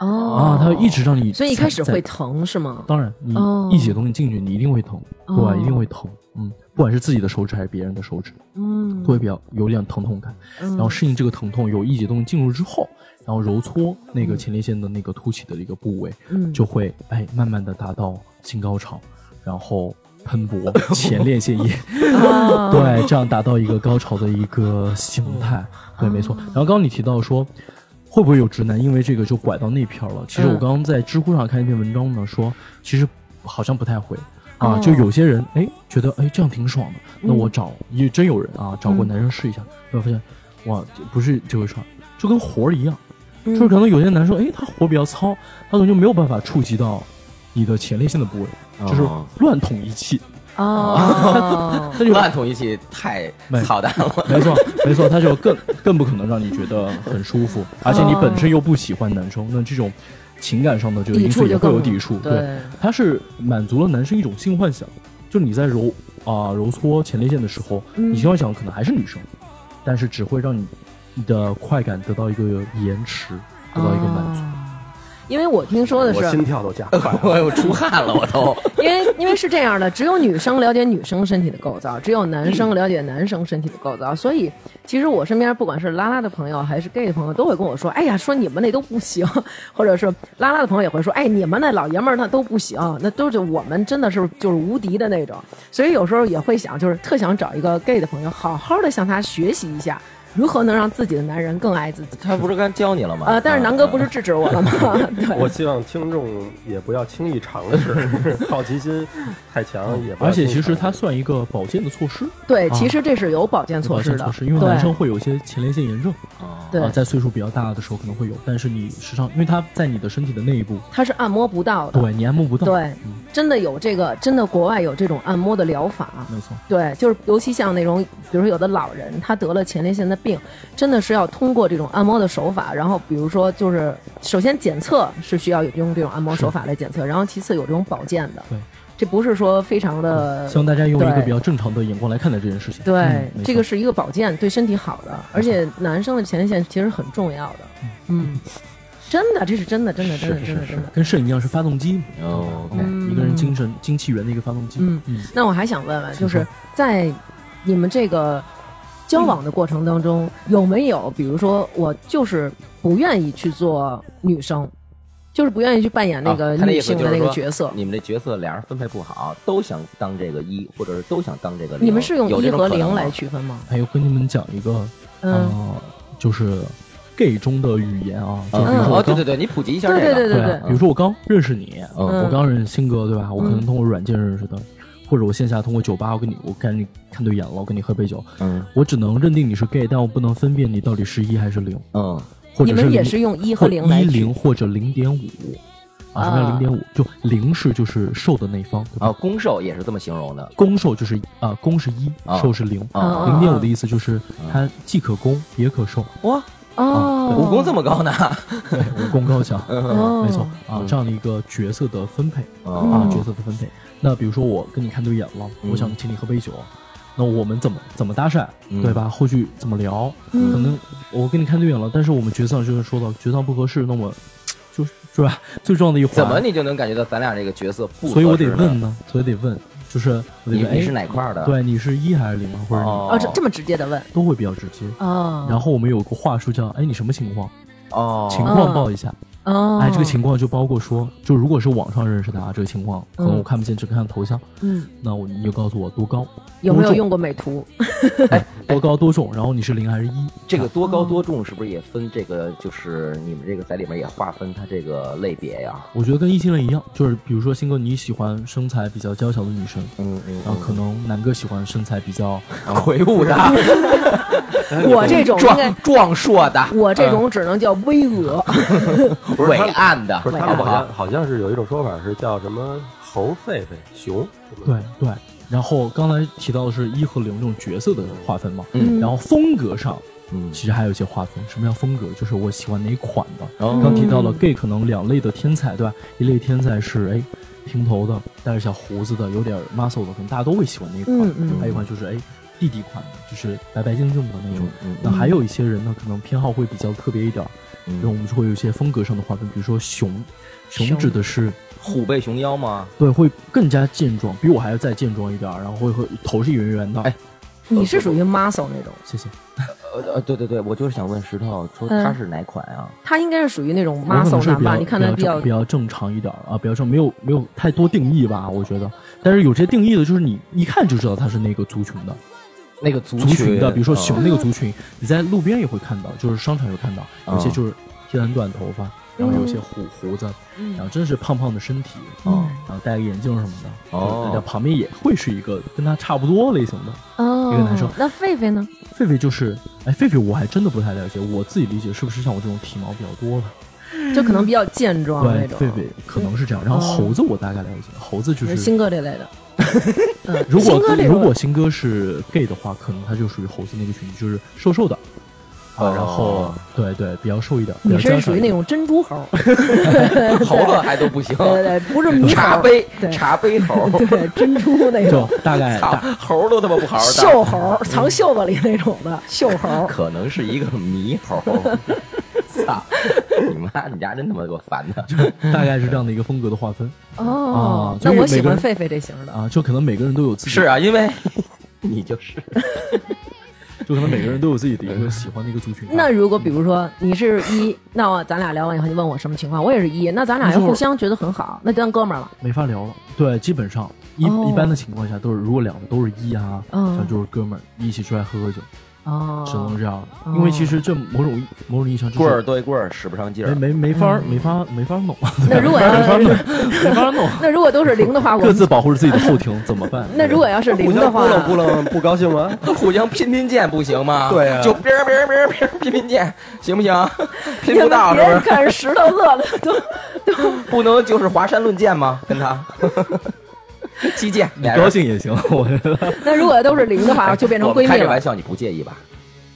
E: 哦
C: 啊，它一直让你
E: 所以一开始
C: 在
E: 会。疼是吗？
C: 当然，你
E: 哦
C: 一起的东西进去，你一定会疼，对吧？
E: 哦
C: 一定会疼，嗯，不管是自己的手指还是别人的手指，
E: 嗯，
C: 会比较有点疼痛感。然后适应这个疼痛，有一节动进入之后，然后揉搓那个前列腺的那个凸起的一个部位，
E: 嗯
C: 就会哎慢慢的达到性高潮，然后喷薄前列腺液，
E: 啊
C: 对，这样达到一个高潮的一个形态，对，没错。然后刚刚你提到说。会不会有直男因为这个就拐到那片儿了？其实我
E: 嗯
C: 刚刚在知乎上看一篇文章呢，说其实好像不太会啊，
E: 哦
C: 就有些人哎觉得哎这样挺爽的，那我找也真有人啊找过男生试一下，然后发现哇这不是这回事儿，就跟活儿一样，就是可能有些男生哎他活儿比较糙，他可能就没有办法触及到你的前列腺的部位，就是
B: 哦
C: 乱捅一气，
E: 哦，
B: 这乱统一起太
C: 没
B: 操蛋了。
C: 没错，没错，他就更更不可能让你觉得很舒服，而且你
E: 嗯
C: 本身又不喜欢男生，那这种情感上的这个因素也会有抵触。
E: 对
C: 对，它是满足了男生一种性幻想，就你在揉啊、揉搓前列腺的时候，
E: 嗯
C: 你性幻想可能还是女生，但是只会让你你的快感得到一个延迟，得到一个满足。
E: 哦因为我听说的
D: 我
E: 是
D: 心，跳都加快了。
B: 我我出汗了，我都。
E: 因为因为是这样的，只有女生了解女生身体的构造，只有男生了解男生身体的构造，所以其实我身边不管是拉拉的朋友还是 gay 的朋友，都会跟我说，哎呀，说你们那都不行， 或者是拉拉的朋友也会说，哎，你们那老爷们儿那都不行，那都是我们真的是就是无敌的那种，所以有时候也会想，就是特想找一个 gay 的朋友，好好的向他学习一下。如何能让自己的男人更爱自己？
B: 他不是刚教你了吗？
E: 啊、但是南哥不是
B: 啊
E: 制止我了吗？ 对，
D: 我希望听众也不要轻易尝试， 好奇心
E: 哦
D: 太
E: 嗯
D: 强也不要
C: 而且
D: 轻易
C: 其实它
D: 尝试
C: 算一个保健的措施，
E: 对，
C: 啊
E: 其实这是有保健措
C: 保
E: 施
C: 健
E: 的，
C: 措施，因为
E: 对
C: 男生会有一些前列腺炎症，
E: 对
C: 啊，在岁数比较大的时候可能会有，但是你时常，因为它在你的身体的内部，
E: 它是按摩不到的。
C: 对嗯你按摩不到，
E: 对，真的有这个，真的国外有这种按摩的疗法。
C: 没错，
E: 对，就是尤其像那种，比如说有的老人他得了前列腺的病，真的是要通过这种按摩的手法，然后比如说就是首先检测是需要有用这种按摩手法来检测，然后其次有这种保健的。
C: 对，嗯
E: 这不是说非常的
C: 希望大家用一个
E: 对
C: 比较正常的眼光来看待这件事情。
E: 对，
C: 嗯没
E: 这
C: 错
E: 个是一个保健，对身体好的，而且男生的前列腺其实很重要的。嗯，真的，这是真的，真的，真的，真的，真的。
C: 跟肾一样是发动机，
B: 哦，
C: 一个人精神精气源的一个发动机。
E: 嗯
C: 嗯，
E: 那我还想问问，就
C: 请
E: 是在你们这个交往的过程当中，有没有比如说我就是不愿意去做女生，就是不愿意去扮演那个
B: 啊他的
E: 女
B: 意思
E: 性
B: 就是
E: 的那个
B: 说
E: 角色？
B: 你们这角色俩人分配不好，都想当这个一，或者是都想当这个零。
E: 你们是用
B: 有
E: 一
B: 这种
E: 和
B: 可能
E: 零
B: 吗
E: 来区分吗？
C: 还有跟你们讲一个，
E: 嗯，
C: 呃，就是 gay 中的语言啊，就是
B: 嗯
C: 比如说
B: 哦，
C: 我
B: 对
C: 刚
B: 对对，你普及一下这
E: 对对
B: 个。
E: 对对对嗯
C: 对，啊比如说我刚认识你，呃
B: 嗯
C: 我刚认识新哥，对吧？我可能通过软件认识的，或者我线下通过酒吧，我跟你我跟你看对眼了，我跟你喝杯酒，
B: 嗯
C: 我只能认定你是 gay，但我不能分辨你到底是一还是零，
B: 嗯，
C: 或
E: 你
C: 者
E: 们也
C: 是
E: 是用一和零来
C: 一
E: 区
C: 零或者零点五。啊，什么叫零点五？就零是就是瘦的那一方，对吧
B: 啊，攻受也是这么形容的。
C: 攻受就是啊，攻是一
B: 啊，
C: 受是零。
E: 啊
B: 啊，
C: 零点五的意思就是
B: 哦
C: 它既可攻也可 受，
B: 哇，
E: 哦，
B: 武功这么高呢？
C: 对，武功高强，
B: 嗯
E: 哦，嗯
C: 没错啊，这样的一个角色的分配
B: 啊
C: 啊，角色的分配。那比如说我跟你看对眼了，我
B: 嗯
C: 想请你喝杯酒，那我们怎么怎么搭讪，对吧？后续怎么聊？
E: 嗯
C: 可能我跟你看对眼了，但是我们角色就是说到角色不合适，那么就是是吧？最重要的一环，
B: 怎么你就能感觉到咱俩这个角色不合适呢？
C: 所以我得问呢，所以得问，就是我得
B: 你
C: 问，
B: 你
C: 哎
B: 是哪块儿的？
C: 对，你是一还是零啊？或者你
B: 哦，
E: 哦，这这么直接的问
C: 都会比较直接。
E: 哦，
C: 然后我们有个话术叫“哎，你什么情况？
B: 哦，
C: 情况报一下。
E: 哦，
C: 哎，这个情况就包括说，就如果是网上认识的啊，这个情况可能我看不见，只看头像，
E: 嗯，
C: 那我你就告诉我多高，
E: 有没有
C: 多重哎
E: 用过美图？
C: 多高多重，然后你是零还是一？
B: 这
E: 啊
B: 个多高多重是不是也分这个？就是你们这个在里面也划分它这个类别呀？
C: 我觉得跟异性恋一样，就是比如说新哥你喜欢身材比较娇小的女生，
B: 嗯嗯
C: 然后可能南哥喜欢身材比较
B: 魁梧嗯的、
C: 哎
E: 我这种应该
B: 壮，壮硕的、嗯
E: 我
C: 嗯
E: 这种只能叫巍 峨。
B: 伟岸的，
D: 不是，他
B: 好
D: 们
B: 不
D: 好像
B: 好？
D: 好像是有一种说法是叫什么猴狒狒、熊，什么
C: 对对。然后刚才提到的是一和零这种角色的划分嘛，
B: 嗯
C: 然后风格上
B: 嗯
C: 其实还有一些划分。什么叫风格？就是我喜欢哪款的。
B: 哦
C: 刚提到了 gay 可能两类的天才，对吧？一类天才是哎平头的，带着小胡子的，有点 muscle 的，可能大家都会喜欢那一款。
E: 嗯嗯
C: 还有一款就是哎弟弟款的，就是白白净净的那种。
B: 嗯
C: 那还有一些人呢，可能偏好会比较特别一点儿，
B: 嗯
C: 然后我们就会有一些风格上的划分，比如说熊，熊指的是
B: 虎背熊腰吗？
C: 对会更加健壮，比我还要再健壮一点儿，然后会会头是圆圆的。
B: 哎，
E: 你是属于 muscle 那种，
C: 谢谢。
B: 呃呃，对对对，我就是想问石头，说
E: 嗯
B: 他是哪款啊？
E: 他应该是属于那种
C: 我可能
E: muscle
C: 是
E: 男
C: 比
E: 吧？
C: 较
E: 你看他
C: 比较
E: 较
C: 正比较正常一点儿啊，比较正，没有没有太多定义吧，我觉得。但是有些定义的，就是你一看就知道他是那个族群的，
B: 那个族
C: 族群的，比如说熊
B: 嗯
C: 那个族群，你在路边也会看到，就是商场有看到，有
B: 啊
C: 些就是剃很短头发，然后
E: 嗯
C: 有些虎胡子，然后真是胖胖的身体，啊
B: 嗯
C: 然后戴个眼镜什么的，
B: 哦
C: 然后旁边也会是一个跟他差不多类型的。
E: 哦
C: 一个男生
E: 那狒狒呢？
C: 狒狒就是，哎，狒狒我还真的不太了解，我自己理解是不是像我这种体毛比较多的？
E: 就可能比较健壮啊那
C: 对，
E: 种，嗯
C: 狒狒可能是这样。然后猴子我大概了解，猴子就是
E: 新哥这类的。嗯
C: 如果
E: 新哥这种
C: 如果新哥是 gay 的话，可能他就属于猴子那个群体，就是瘦瘦的啊，然
B: 哦
C: 后对对，比较瘦一点。比较
E: 你是
C: 娇小
E: 属于
C: 一
E: 那
C: 点
E: 种珍珠 猴，
B: 猴 子还都不行，
E: 对对，不是猕
B: 茶
E: 猴，
B: 杯
E: 对
B: 茶杯猴，
E: 对哎珍珠那种
C: 就大 概
B: 操
C: 大，
B: 猴儿都他妈不好好当。
E: 袖猴，藏 袖子里那种的袖猴。
B: 可能是一个猕猴，操！你妈，你家真他妈给我烦的。
C: 大概是这样的一个风格的划分
E: 哦
C: 啊，
E: 那
C: 所以
E: 我
C: 每
E: 喜
C: 个
E: 欢
C: 人
E: 狒狒这型的。
C: 啊，就可能每个人都有自己，
B: 是啊，因为你就是
C: 就可能每个人都有自己的一个喜欢的一个族群。 啊
E: 那如果比如说你是一，那我咱俩聊完以后，你问我什么情况，我也是一，那咱俩要互相觉得很好，那就当哥们儿了。
C: 没法聊了。对，基本上一、
E: 哦
C: 一般的情况下都是，如果两个都是一啊，
E: 嗯
C: 像就是哥们儿一起出来喝喝酒，
E: 哦，
C: 只能这样了。
E: 哦
C: 因为其实这某种某种意义上、就是，
B: 棍儿多一棍儿使不上劲儿，
C: 没没没法儿、
E: 嗯
C: 没法儿没法儿 弄，
E: 那如果要 是
C: 没法儿弄，
E: 那如果都是零的话，我
C: 各
E: 们
C: 自保护着自己的后庭怎么办？
E: 那如果要是零
D: 互
E: 的
D: 相
E: 话
D: 扑，棱扑棱，不高兴吗？
C: 嗯
B: 互相拼拼剑不行吗？
D: 对啊
B: 就别别别别拼拼剑，行不行？拼
E: 你
B: 不
E: 们
B: 到是
E: 别
B: 不
E: 人
B: 是？
E: 看着石头乐的都
B: 不能就是华山论剑吗？跟他击剑，
C: 你高兴也行，我觉得
E: 那如果都是零的话，啊就变成
B: 我
E: 闺
B: 们开
E: 蜜
B: 这
E: 了
B: 玩。笑，你不介意吧？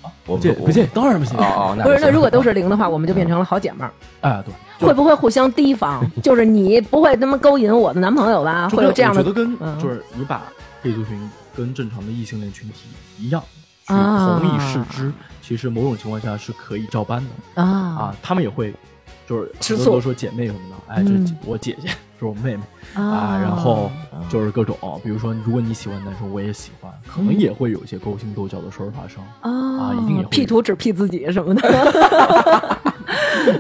B: 我
C: 不
B: 们
C: 介不介意，当然不介意。
B: 哦哦，那
E: 不是，
B: 行
E: 那如果都是零的话，我们就变成了好姐妹儿，
C: 哎，对，
E: 会不会互相提防？就是你不会他妈勾引我的男朋友吧？
C: 就
E: 会有这样
C: 我觉
E: 的
C: 得跟、
E: 嗯
C: 就是你把 gay 族群跟正常的异性恋群体一样。去
E: 啊
C: 同意视之，其实某种情况下是可以照搬的。
E: 啊
C: 啊，他们也会就是
E: 吃
C: 很
E: 醋
C: 多都说姐妹什么的，哎，这
E: 嗯
C: 姐我姐姐，这是我妹妹
E: 啊
C: 啊，然后就是各种，比如说如果你喜欢男生，我也喜欢，可能也会有一些勾心斗角的事儿发生，
E: 嗯啊
C: 一定也会
E: ，P 图只 P 自己什么的。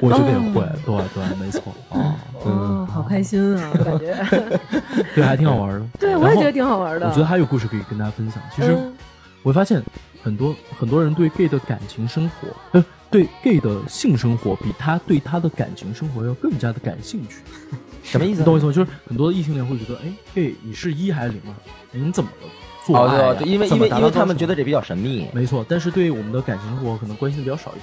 C: 我觉得也
E: 嗯
C: 会，对对，没错啊，
E: 哦，好开心啊，感觉。
C: 对，还挺好玩儿的。
E: 对，
C: 然
E: 我也
C: 后
E: 觉得挺好玩的。
C: 我觉得还有故事可以跟大家分享。其实
E: 嗯
C: 我发现很多很多人对 gay 的感情生活，呃，对 gay 的性生活，比他对他的感情生活要更加的感兴趣。
B: 什么意
C: 你
B: 思？
C: 懂我意思吗？就是很多异性恋会觉得，哎，gay 你是一还是零啊？你怎么做
B: 哦，
C: 爱呀、
B: 对对，因为
C: 怎
B: 因
C: 么
B: 为
C: 达
B: 因
C: 到
B: 为他们
C: 高潮
B: 觉得这比较神秘，
C: 没错，但是对于我们的感情生活可能关心的比较少一点。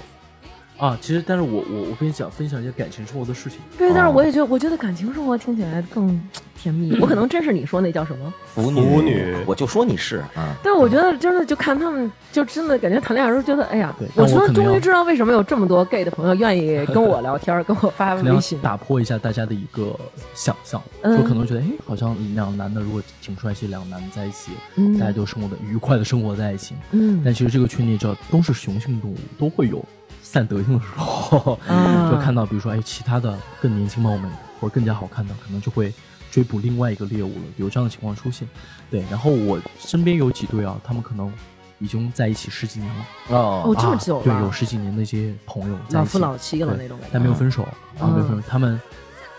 C: 啊，其实，但是我我我跟你讲，分享一些感情生活的事情。
E: 对，但是我也觉得，我觉得感情生活听起来更甜蜜。我可能真是你说那叫什么？
B: 腐女，
D: 腐女
B: 我就说你是
C: 嗯
B: 啊，
E: 但我觉得真的就看他们，就真的感觉谈恋爱的时候觉得，哎呀
C: 对，但
E: 我
C: 我
E: 说
C: 可能
E: 终
C: 要
E: 于知道为什么有这么多 gay 的朋友愿 意跟我聊天儿，跟我发
C: 可能
E: 微
C: 要
E: 信。
C: 打破一下大家的一个想象，
E: 嗯
C: 就可能觉得，哎，好像两个男的如果挺出来，是两个男的在一起，
E: 嗯
C: 大家就生活的愉快的生活在一起。
E: 嗯
C: 但其实这个群体叫都是雄性动物，都会有散德性的时候，
E: 啊
C: 就看到比如说哎其他的更年轻貌美或者更加好看的，可能就会追捕另外一个猎物了，有这样的情况出现。对，然后我身边有几对啊，他们可能已经在一起十几年了，
E: 哦，
B: 哦，
E: 这么
C: 啊
E: 久
C: 对，
E: 了
C: 有，十几年的一些朋友在一起，
E: 老夫老妻了
C: 对
E: 那种感觉。啊
C: 但没有分手，然后没有分手。他们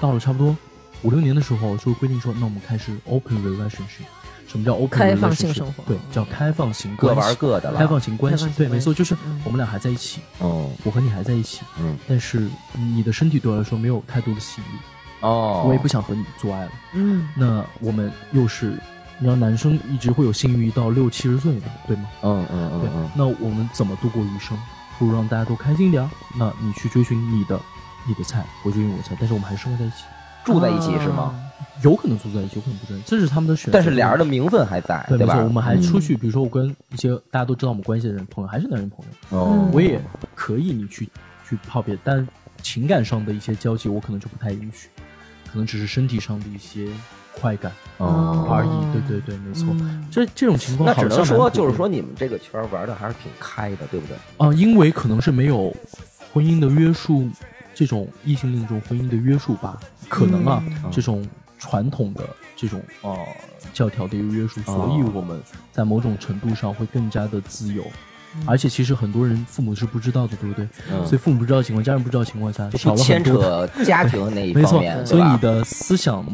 C: 到了差不多五六年的时候，就规定说，那我们开始 open relationship。什么叫 open
E: 开放
C: relationship？
E: 性生活
C: 对，叫开放型
B: 各
C: 关系
B: 玩各的了
C: 开放型关
E: 开
C: 系
E: 放，型
C: 对，
E: 关
C: 没
E: 系
C: 错，就是
E: 嗯
C: 我们俩还在一起，
B: 哦
C: 我和你还在一起，
B: 嗯，
C: 但是你的身体对我来说没有太多的吸引力，
B: 哦，
C: 我也不想和你做爱了。
E: 嗯，
C: 那我们又是，你知道，男生一直会有性欲到六七十岁的，对吗？
B: 嗯嗯
C: 对
B: 嗯，嗯，
C: 那我们怎么度过余生？不如让大家都开心点儿。那你去追寻你的，你的菜，我追寻我的菜，但是我们还是生活在一起，
B: 住在一起是吗？
C: 有可能住在一起，有可能不住在一起，这是他们的选择。
B: 但是俩人的名分还在，
C: 对，没
B: 吧嗯
C: 错，？我们还出去，比如说我跟一些大家都知道我们关系的人朋友，还是男人朋友，
B: 哦
C: 我
E: 嗯
C: 也可以你去去泡别，但情感上的一些交集，我可能就不太允许，可能只是身体上的一些快感
B: 哦
C: 而已。对对对，没错。这这种情况
B: 那
C: 好
B: 只能
C: 像
B: 说，
C: 蛮普
B: 就是
C: 遍
B: 说你们这个圈儿玩的还是挺开的，对不对？
C: 啊，因为可能是没有婚姻的约束，这种异性恋这种婚姻的约束吧，可能啊，这种传统的这种呃教条的一个约
B: 哦
C: 束，所以我们在某种程度上会更加的自由。
E: 嗯
C: 而且其实很多人父母是不知道的，对不对？
B: 嗯
C: 所以父母不知道的情况，家人不知道的情况下，
B: 就
C: 少
B: 不
C: 了
B: 牵
C: 很多的。
B: 扯家庭那一
C: 没
B: 方
C: 错
B: 面，，对
C: 所以
B: 吧
C: 你的思想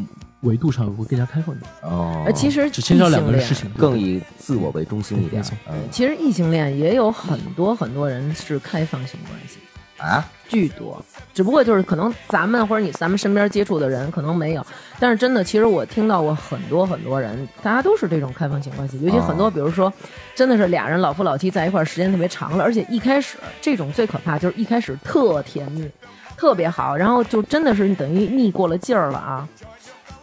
C: 维度上会更加开放一点，
B: 哦
C: 哎
E: 呃，，其实
C: 只牵扯到
E: 异
C: 两个人
E: 性
C: 事
E: 恋
C: 情，
B: 更以自我为中心一
C: 没
B: 点
C: 错。
B: 嗯
E: 其实异性恋也有很多很多人是开放性关系，
B: 啊，
E: 巨多。只不过就是可能咱们或者你咱们身边接触的人可能没有，但是真的，其实我听到过很多很多人，大家都是这种开放性关系，尤其很多，比如说真的是俩人老夫老妻在一块儿时间特别长了，而且一开始这种最可怕就是一开始特甜蜜，特别好，然后就真的是等于腻过了劲儿了啊，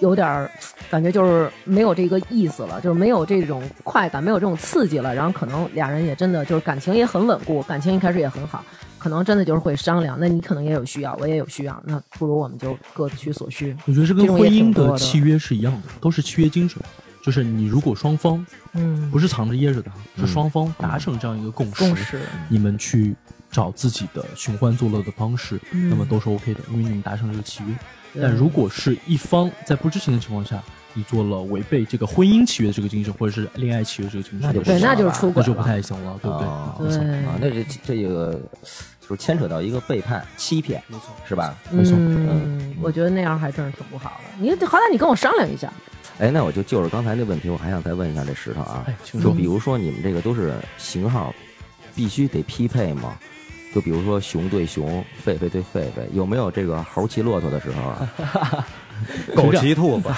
E: 有点儿感觉就是没有这个意思了，就是没有这种快感，没有这种刺激了。然后可能俩人也真的就是感情也很稳固，感情一开始也很好，可能真的就是会商量。那你可能也有需要，我也有需要，那不如我们就各取所需。
C: 我觉得
E: 这
C: 这跟
E: 种
C: 婚
E: 也挺
C: 姻
E: 多
C: 的
E: 的
C: 契约是一样的，都是契约精神。就是你如果双方
E: 嗯，
C: 啊
B: 嗯
C: 不是藏着掖着的，是双方达成这样一个共识，
E: 共识。
C: 你们去找自己的寻欢作乐的方式，
E: 嗯
C: 那么都是 OK 的，因为你们达成了这个契约。但如果是一方在不知情的情况下，你做了违背这个婚姻契约的这个精神，或者是恋爱契约这个精神，
B: 那就不
E: 对，
B: 行
E: 那就是
B: 了
E: 出
C: 那
E: 轨
C: 就不
E: 了。哦
C: 太行了，对不对？
B: 啊
E: 对
B: 啊，那这这个就是牵扯到一个背叛、欺骗，
C: 没错。
B: 是吧？
C: 没错
E: 嗯，我觉得那样还真是挺不好的。你好歹你跟我商量一下。
B: 哎，那我就就是刚才那问题，我还想再问一下这石头啊
C: 哎，请
B: 就
C: 说
B: 比如说你们这个都是型号，必须得匹配吗？就比如说熊对熊，狒狒对狒狒，有没有这个猴骑骆驼的时候啊？
C: 狗
J: 骑兔子，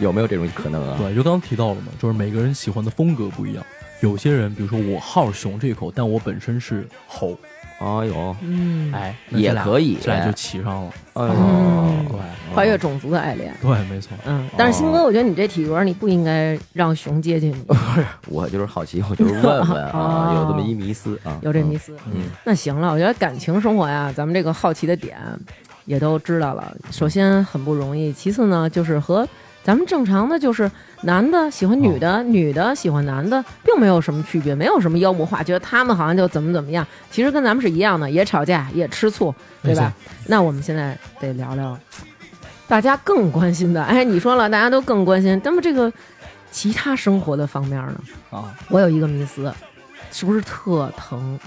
B: 有没有这种可能啊？
C: 对，就刚刚提到了嘛，就是每个人喜欢的风格不一样。有些人，比如说我好熊这一口，但我本身是猴，
B: 哎呦，
E: 嗯，
C: 哎，
B: 也可以
C: 这俩就骑上了。
B: 哎
E: 嗯
B: 呦，
C: 对
E: 跨越种族的爱恋。
C: 对，没错。
E: 嗯，但是新哥，我觉得你这体格，你不应该让熊接近你，
B: 我就是好奇，我就是问问啊，
E: 哦
B: 有这么一迷思啊，
E: 有这迷
B: 思，
E: 思。
B: 嗯
E: 那行了，我觉得感情生活呀，咱们这个好奇的点也都知道了。首先很不容易，其次呢，就是和咱们正常的，就是男的喜欢女的，女的喜欢男的，并没有什么区别，没有什么妖魔化，觉得他们好像就怎么怎么样，其实跟咱们是一样的，也吵架，也吃醋，对吧？那我们现在得聊聊大家更关心的，哎，你说了，大家都更关心，那么这个其他生活的方面呢？
C: 啊，
E: 我有一个迷思，是不是特疼？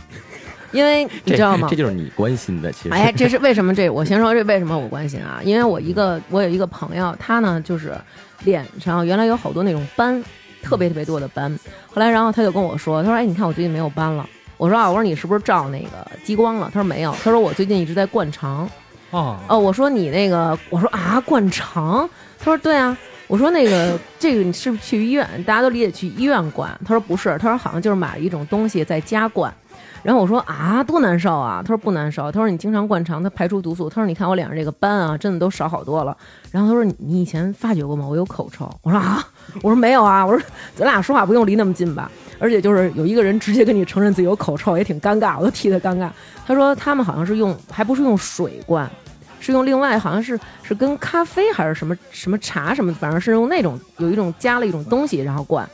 E: 因为你知道吗
B: 这？就是你关心的，其实。
E: 哎，这是为什么这？我先说这为什么我关心啊？因为我一个我有一个朋友，他呢就是脸上原来有好多那种斑，特别特别多的斑。后来然后他就跟我说，他说：“哎，你看我最近没有斑了。”我说：“啊，我说你是不是照那个激光了？”他说：“没有。”他说：“我最近一直在灌肠。”
C: 啊，
E: 哦，我说你那个，我说啊，灌肠。他说对啊。我说那个，这个你是不是去医院？大家都理解去医院灌。他说不是，他说好像就是买了一种东西在家灌。然后我说啊，多难受啊！他说不难受。他说你经常灌肠，它排出毒素。他说你看我脸上这个斑啊，真的都少好多了。然后他说你你以前发觉过吗？我有口臭。我说啊，我说没有啊。我说咱俩说话不用离那么近吧。而且就是有一个人直接跟你承认自己有口臭，也挺尴尬，我都替他尴尬。他说他们好像是用，还不是用水灌，是用另外好像是是跟咖啡还是什么什么茶什么，反正是用那种有一种加了一种东西然后灌。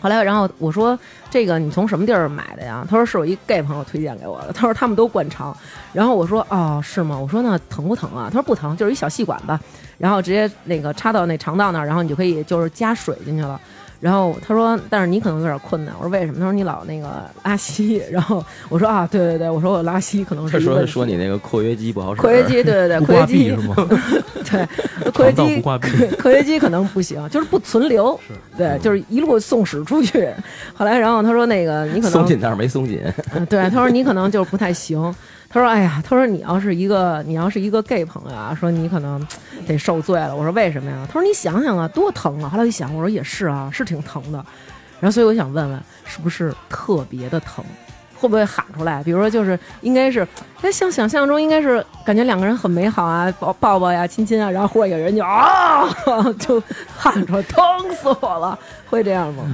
E: 后来，然后我说这个你从什么地儿买的呀？他说是我一 gay 朋友推荐给我的。他说他们都灌肠，然后我说哦是吗？我说那疼不疼啊？他说不疼，就是一小细管子，然后直接那个插到那肠道那儿，然后你就可以就是加水进去了。然后他说，但是你可能有点困难。我说为什么？他说你老那个拉稀。 然后我说啊，对对对，我说我拉稀可能
B: 他
E: 是一个问题
B: 说说你那个括约肌不好使，
E: 括约肌，对对对，
C: 不
E: 括约
C: 挂壁
E: 肌
C: 是吗？
E: 对，括约
C: 肠道不
E: 肌，
C: 挂壁
E: 括约肌可能不行，就是不存留，对，就是一路送屎出去。后来，然后他说那个你可
B: 松紧
E: 能，
B: 但是没松紧，
E: 嗯对，他说你可能就是不太行。他说：“哎呀，他说你要是一个你要是一个 gay 朋友啊，说你可能得受罪了。”我说：“为什么呀？”他说：“你想想啊，多疼啊！”后来我一想，我说：“也是啊，是挺疼的。”然后所以我想问问，是不是特别的疼？会不会喊出来？比如说，就是应该是，哎，像想象中应该是感觉两个人很美好啊，抱抱抱呀，亲亲啊，然后忽然有人就啊， 就喊出来，疼死我了，会这样吗？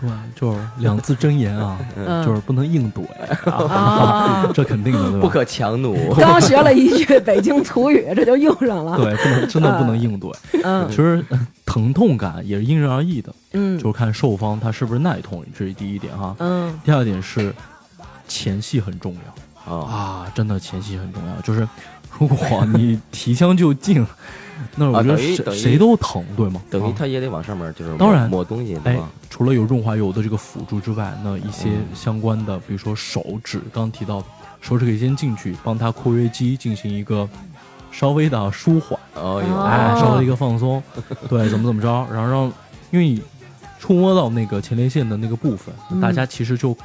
C: 对，就是两字真言 啊，
E: 嗯，
C: 就是不能硬怼啊
E: 啊，
C: 这肯定的，对吧？
B: 不可强弩。 啊
E: 刚学了一句北京土语，这就用上了。
C: 对，不能真的不能硬怼。
E: 嗯
C: 其实呃疼痛感也是因人而异的，
E: 嗯
C: 就是看受方他是不是耐痛，这是第一点哈。
E: 嗯
C: 第二点是前戏很重要
B: 啊，
C: 啊，真的前戏很重要。就是如果你提枪就进，那我
B: 啊
C: 觉得
B: 等于
C: 谁
B: 等于
C: 谁都疼，对吗？
B: 等于
C: 啊
B: 他也得往上面就是抹
C: 当然
B: 抹东西，对
C: 哎
E: 啊
B: 吧？，
C: 除了有润滑油的这个辅助之外，那一些
E: 嗯
C: 相关的，比如说手指，刚提到的手指可以先进去，帮他括约肌进行一个稍微的啊舒缓，
B: 哎呦，
C: 哎，
E: 哦
C: 稍微的一个放松， 对，怎么怎么着，然后让因为你触摸到那个前列腺的那个部分，
E: 嗯
C: 大家其实就嘖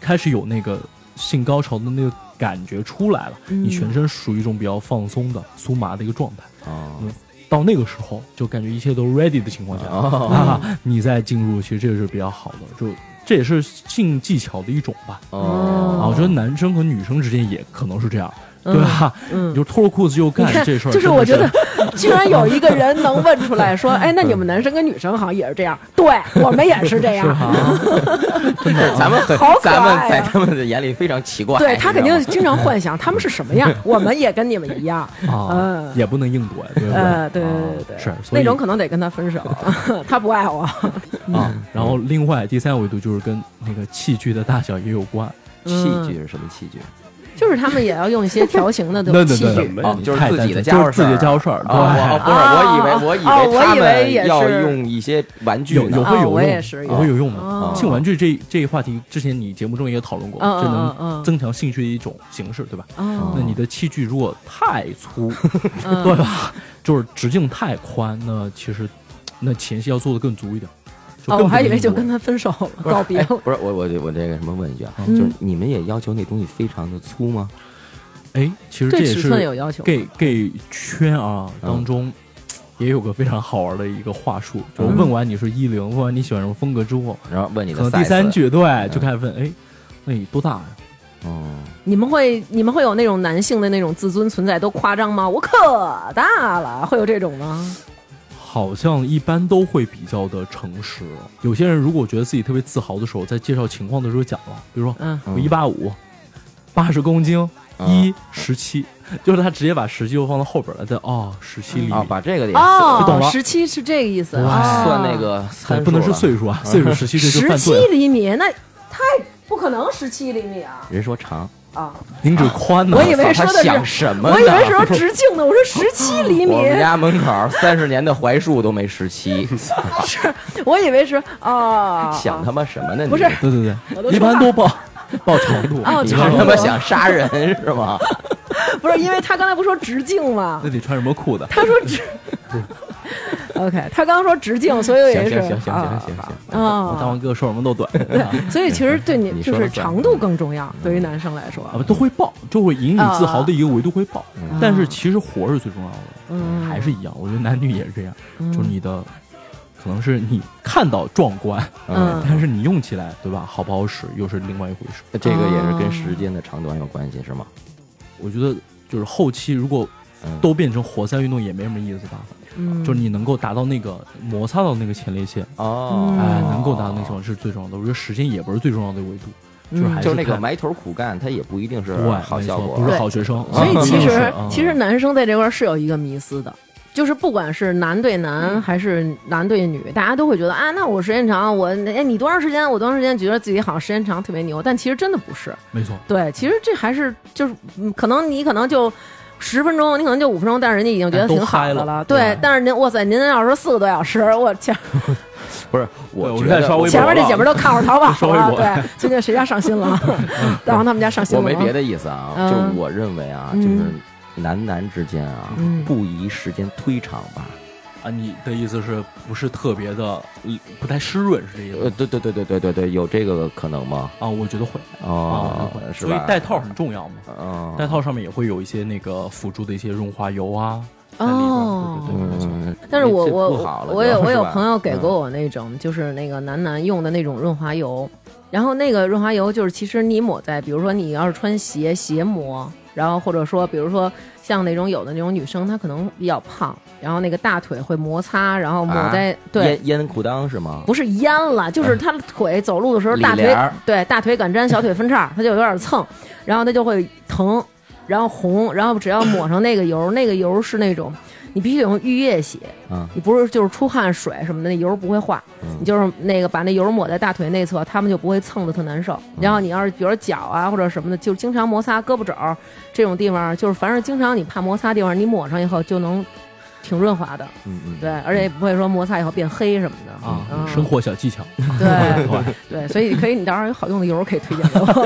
C: 开始有那个性高潮的那个感觉出来了，
E: 嗯
C: 你全身属于一种比较放松的酥麻的一个状态。
B: 啊
C: 到那个时候，就感觉一切都 ready 的情况下，
E: 哦
C: 啊，你再进入，其实这个是比较好的，就这也是性技巧的一种吧。啊，我
B: 哦
C: 觉得男生和女生之间也可能是这样，
E: 嗯
C: 对吧？
E: 嗯
C: 你就脱了裤子就
E: 你
C: 干
E: 看，
C: 哎这事儿，
E: 就是我觉得，居然有一个人能问出来说：“哎，那
C: 嗯
E: 你们男生跟女生好像也是这样，对我们也是这样。
B: 咱们很
E: 好可爱
B: 咱
E: 啊
B: 们在他们的眼里非常奇怪，
E: 对他肯定
C: 哎
B: 你知道吗
E: 经常幻想他们是什么样，我们也跟你们一样。
C: 啊
E: 嗯，
C: 也不能硬怼， 对不对？
E: 呃，对对对，
C: 是所以
E: 那种可能得跟他分手， 他不爱我。
C: 啊，然后
E: 啊
C: 另外第三维度就是跟那个器具的大小也有关。
B: 器具是什么器具？
E: 就是他们也要用一些调情的这
C: 对
E: 种
C: 对
E: 器
C: 对
E: 具。
B: 哦
C: 你
B: 就是
C: 啊太
B: 自
C: 担
B: 己的
C: 心
B: 家
C: 就
B: 伙
C: 是自己
B: 事
C: 的
B: 儿
C: 家伙事儿，
B: 啊，我
C: 对，
B: 不是，我以为
E: 哦
B: 我以为他
E: 我以为也
B: 们要
E: 是
B: 用一些玩具
C: 有
B: 呢
C: 有。会
E: 哦
C: 有
E: 我也
C: 用
E: 是，
C: 有会有用的
E: 哦。
C: 啊性玩具这这一话题，之前你节目中也讨论过，
E: 嗯嗯
C: 这
E: 嗯嗯
C: 能增强兴趣的一种形式，对吧？
E: 哦
C: 那你的器具如果太粗，
E: 嗯
C: 对吧？就是直径太宽，那其实那前戏要做的更足一点。就
E: 哦，
C: 更
E: 我还以为
C: 不
E: 就
C: 能
E: 跟
C: 做
E: 他分手了，告别
B: 哎
E: 了。
B: 不是我我我这个什么问一句啊，
E: 嗯
B: 就是你们也要求那东西非常的粗吗？
C: 哎，其实这
E: 对
C: 也
E: 尺寸有
C: 是
E: 要求，
C: gay gay 圈啊
B: 嗯
C: 当中。也有个非常好玩的一个话术，就
B: 嗯
C: 问完你是一零，问完你喜欢什么风格之后，
B: 然后问你
C: 可
B: 的
C: 能第三
B: size，
C: 句对就开始问，哎，那你多大呀？
B: 嗯，
E: 你们会你们会有那种男性的那种自尊存在都夸张吗？我可大了，会有这种吗？
C: 好像一般都会比较的诚实。有些人如果觉得自己特别自豪的时候，在介绍情况的时候讲了，比如说
E: 嗯，
C: 我一八五，八十公斤，
B: 嗯
C: 一十七， 就是他直接把十七又放到后边了，在哦十七厘米
B: 啊，，把这个也
C: 不懂
E: 哦，
C: 了
E: 十七是这个意思，哦
B: 算那个参
C: 对
B: 数
C: 不能是
B: 了
C: 岁数啊，岁数十七这就
E: 十
C: 犯
E: 七
C: 罪了。
E: 厘米，那太不可能十七厘米啊
B: 人说长，
E: 啊！
C: 您只宽呢，
E: 我以为说
B: 他
E: 的是
B: 想什么呢？
E: 我以为是说直径的，我说十七厘米
B: 我，们家门口三十年的槐树都没 十七，
E: 我以为是哦，
B: 想他妈什么呢？你
E: 不是
C: 对对
E: 我都
C: 对，一 般都报报长度，
E: 哦
B: 你
C: 你
B: 是
E: 长
C: 看
E: 度
B: 他妈想杀人是 吗？
E: 不是，因为他刚才不说直径吗
C: 那？得穿什么裤子？
E: 他说直，OK，他刚刚说直径，所以我以
B: 行
E: 为
B: 行
E: 是
B: 行行行行行，
C: 我大
E: 啊
C: 王哥说什么都短啊，
E: 嗯所以其实对你
B: 你
E: 就
B: 说啊
E: 是
B: 得
E: 长度更重要，对于男生来说，
C: 不啊都会报，就会引以自豪的一个维度会报。但是其实活儿是最重要的，
E: 嗯
C: 还是一样，我觉得男女也是这样，就是你的可能是你看到壮观，
E: 嗯
C: 但是你用起来对吧，好不好使又是另外一回事。
B: 这个也是
E: 啊
B: 跟时间的长短有关系是吗？
C: 我觉得就是后期如果
B: 嗯
C: 都变成活塞运动也没什么意思吧，
E: 嗯
C: 就是你能够达到那个摩擦到那个前列腺，
B: 哦，
E: 嗯
C: 哎，能够达到那个情况是最重要的。我觉得时间也不是最重要的维度，就是
E: 嗯
C: 还是
B: 就是那个
C: 看
B: 埋头苦干，它也不一定是
C: 对，
B: 好
C: 没
B: 效
C: 错
B: 果
C: 不。是
E: 对
C: 好学生。
E: 所以其
C: 啊
E: 实其实男生在这块儿是有一个迷思的，就是不管是男对
C: 嗯
E: 男还是男对女，大家都会觉得啊，那我时间长，我哎你多长时间，我多长时间，觉得自己好像时间长特别牛，但其实真的不是。
C: 没错，
E: 对，其实这还是就是嗯可能你可能就。十分钟，你可能就五分钟，但是人家已经觉得
C: 哎都
E: 挺好
C: 嗨
E: 的
C: 了
E: 了。
C: 对
E: 对，但是您，哇塞，您要说四个多小时，我前
B: 不是，
C: 对
B: 我
C: 我
B: 觉
C: 就在
B: 得
C: 刷微博
E: 前面这姐们儿都看会儿淘宝
C: 说微
E: 了。
C: 博
E: 对，最近谁家上新 了？大王他们家上新
B: 我
E: 了。
B: 没别，的意思啊，
E: 嗯
B: 就是我认为啊，
E: 嗯
B: 就是男男之间啊
E: 嗯，
B: 不宜时间推长吧。
C: 啊，你的意思是不是特别的，嗯不太湿润是这意思
B: 呃，
C: 吗？
B: 对对对对对对对，有这个可能吗？
C: 啊，我觉得会
B: 哦
C: 啊，会，
B: 是
C: 所以
B: 吧？
C: 带套很重要嘛。
B: 嗯，
C: 带套上面也会有一些那个辅助的一些润滑油啊，在里边
E: 哦
C: 儿对对对，没错。
B: 嗯，
E: 但是我
B: 这
E: 我
B: 不好了
E: 我有我有朋友给，
B: 是吧嗯
E: 过我那种，就是那个男男用的那种润滑油，然后那个润滑油就是其实你抹在，比如说你要是穿鞋鞋磨，然后或者说比如说像那种有的那种女生她可能比较胖，然后那个大腿会摩擦，然后抹
B: 啊
E: 在、
B: 嗯
E: 对。
B: 烟烟裤裆是吗？
E: 不是淹了，就是她腿走路的时候，
B: 嗯里
E: 大腿
B: 帘儿
E: 对大腿敢沾小腿分叉，她就有点蹭，然后她就会疼，然后红，然后只要抹上那个油， 那个油是那种你必须得用浴液洗，
B: 嗯
E: 你不是就是出汗水什么的，那油不会化，你就是那个把那油抹在大腿内侧，他们就不会蹭的特难受。
B: 嗯
E: 然后你要是比如说脚啊或者什么的，就是经常摩擦胳膊肘儿这种地方，就是凡是经常你怕摩擦地方，你抹上以后就能挺润滑的，
B: 嗯嗯，
E: 对，而且也不会说摩擦以后变黑什么的
C: 啊，
E: 嗯
C: 生活小技巧，
E: 对
C: 对，
E: 对，所以可以，你到时候有好用的油可以推荐给我。
C: 好，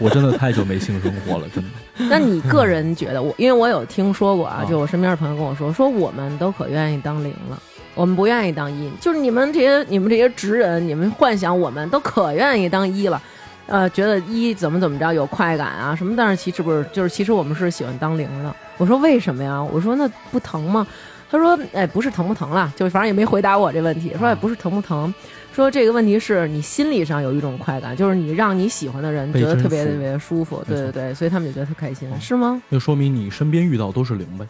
C: 我真的太久没性生活了，真的。
E: 那你个人觉得我，因为我有听说过啊，
C: 啊
E: 就我身边的朋友跟我说，说我们都可愿意当零了，我们不愿意当一，就是你们这些你们这些直人，你们幻想我们都可愿意当一了，呃，觉得一怎么怎么着有快感啊什么，但是其实不是，就是其实我们是喜欢当零的。我说为什么呀？我说那不疼吗？他说：“哎，不是疼不疼啦，就反正也没回答我这问题。说哎也不是疼不疼，说这个问题是你心理上有一种快感，就是你让你喜欢的人
C: 被
E: 觉得
C: 征
E: 特别
C: 服
E: 特别舒服，对对对，所以他们就觉得特开心，
C: 哦
E: 是吗？
C: 那说明你身边遇到都是零呗，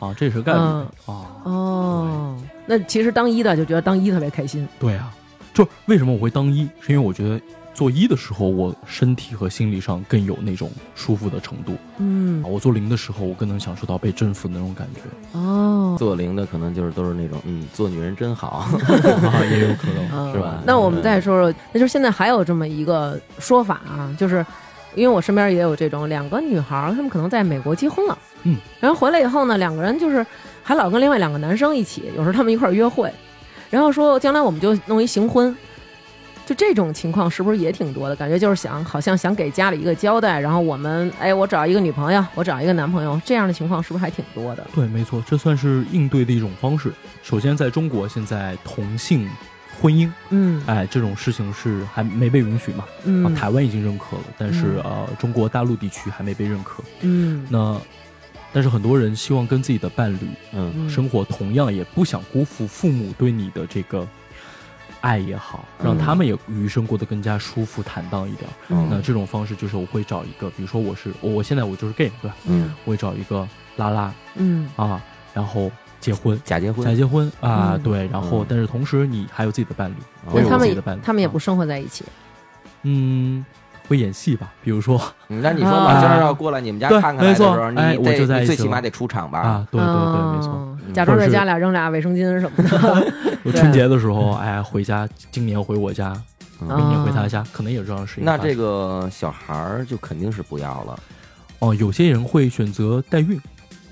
C: 啊，这是概率
E: 嗯
C: 啊，
E: 哦，那其实当一的就觉得当一特别开心，
C: 对啊，就是为什么我会当一，是因为我觉得做一的时候，我身体和心理上更有那种舒服的程度
E: 嗯
C: 啊，，我做零的时候，我更能享受到被征服的那种感觉，
E: 哦，
B: 做零的可能就是都是那种，嗯，做女人 真好，
C: 啊，也有可能
E: 嗯
B: 是吧？
E: 那我们再说说，那就是现在还有这么一个说法啊，就是因为我身边也有这种两个女孩儿，她们可能在美国结婚了，
C: 嗯，
E: 然后回来以后呢，两个人就是还老跟另外两个男生一起，有时候他们一块儿约会，然后说将来我们就弄一行婚，就这种情况是不是也挺多的？感觉就是想好像想给家里一个交代，然后我们哎，我找一个女朋友，我找一个男朋友，这样的情况是不是还挺多的？
C: 对，没错，这算是应对的一种方式。首先，在中国现在同性婚姻，
E: 嗯
C: 哎，这种事情是还没被允许嘛？啊，
E: 嗯
C: 台湾已经认可了，但
B: 嗯
C: 是呃，中国大陆地区还没被认可。
E: 嗯
C: 那但是很多人希望跟自己的伴侣
B: 嗯，
E: 嗯
C: 生活，同样也不想辜负父母对你的这个爱也好，让
B: 嗯
C: 他们也余生过得更加舒服坦荡一点。
B: 嗯
C: 那这种方式就是我会找一个，比如说我是我我现在我就是 gay 对吧？
B: 嗯，
C: 我会找一个拉拉
E: 嗯
C: 啊，然后结婚。
B: 假结婚，
C: 才结婚啊，
E: 嗯
C: 对，然后
B: 嗯
C: 但是同时你还有自己的伴侣，
B: 嗯
C: 我
E: 那
C: 有
E: 他
C: 我自
E: 们
C: 己
E: 也
C: 的伴侣，
E: 他们也
C: 啊
E: 不生活在一起，
C: 嗯，会演戏吧？比如说
B: 嗯那你说嘛，
E: 啊
B: 今儿要过来你们家
C: 对
B: 看看来的时候，
C: 没错哎
B: 你
C: 我就在
B: 得
C: 一
B: 你
C: 起
B: 最
C: 了
B: 起码得出场吧？
C: 啊，对对对，没错。
E: 哦
B: 嗯
E: 假装
C: 或
E: 在
C: 者是
E: 家俩扔俩卫生巾什么的，
C: 我
E: 对
C: 春节的时候，哎，回家，今年回我家，
B: 嗯
C: 明年回他
E: 啊
C: 家，可哦能也是这样的事情发
B: 那
C: 生。
B: 这个小孩儿就肯定是不要了。
C: 哦，有些人会选择代孕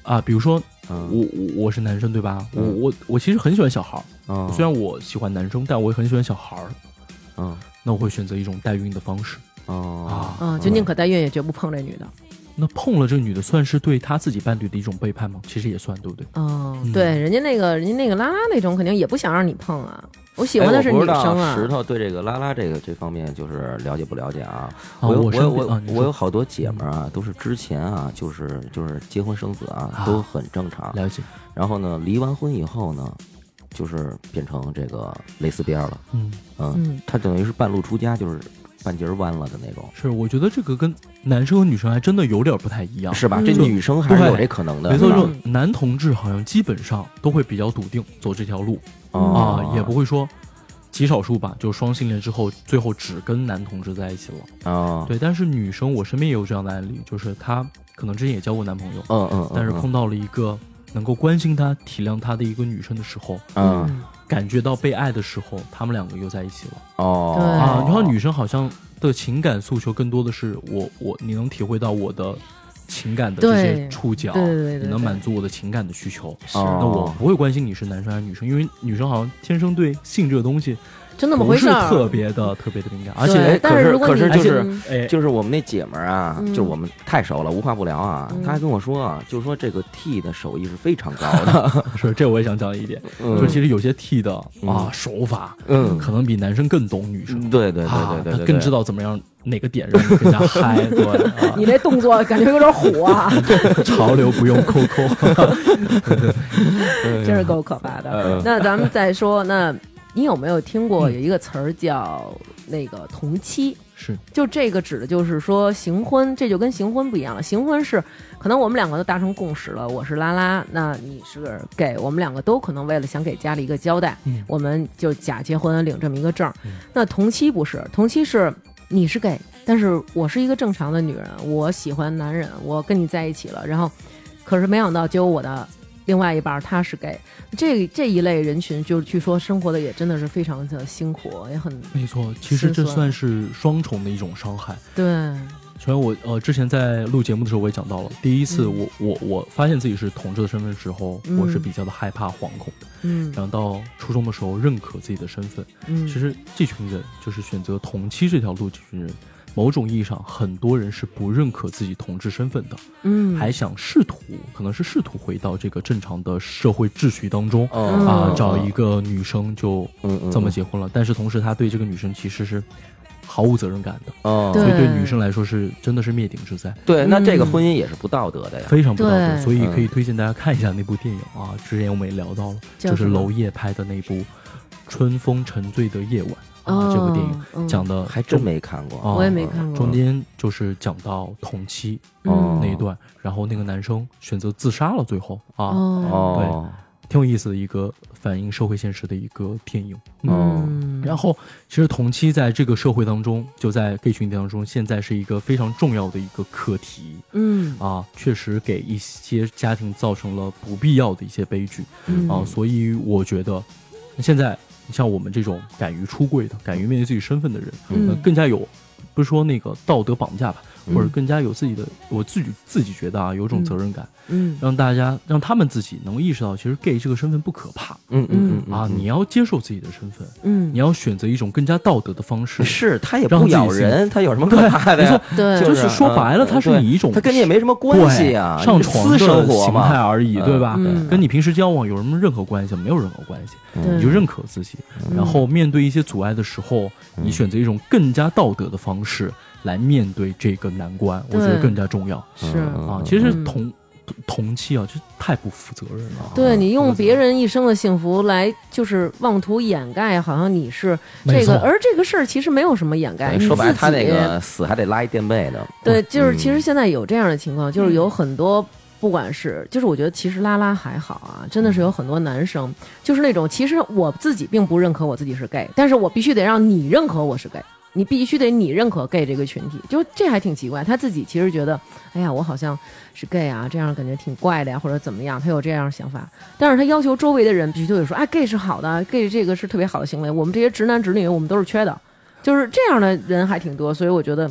C: 啊，比如说
B: 嗯，
C: 我我我是男生对吧？我
B: 嗯
C: 我我其实很喜欢小孩儿，
B: 嗯
C: 虽然我喜欢男生，但我也很喜欢小孩儿。
B: 嗯
C: 那我会选择一种代孕的方式
B: 哦
C: 啊。
E: 嗯，就宁可代孕也绝不碰这女的。
C: 那碰了这女的，算是对她自己伴侣的一种背叛吗？其实也算，对不对？
E: 哦
C: 嗯，
E: 对，人家那个人家那个拉拉那种肯定也不想让你碰啊，我喜
B: 哎
E: 欢
B: 我
E: 的是
B: 不
E: 女
B: 知道
E: 生啊
B: 石。头对这个拉拉这个这方面就是了解不了解啊？
C: 啊，
B: 有
C: 我
B: 我
C: 身
B: 有
C: 边
B: 我
C: 啊，你
B: 我有
C: 说
B: 好多姐们儿啊，都是之前啊，就是就是结婚生子啊
C: 啊，
B: 都很正常。
C: 了解，
B: 然后呢，离完婚以后呢，就是变成这个蕾丝边儿了。
C: 嗯，
B: 嗯，
E: 嗯，
B: 她等于是半路出家，就是半截儿弯了的那种，
C: 是，我觉得这个跟男生和女生还真的有点不太一样。
B: 是吧？
E: 嗯
B: 这
E: 就
B: 女生还是
C: 哦对
B: 有这可能的，
C: 没错，
B: 是吧
C: 就男同志好像基本上都会比较笃定走这条路啊、
B: 哦
C: 也不会说极少数吧，就是双性恋之后，最后只跟男同志在一起了。
B: 啊，
C: 对，但是女生我身边也有这样的案例，就是她可能之前也交过男朋友，
B: 嗯嗯，
C: 但是
B: 嗯
C: 碰到了一个能够关心她、体谅她的一个女生的时候，
B: 嗯
C: 感觉到被爱的时候，他们两个又在一起了、
B: 哦
E: 对
C: 啊。你看，女生好像的情感诉求更多的是我我你能体会到我的情感的这些
E: 对
C: 触角，
E: 对对对对
C: 你能
E: 对
C: 满足我的情感的需求。
E: 是
C: 那
B: 哦
C: 我不会关心你是男生还是女生，因为女生好像天生对性这个东西
E: 就那么
C: 不
E: 回
C: 是
E: 事儿。
C: 特别的特别的敏感，而
E: 对
C: 且
B: 哎
E: 但
B: 可
E: 是
B: 是
E: 如果
B: 可
E: 你
B: 是就是
E: 嗯
C: 哎，
B: 就是我们那姐们儿啊，
E: 嗯
B: 就是我们太熟了，无话不聊啊。
E: 嗯
B: 她还跟我说啊，就说这个 T 的手艺是非常高 的，
C: 是这我也想讲一点，
B: 嗯
C: 就其实有些 T 的
B: 嗯
C: 啊手法
B: 嗯，
C: 可能比男生更懂女
E: 嗯
C: 生，
B: 对对对
C: 啊
B: 对对
C: 他
B: 对，
C: 更知
B: 道
C: 道怎么样哪个点让你更加 嗨，对啊
E: 你这动作感觉有点虎 啊，
C: 潮流 不用抠抠，
E: 真是够可怕
B: 嗯
E: 的。那咱们再说，那你有没有听过有一个词儿叫那个同妻？
C: 是
E: 就这个指的就是说行婚，这就跟行婚不一样了。行婚是可能我们两个都达成共识了，我是拉拉，那你是 gay，我们两个都可能为了想给家里一个交代，
C: 嗯
E: 我们就假结婚领这么一个证儿。那同妻不是，同妻是你是 gay，但是我是一个正常的女人，我喜欢男人，我跟你在一起了，然后可是没想到，结果我的另外一半儿他是 gay，这这一类人群就是据说生活的也真的是非常的辛苦，也很
C: 没错。其实这
E: 心酸
C: 算是双重的一种伤害。
E: 对，
C: 首先我呃之前在录节目的时候我也讲到了，第一次
E: 嗯
C: 我、我我发现自己是同志的身份的时候，
E: 嗯
C: 我是比较的害怕惶恐的。
E: 嗯
C: 然后到初中的时候认可自己的身份，
E: 嗯，
C: 其实这群人就是选择同妻这条路，这群人某种意义上很多人是不认可自己同志身份的，
E: 嗯
C: 还想试图可能是试图回到这个正常的社会秩序当中。
E: 嗯
C: 啊，找一个女生就
B: 嗯嗯
C: 这么结婚了，但是同时他对这个女生其实是毫无责任感的，
B: 哦
E: 对
C: 所以对女生来说是真的是灭顶之灾，
B: 对，那这个
E: 嗯
B: 婚姻也是不道德的呀。
C: 非常不道德。
E: 对嗯
C: 所以可以推荐大家看一下那部电影啊，之前我们也聊到了，
E: 叫
C: 就是
E: 什么
C: 娄烨拍的那部《春风沉醉的夜晚》啊，这部电影
E: 影
C: 讲的
B: 还真
C: 中
B: 没看过，
C: 啊
E: 哦我也没看过嗯
C: 中间就是讲到同妻
B: 哦
C: 那一段，然后那个男生选择自杀了，最后啊，
E: 哦，
B: 哦，
C: 挺有意思的一个反映社会现实的一个电影。
B: 哦
E: 嗯，
C: 哦然后，其实同期在这个社会当中，就在 gay 群体当中，现在是一个非常重要的一个课题
E: 嗯
C: 啊，确实给一些家庭造成了不必要的一些悲剧
E: 嗯
C: 啊，所以我觉得现在像我们这种敢于出柜的、敢于面对自己身份的人，
E: 嗯
C: 呃更加有不是说那个道德绑架吧，或者更加有自己的，我自己自己觉得啊，有一种责任感，
E: 嗯
C: 让大家让他们自己能意识到，其实 gay 这个身份不可怕
B: 嗯嗯嗯
C: 啊，你要接受自己的身份，
E: 嗯
C: 你要选择一种更加道德的方式。
B: 是他也
C: 让
B: 不
C: 自己
B: 咬
C: 信
B: 人，他有什么可怕的呀？
E: 对
C: 就是说白了
B: 嗯
C: 它是
B: 对
C: 以一种
B: 他跟你也没什么关系啊，
C: 对上床
B: 私
C: 的
B: 生活
C: 形
B: 嘛
C: 态而已，
B: 嗯
C: 对吧？
E: 嗯
C: 跟你平时交往有什么任何关系？没有任何关系，
B: 嗯
E: 对
C: 你就认可自己。然后面对一些阻碍的时候，
B: 嗯
C: 你选择一种更加道德的方式来面对这个难关，我觉得
E: 对
C: 更加重要
E: 嗯是
C: 啊。其实
E: 嗯
C: 同同期啊，这太不负责任了。
E: 对你
C: 嗯
E: 用别人一生的幸福来，就是妄图掩盖，好像你是
C: 没
E: 这
C: 错
E: 个，而这个事儿其实没有什么掩盖。
B: 对
E: 你
B: 说白了，
E: 自
B: 他那
E: 己
B: 个死还得拉一垫背呢。
E: 对，就是其实
B: 嗯
E: 现在有这样的情况，就是有很多，不管是就是我觉得其实拉拉还好啊，真的是有很多男生，就是那种其实我自己并不认可我自己是 gay，但是我必须得让你认可我是 gay。你必须得你认可 gay 这个群体，就这还挺奇怪。他自己其实觉得，哎呀，我好像是 gay 啊，这样感觉挺怪的呀，或者怎么样，他有这样的想法。但是他要求周围的人必须都得说，啊 g a y 是好的，gay 这个是特别好的行为，我们这些直男直女我们都是缺的，就是这样的人还挺多，所以我觉得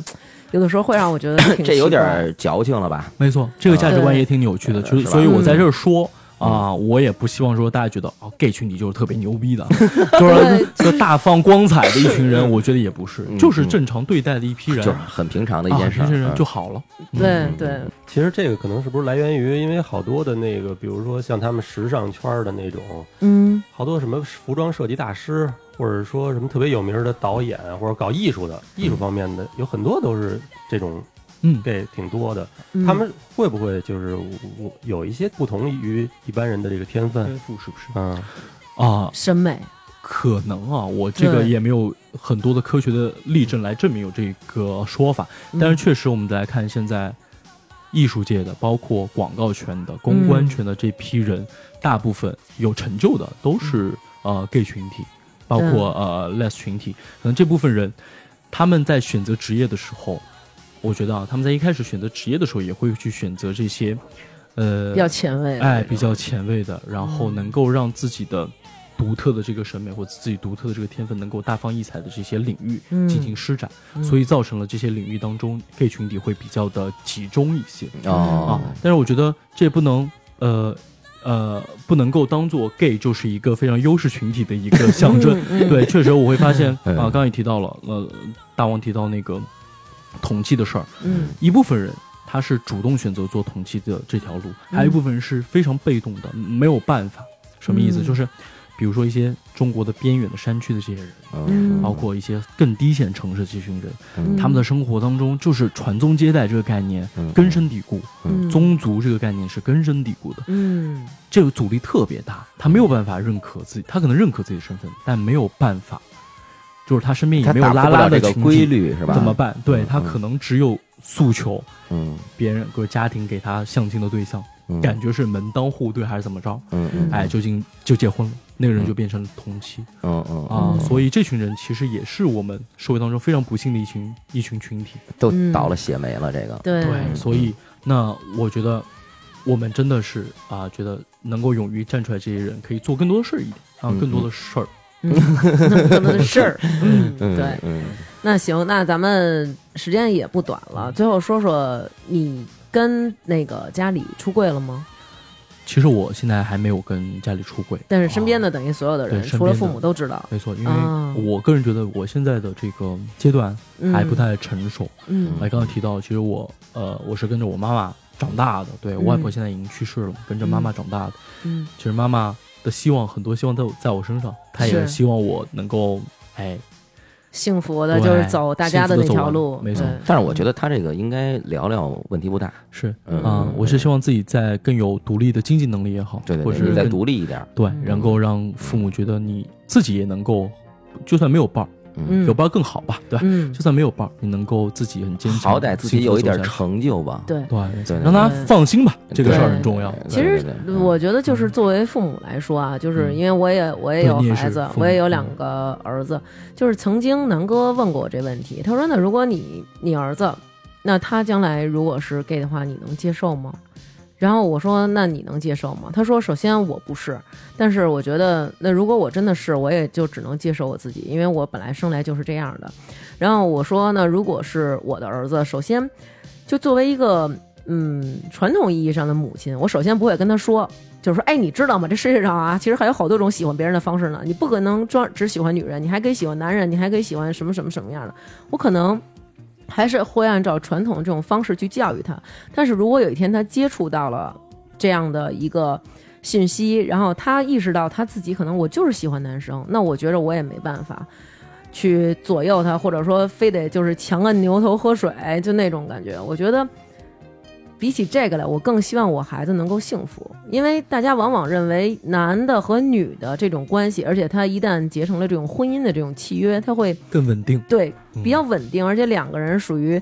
E: 有的时候会让我觉得 挺
B: 这有
E: 奇
B: 点
E: 怪
B: 儿矫情了吧？
C: 没错，这个价值观
E: 对
C: 也挺扭曲的，就是
B: 呃是吧嗯
C: 所以我在这儿说。啊，我也不希望说大家觉得啊，gay 群体就是特别牛逼 的， 就是这大放光彩的一群人，我觉得也不是，就是正常对待的一批人，
B: 嗯就是很平常的一件事
C: 啊、
B: 儿，
C: 这些人
B: 嗯
C: 就好了。
E: 对
C: 嗯
E: 对，
D: 其实这个可能是不是来源于，因为好多的那个，比如说像他们时尚圈儿的那种，
E: 嗯
D: 好多什么服装设计大师，或者说什么特别有名儿的导演，或者搞艺术的艺术方面的，有很多都是这种
C: 嗯，
D: gay 挺多的。
E: 嗯
D: 他们会不会就是我我有一些不同于一般人的这个天分？
C: 赋是不是
D: 嗯，
C: 啊？
E: 审美，
C: 可能啊，我这个
E: 对
C: 也没有很多的科学的例证来证明有这个说法，
E: 嗯
C: 但是确实我们来看现在艺术界的，包括广告圈的、公关圈的这批人，大部分有成就的都是
E: 嗯
C: 呃 gay 群体，包括呃 les 群体，可能这部分人他们在选择职业的时候，我觉得啊，他们在一开始选择职业的时候也会去选择这些呃
E: 比较嗯前卫，
C: 哎，比较前卫的，然后能够让自己的独特的这个审美或自己独特的这个天分能够大放异彩的这些领域
E: 嗯
C: 进行施展，所以造成了这些领域当中 gay 群体会比较的集中一些、
B: 哦
C: 啊。但是我觉得这也不能呃。呃，不能够当做 gay 就是一个非常优势群体的一个象征。
E: 嗯
C: 对，确实我会发现啊、
B: 嗯
C: 刚刚也提到了，呃，大王提到那个统计的事儿，
E: 嗯
C: 一部分人他是主动选择做统计的这条路，
E: 嗯
C: 还有一部分人是非常被动的，没有办法。什么意思？
E: 嗯
C: 就是比如说一些中国的边远的山区的这些人，
E: 嗯
C: 包括一些更低线城市的这群人，
E: 嗯
C: 他们的生活当中就是传宗接代这个概念
B: 嗯
C: 根深蒂固，
E: 嗯
C: 宗族这个概念是根深蒂固的，
E: 嗯
C: 这个阻力特别大，他没有办法认可自己，他可能认可自己的身份，但没有办法，就是他身边也
B: 他
C: 没有
B: 打破
C: 拉
B: 不
C: 拉
B: 了
C: 的
B: 这个
C: 群
B: 规
C: 体，
B: 律是吧？
C: 怎么？办？对
B: 嗯
C: 他
B: 嗯
C: 可能只有诉求。
B: 嗯
C: 别人个家庭给他相亲的对象，
B: 嗯，
C: 感觉是门当户对还是怎么着？
B: 嗯嗯
C: 哎，就进就结婚了，那个人
B: 嗯
C: 就变成了同妻
B: 嗯嗯
C: 啊。
B: 嗯，
C: 所以这群人其实也是我们社会当中非常不幸的一群一群群体。
B: 都
E: 嗯
B: 倒了血霉了，这个。
E: 对
C: 所以那我觉得我们真的是啊，觉得能够勇于站出来，这些人可以做更多的事儿一点啊，
B: 嗯
C: 更多的事儿。
E: 那么多的事 儿，嗯
B: 嗯
E: 对，
B: 嗯，
E: 那行，那咱们时间也不短了，
C: 嗯
E: 最后说说你跟那个家里出柜了吗？
C: 其实我现在还没有跟家里出轨，
E: 但是身边的
C: 啊
E: 等于所有的
C: 对
E: 人，
C: 身
E: 除了
C: 边
E: 父
C: 的
E: 母都知道，
C: 没错，因
E: 啊
C: 为我个人觉得我现在的这个阶段还不
E: 嗯
C: 太成熟。
E: 嗯
C: 哎，刚刚提到，其实我呃，我是跟着我妈妈长大的，对我外婆现在已经去世了，跟着妈妈长大的。
E: 嗯
C: 其实妈妈的希望很多，希望在我在我身上，她也
E: 是
C: 希望我能够哎，
E: 幸福的就是
C: 对
E: 走大
C: 幸
E: 家的
C: 福地
E: 那
C: 走
E: 条
C: 完
E: 路，
C: 没错
E: 对
B: 但是我觉得他这个应该聊聊，问题不大。
C: 是
B: 嗯
C: 啊、我是希望自己在更有独立的经济能力也好，
B: 对对
C: 或
B: 对，
C: 者
B: 你
C: 是
B: 再
C: 更
B: 独立嗯一点。
C: 对，能够让父母觉得你自己也能够，就算没有伴儿，
E: 嗯
C: 有伴儿更好吧，对吧？
E: 嗯
C: 就算没有伴儿，你能够自己很坚强，
B: 好歹自己有一点
C: 幸福地走下去
B: 成就吧。
E: 对。
C: 对，
B: 对对
C: 让大
E: 嗯
C: 家
E: 对
C: 放心吧，这个
B: 对
C: 事儿很重要。
B: 对
E: 其
B: 对
E: 实
B: 对对
E: 我觉得，
C: 嗯
E: 就是作为父母来说啊，就是因为我也我也
C: 对
E: 有
C: 你也
E: 孩
C: 是
E: 子，
C: 父
E: 我也
C: 母
E: 有
C: 嗯
E: 两个儿子，就是曾经南哥问过我这问题，他说：“那如果你你儿子，那他将来如果是 gay 的话，你能接受吗？”然后我说：“那你能接受吗？”他说：“首先我不是，但是我觉得，那如果我真的是，我也就只能接受我自己，因为我本来生来就是这样的。”然后我说：“那如果是我的儿子，首先就作为一个嗯传统意义上的母亲，我首先不会跟他说，就是说，哎，你知道吗？这世界上啊， 其实还有好多种喜欢别人的方式呢。你不可能专只喜欢女人，你还可以喜欢男人，你还可以喜欢什么什么什么样的。我可能。”还是会按照传统这种方式去教育他，但是如果有一天他接触到了这样的一个信息，然后他意识到他自己可能我就是喜欢男生，那我觉着我也没办法去左右他，或者说非得就是强摁牛头喝水，就那种感觉。我觉得比起这个来，我更希望我孩子能够幸福，因为大家往往认为男的和女的这种关系，而且他一旦结成了这种婚姻的这种契约，他会
C: 更稳定。嗯
E: 对，比较稳定，而且两个人属于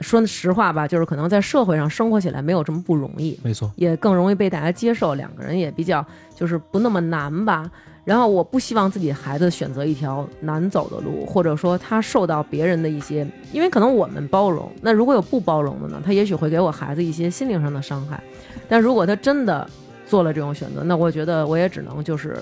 E: 说实话吧，就是可能在社会上生活起来没有这么不容易，
C: 没错，
E: 也更容易被大家接受，两个人也比较就是不那么难吧。然后我不希望自己的孩子选择一条难走的路，或者说他受到别人的一些，因为可能我们包容，那如果有不包容的呢，他也许会给我孩子一些心灵上的伤害。但如果他真的做了这种选择，那我觉得我也只能就是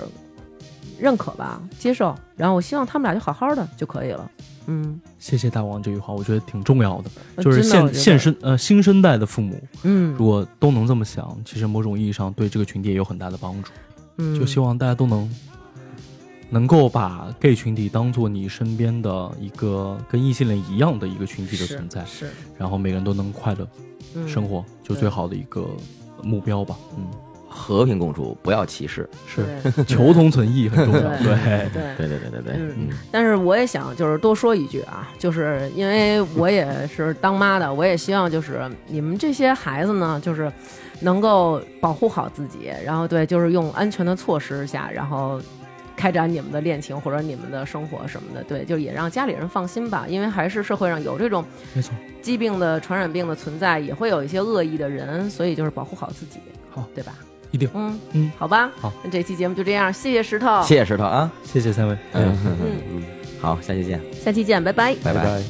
E: 认可吧，接受。然后我希望他们俩就好好的就可以了。嗯
C: 谢谢大王这句话，我觉得挺重要的，
E: 呃
C: 就是
E: 真的我觉
C: 现
E: 得
C: 现生呃新生代的父母
E: 嗯
C: 如果都能这么想，其实某种意义上对这个群体也有很大的帮助。
E: 嗯，
C: 就希望大家都能能够把 gay 群体当做你身边的一个跟异性恋一样的一个群体的
E: 是
C: 存在，
E: 是嗯
C: 然后每个人都能快乐生
E: 活
C: 活，就
E: 对
C: 最好的一个目标吧。嗯，
B: 和平共处，不要歧视。
C: 是
E: 对
C: 求同存异很重 要。
E: 对
C: 对，
E: 对。
B: 对对对对对，
E: 嗯，但是我也想就是多说一句啊，就是因为我也是当妈的，我也希望就是你们这些孩子呢，就是能够保护好自己，然后对，就是用安全的措施下，然后开展你们的恋情或者你们的生活什么的，对，就也让家里人放心吧，因为还是社会上有这种
C: 没错。
E: 疾病的传染病的存在，也会有一些恶意的人，所以就是保护好自己，
C: 好
E: 对吧？
C: 一定
E: 嗯
C: 嗯
E: 好吧，
C: 好，
E: 那这期节目就这样，谢谢石头，
B: 谢谢石头啊，
C: 谢谢三位。
B: 嗯
C: 嗯，
B: 嗯，好，下期见，
E: 下期见，拜拜。
B: 拜拜。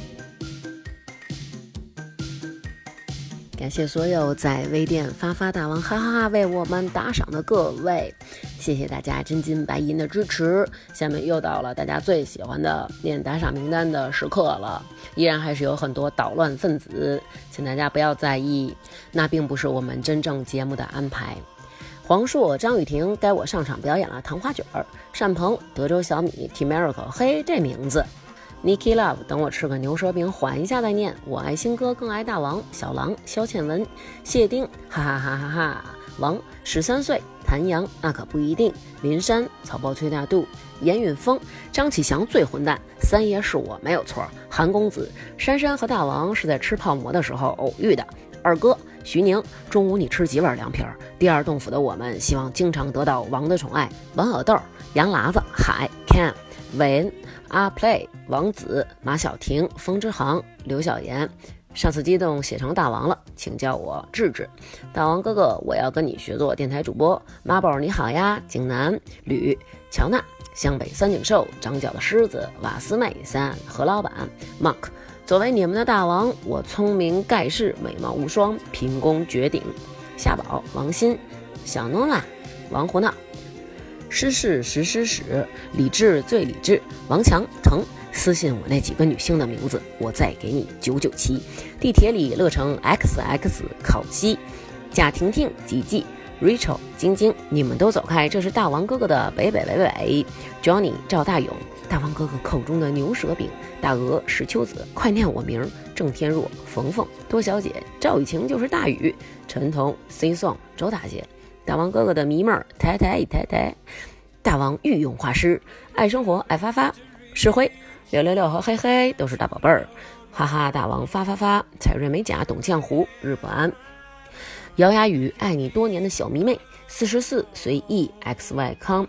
A: 感谢所有在微店发发大王哈哈哈为我们打赏的各位，谢谢大家真金白银的支持。下面又到了大家最喜欢的念打赏名单的时刻了，依然还是有很多捣乱分子，请大家不要在意，那并不是我们真正节目的安排。黄硕、张雨婷，该我上场表演了糖花卷儿；单鹏、德州小米、T Miracle，嘿，这名字。Nicky Love，等我吃个牛舌饼缓一下再念。我爱新哥，更爱大王。小狼，肖倩文，谢丁，哈哈哈哈哈。王十三岁，谭阳那可不一定。林珊，草包崔大度，严允峰，张启祥最混蛋。三爷是我没有错。韩公子，珊珊和大王是在吃泡馍的时候偶遇的。二哥，徐宁，中午你吃几碗凉皮儿？第二洞府的我们希望经常得到王的宠爱。王小豆，羊喇子，海 Cam，韦恩。阿 play、王子、马小婷、风之航、刘晓妍。上次激动写成大王了，请叫我智智。大王哥哥，我要跟你学做电台主播。妈宝你好呀，景南、吕、乔娜、湘北三井寿、长脚的狮子、瓦斯妹三、何老板、Monk。作为你们的大王，我聪明盖世，美貌无双，品功绝顶。夏宝、王鑫、小诺拉、王胡闹、诗事实诗史，理智最理智。王强成私信我那几个女星的名字，我再给你九九七。地铁里乐成 X X 烤鸡，贾婷婷吉吉。Rachel、晶晶，你们都走开！这是大王哥哥的北北北北。Johnny、赵大勇，大王哥哥口中的牛舌饼。大鹅、石秋子，快念我名儿！郑天若、冯冯、多小姐、赵雨晴就是大雨。陈彤、C Song、周大姐，大王哥哥的迷妹儿，抬抬抬抬。大王御用画师，爱生活，爱发发，石灰六六六和嘿嘿都是大宝贝儿，哈哈！大王发发发，彩瑞美甲，董江湖，日不安，姚雅雨，爱你多年的小迷妹，四十四随意，X Y 康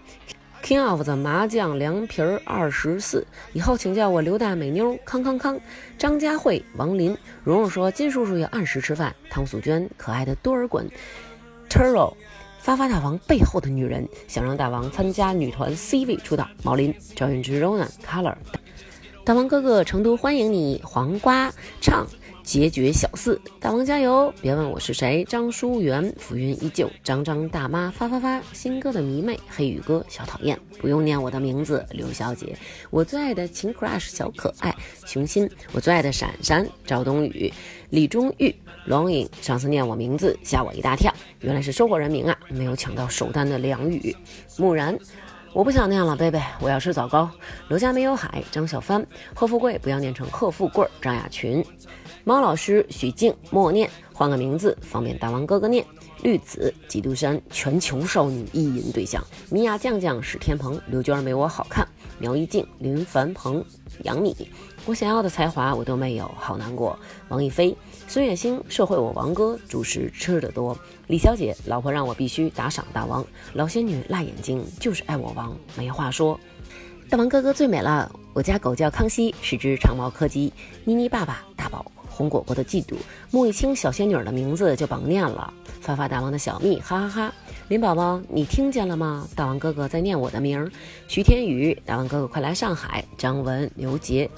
A: ，King of 的麻将凉皮儿二十四，以后请叫我刘大美妞，康康康，张佳慧，王林，蓉蓉说金叔叔要按时吃饭，汤素娟，可爱的多尔衮，Turtle。发发大王背后的女人，想让大王参加女团 C 位出道。毛林、赵韵之、Ronan、Color，大王哥哥，成都欢迎你！黄瓜唱结局小四，大王加油！别问我是谁，张淑媛，浮云依旧，张张大妈发发发，新歌的迷妹，黑羽哥，小讨厌，不用念我的名字，刘小姐，我最爱的情 crush 小可爱，熊心，我最爱的闪闪，赵冬雨，李钟玉，龙影，上次念我名字吓我一大跳，原来是收过人名啊，没有抢到首单的梁雨，木然。我不想那样了，贝贝，我要吃枣糕。刘家没有海，张小帆，贺富贵不要念成贺富贵儿，张雅群，猫老师许静默念，换个名字方便大王哥哥念。绿子基督山全球少女意淫对象，米娅酱酱史天鹏，刘娟没我好看，苗一静林凡鹏杨米，我想要的才华我都没有，好难过。王一飞孙月星社会我王哥主食吃得多，李小姐老婆让我必须打赏大王，老仙女辣眼睛就是爱我王，没话说。大王哥哥最美了。我家狗叫康熙，是只长毛柯基。妮妮爸爸、大宝、红果果的嫉妒，穆一清小仙女儿的名字就甭念了。发发大王的小蜜，哈哈哈！林宝宝，你听见了吗？大王哥哥在念我的名儿。徐天宇，大王哥哥快来上海。张文、刘杰。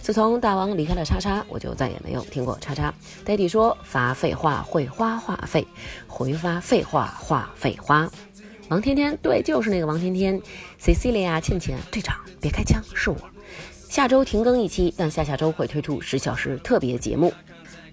A: 自从大王离开了叉叉，我就再也没有听过叉叉。Daddy 说发废话会花话费，回发废话话费花。王天天，对，就是那个王天天。Cecilia 倩倩队长，别开枪，是我。下周停更一期，但下下周会推出十小时特别节目。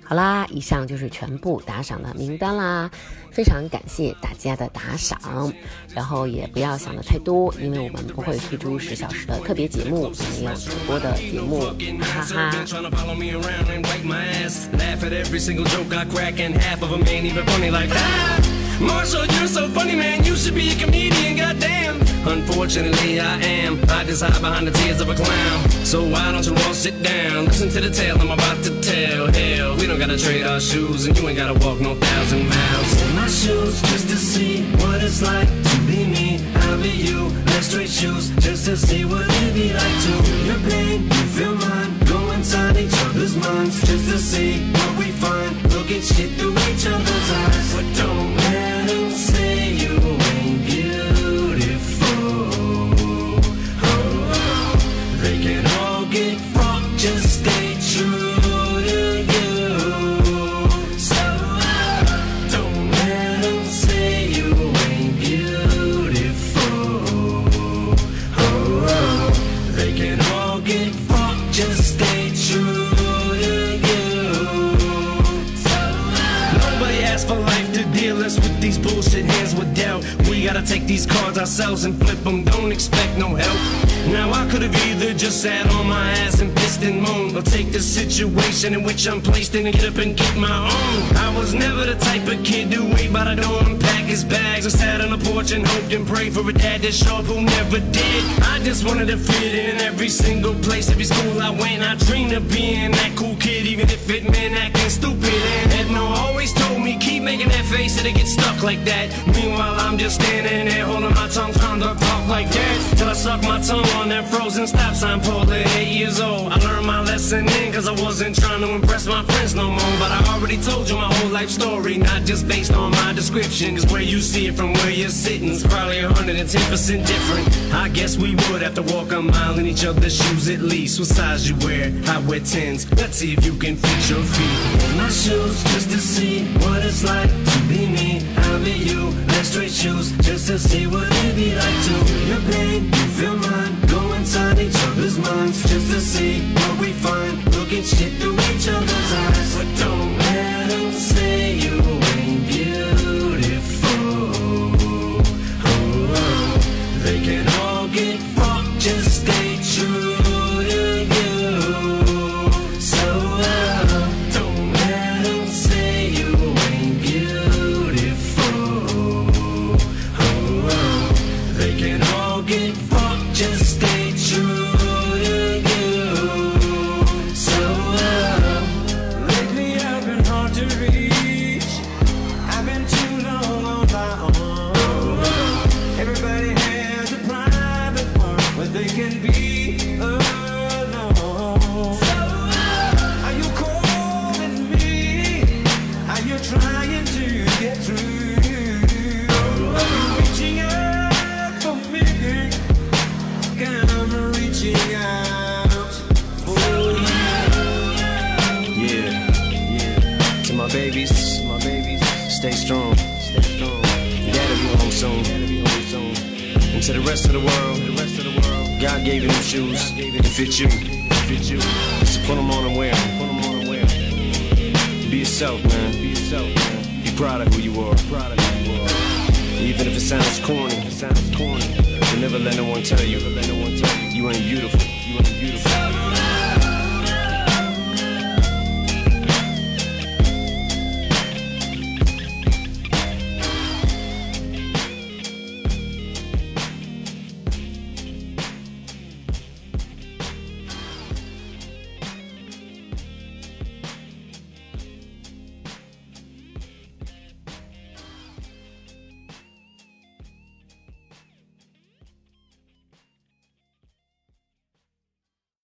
A: 好啦，以上就是全部打赏的名单啦，非常感谢大家的打赏，然后也不要想的太多，因为我们不会推出十小时的特别节目，也没有直播的节目，哈哈哈。
J: trying to follow me around and wipe my ass. Laugh at every single joke I crack, and half of them ain't even funny like that. Marshall, you're so funny, man. You should be a comedian, goddamn. Unfortunately, I am. I just hide behind the tears of a clown. So why don't you all sit down? Listen to the tale I'm about to tell. Hell, we don't gotta trade our shoes, and you ain't gotta walk no thousand miles. In my shoes, just to see what it's like to be me. I'll be you. Let's trade shoes, just to see what it'd be like to. Your pain, you feel mine. Go inside each other's minds just to see what we find. Look at shit through each other's eyes. But don't let 'em say you ain't beautiful. Oh, they can all get fucked, just stay true to you. So uh, don't let 'em say you ain't beautiful. Oh, they can all get fucked, just stay true to you. So uh, nobody asked for life to deal us with these bullshit hands with doubt. We gotta take these cards ourselves and flip them, don't expect no help. Now I could have either just sat on my ass and pissed and moaned, or take the situation in which I'm placed in and get up and get my own. I was never the type of kid to wait by the door and pack his bags, or sat on the porch and hoped and prayed for a dad that's sharp who never did. I just wanted to fit in every single place, every school I went. I dreamed of being that cool kid, even if it meant acting stupid. And Edna always told me, keep making that face and it gets stuck like that. Meanwhile, I'm just standing there holding my tongue, trying to talk like that. Till I suck my tongue on that frozen stop sign pole at eight years old. I learned my lesson then, cause I wasn't trying to impress my friends no more. But I already told you my whole life story, not just based on my description. Cause where you see it from where you're sitting is probably 110% different. I guess we would have to walk a mile in each other's shoes at least. What size you wear? I wear 10s. Let's see if you can fit your feet in my shoes just to see what it's like to be me. I'll be you. Let's trade shoes just to see what it'd be like to. Your pain, you feel mine. Go inside each other's minds just to see what we find. Look at shit through each other's eyes. But don't let 'em say you ain't beautiful. Oh, they can all get fucked, just stay true to you. So uh, don't let 'em say you ain't beautiful. Oh, they can all get fucked, just stay true to you. So uh, lately I've been hard to reach. I've been too long on my own. Everybody has a private part where they can be alone. uh, Oh, babies, my babies, stay strong, stay strong. Dad'll be home soon, dad'll be home soon. And to the rest of the world, the rest of the world, God gave you them shoes, it fit you, fit you. So put 'em on and wear 'em, put 'em on and wear 'em. Be yourself, man, be yourself, man. Be proud of who you are, proud of who you are. Even if it sounds corny, it sounds corny. So never let no one tell you, never let no one tell you, you ain't beautiful.